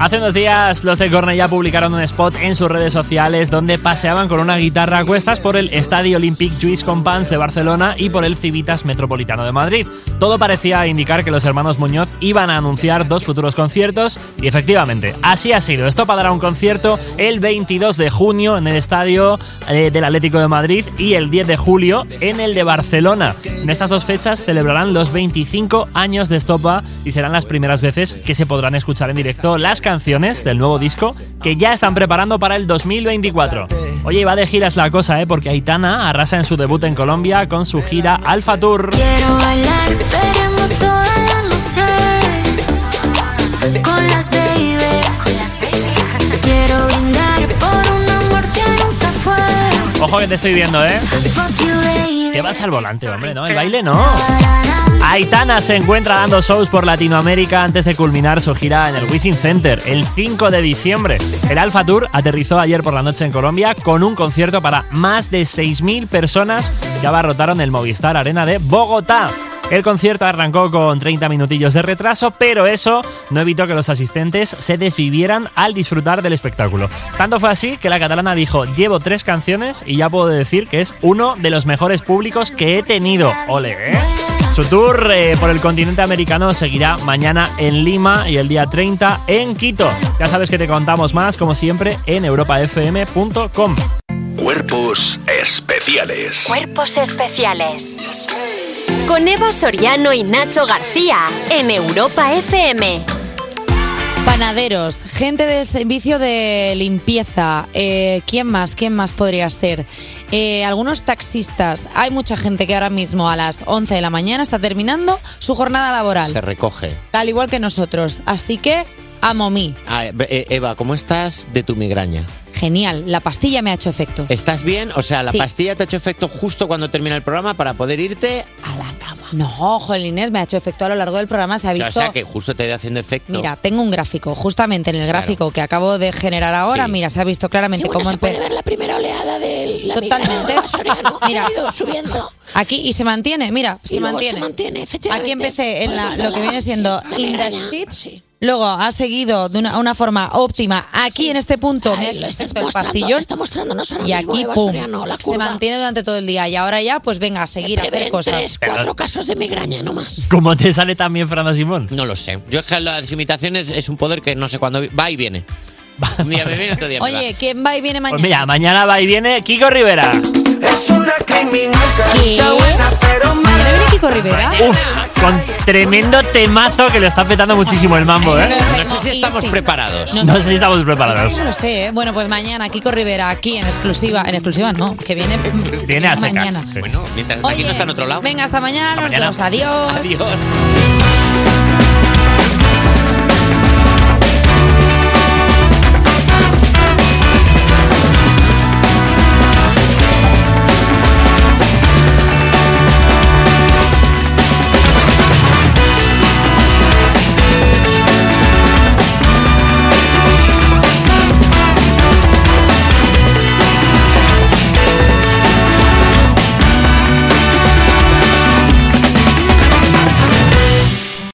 Hace unos días los de Cornellá publicaron un spot en sus redes sociales donde paseaban con una guitarra a cuestas por el Estadio Olympic Juiz Compans de Barcelona y por el Civitas Metropolitano de Madrid. Todo parecía indicar que los hermanos Muñoz iban a anunciar dos futuros conciertos y efectivamente, así ha sido. Esto dará un concierto el 22 de junio en el Estadio eh, del Atlético de Madrid y el 10 de julio en el de Barcelona. En estas dos fechas celebrarán los 25 años de Estopa y serán las primeras veces que se podrán escuchar en directo las canciones del nuevo disco que ya están preparando para el 2024. Oye, y va de giras la cosa, ¿eh? Porque Aitana arrasa en su debut en Colombia con su gira Alpha Tour. Con las babies Quiero brindar por un amor que nunca fue Ojo que te estoy viendo, ¿eh? Fuck you, baby Te vas al volante, hombre, ¿no? El baile no. Aitana se encuentra dando shows por Latinoamérica antes de culminar su gira en el Wizzing Center el 5 de diciembre. El Alpha Tour aterrizó ayer por la noche en Colombia con un concierto para más de 6.000 personas que abarrotaron el Movistar Arena de Bogotá. El concierto arrancó con 30 minutillos de retraso, pero eso no evitó que los asistentes se desvivieran al disfrutar del espectáculo. Tanto fue así que la catalana dijo, llevo tres canciones y ya puedo decir que es uno de los mejores públicos que he tenido. Ole, ¿eh? Su tour eh, por el continente americano seguirá mañana en Lima y el día 30 en Quito. Ya sabes que te contamos más, como siempre, en europafm.com. Cuerpos especiales. Cuerpos especiales. Con Eva Soriano y Nacho García en Europa FM. Panaderos, gente del servicio de limpieza, eh, ¿quién más? ¿Quién más podría ser? Eh, algunos taxistas. Hay mucha gente que ahora mismo a las 11 de la mañana está terminando su jornada laboral, Se recoge. al igual que nosotros. Así que, amo mí. Ah, eh, eh, Eva, ¿cómo estás de tu migraña? Genial, la pastilla me ha hecho efecto. ¿Estás bien? O sea, la Sí. pastilla te ha hecho efecto justo cuando termina el programa para poder irte. No, ojo, el Inés me ha hecho efecto a lo largo del programa, se ha O sea, visto... O sea, que justo te ha ido haciendo efecto. Mira, tengo un gráfico, justamente en el gráfico que acabo de generar ahora, Sí. mira, se ha visto claramente cómo empezó. la primera oleada de la Totalmente. mira, subiendo. Aquí y se mantiene, mira, se luego se mantiene. Pues mantiene, Aquí empecé en la- Podemos lo que verla, viene siendo in the shit. Luego ha seguido de una, una forma óptima. Aquí en este punto me ha hecho efecto el pastillón. está mostrándonos ahora y mismo, aquí Eva pum, Soriano, la se curva. mantiene durante todo el día y ahora ya pues venga a seguir a hacer Prevén cosas. tres, Pero- cuatro casos de migraña, no más. ¿Cómo te sale también Fernando Simón? No lo sé. Yo es que las imitaciones es un poder que no sé cuándo vi- va y viene. Un día me viene, otro día me va. Oye, ¿quién va y viene mañana? Pues mira, mañana va y viene Kiko Rivera. Es una criminal, carita buena, pero ¿Mañana viene Kiko Rivera? Uf, con tremendo temazo que lo está petando muchísimo el mambo, ¿eh? No sé si estamos preparados. No sé si estamos preparados. No lo sé, ¿eh? Bueno, pues mañana Kiko Rivera aquí en exclusiva. En exclusiva no, que viene, Viene a secas. mañana. Bueno, mientras está Oye, aquí no está en otro lado. Venga, hasta mañana. Hasta los mañana. dos. Adiós. Adiós.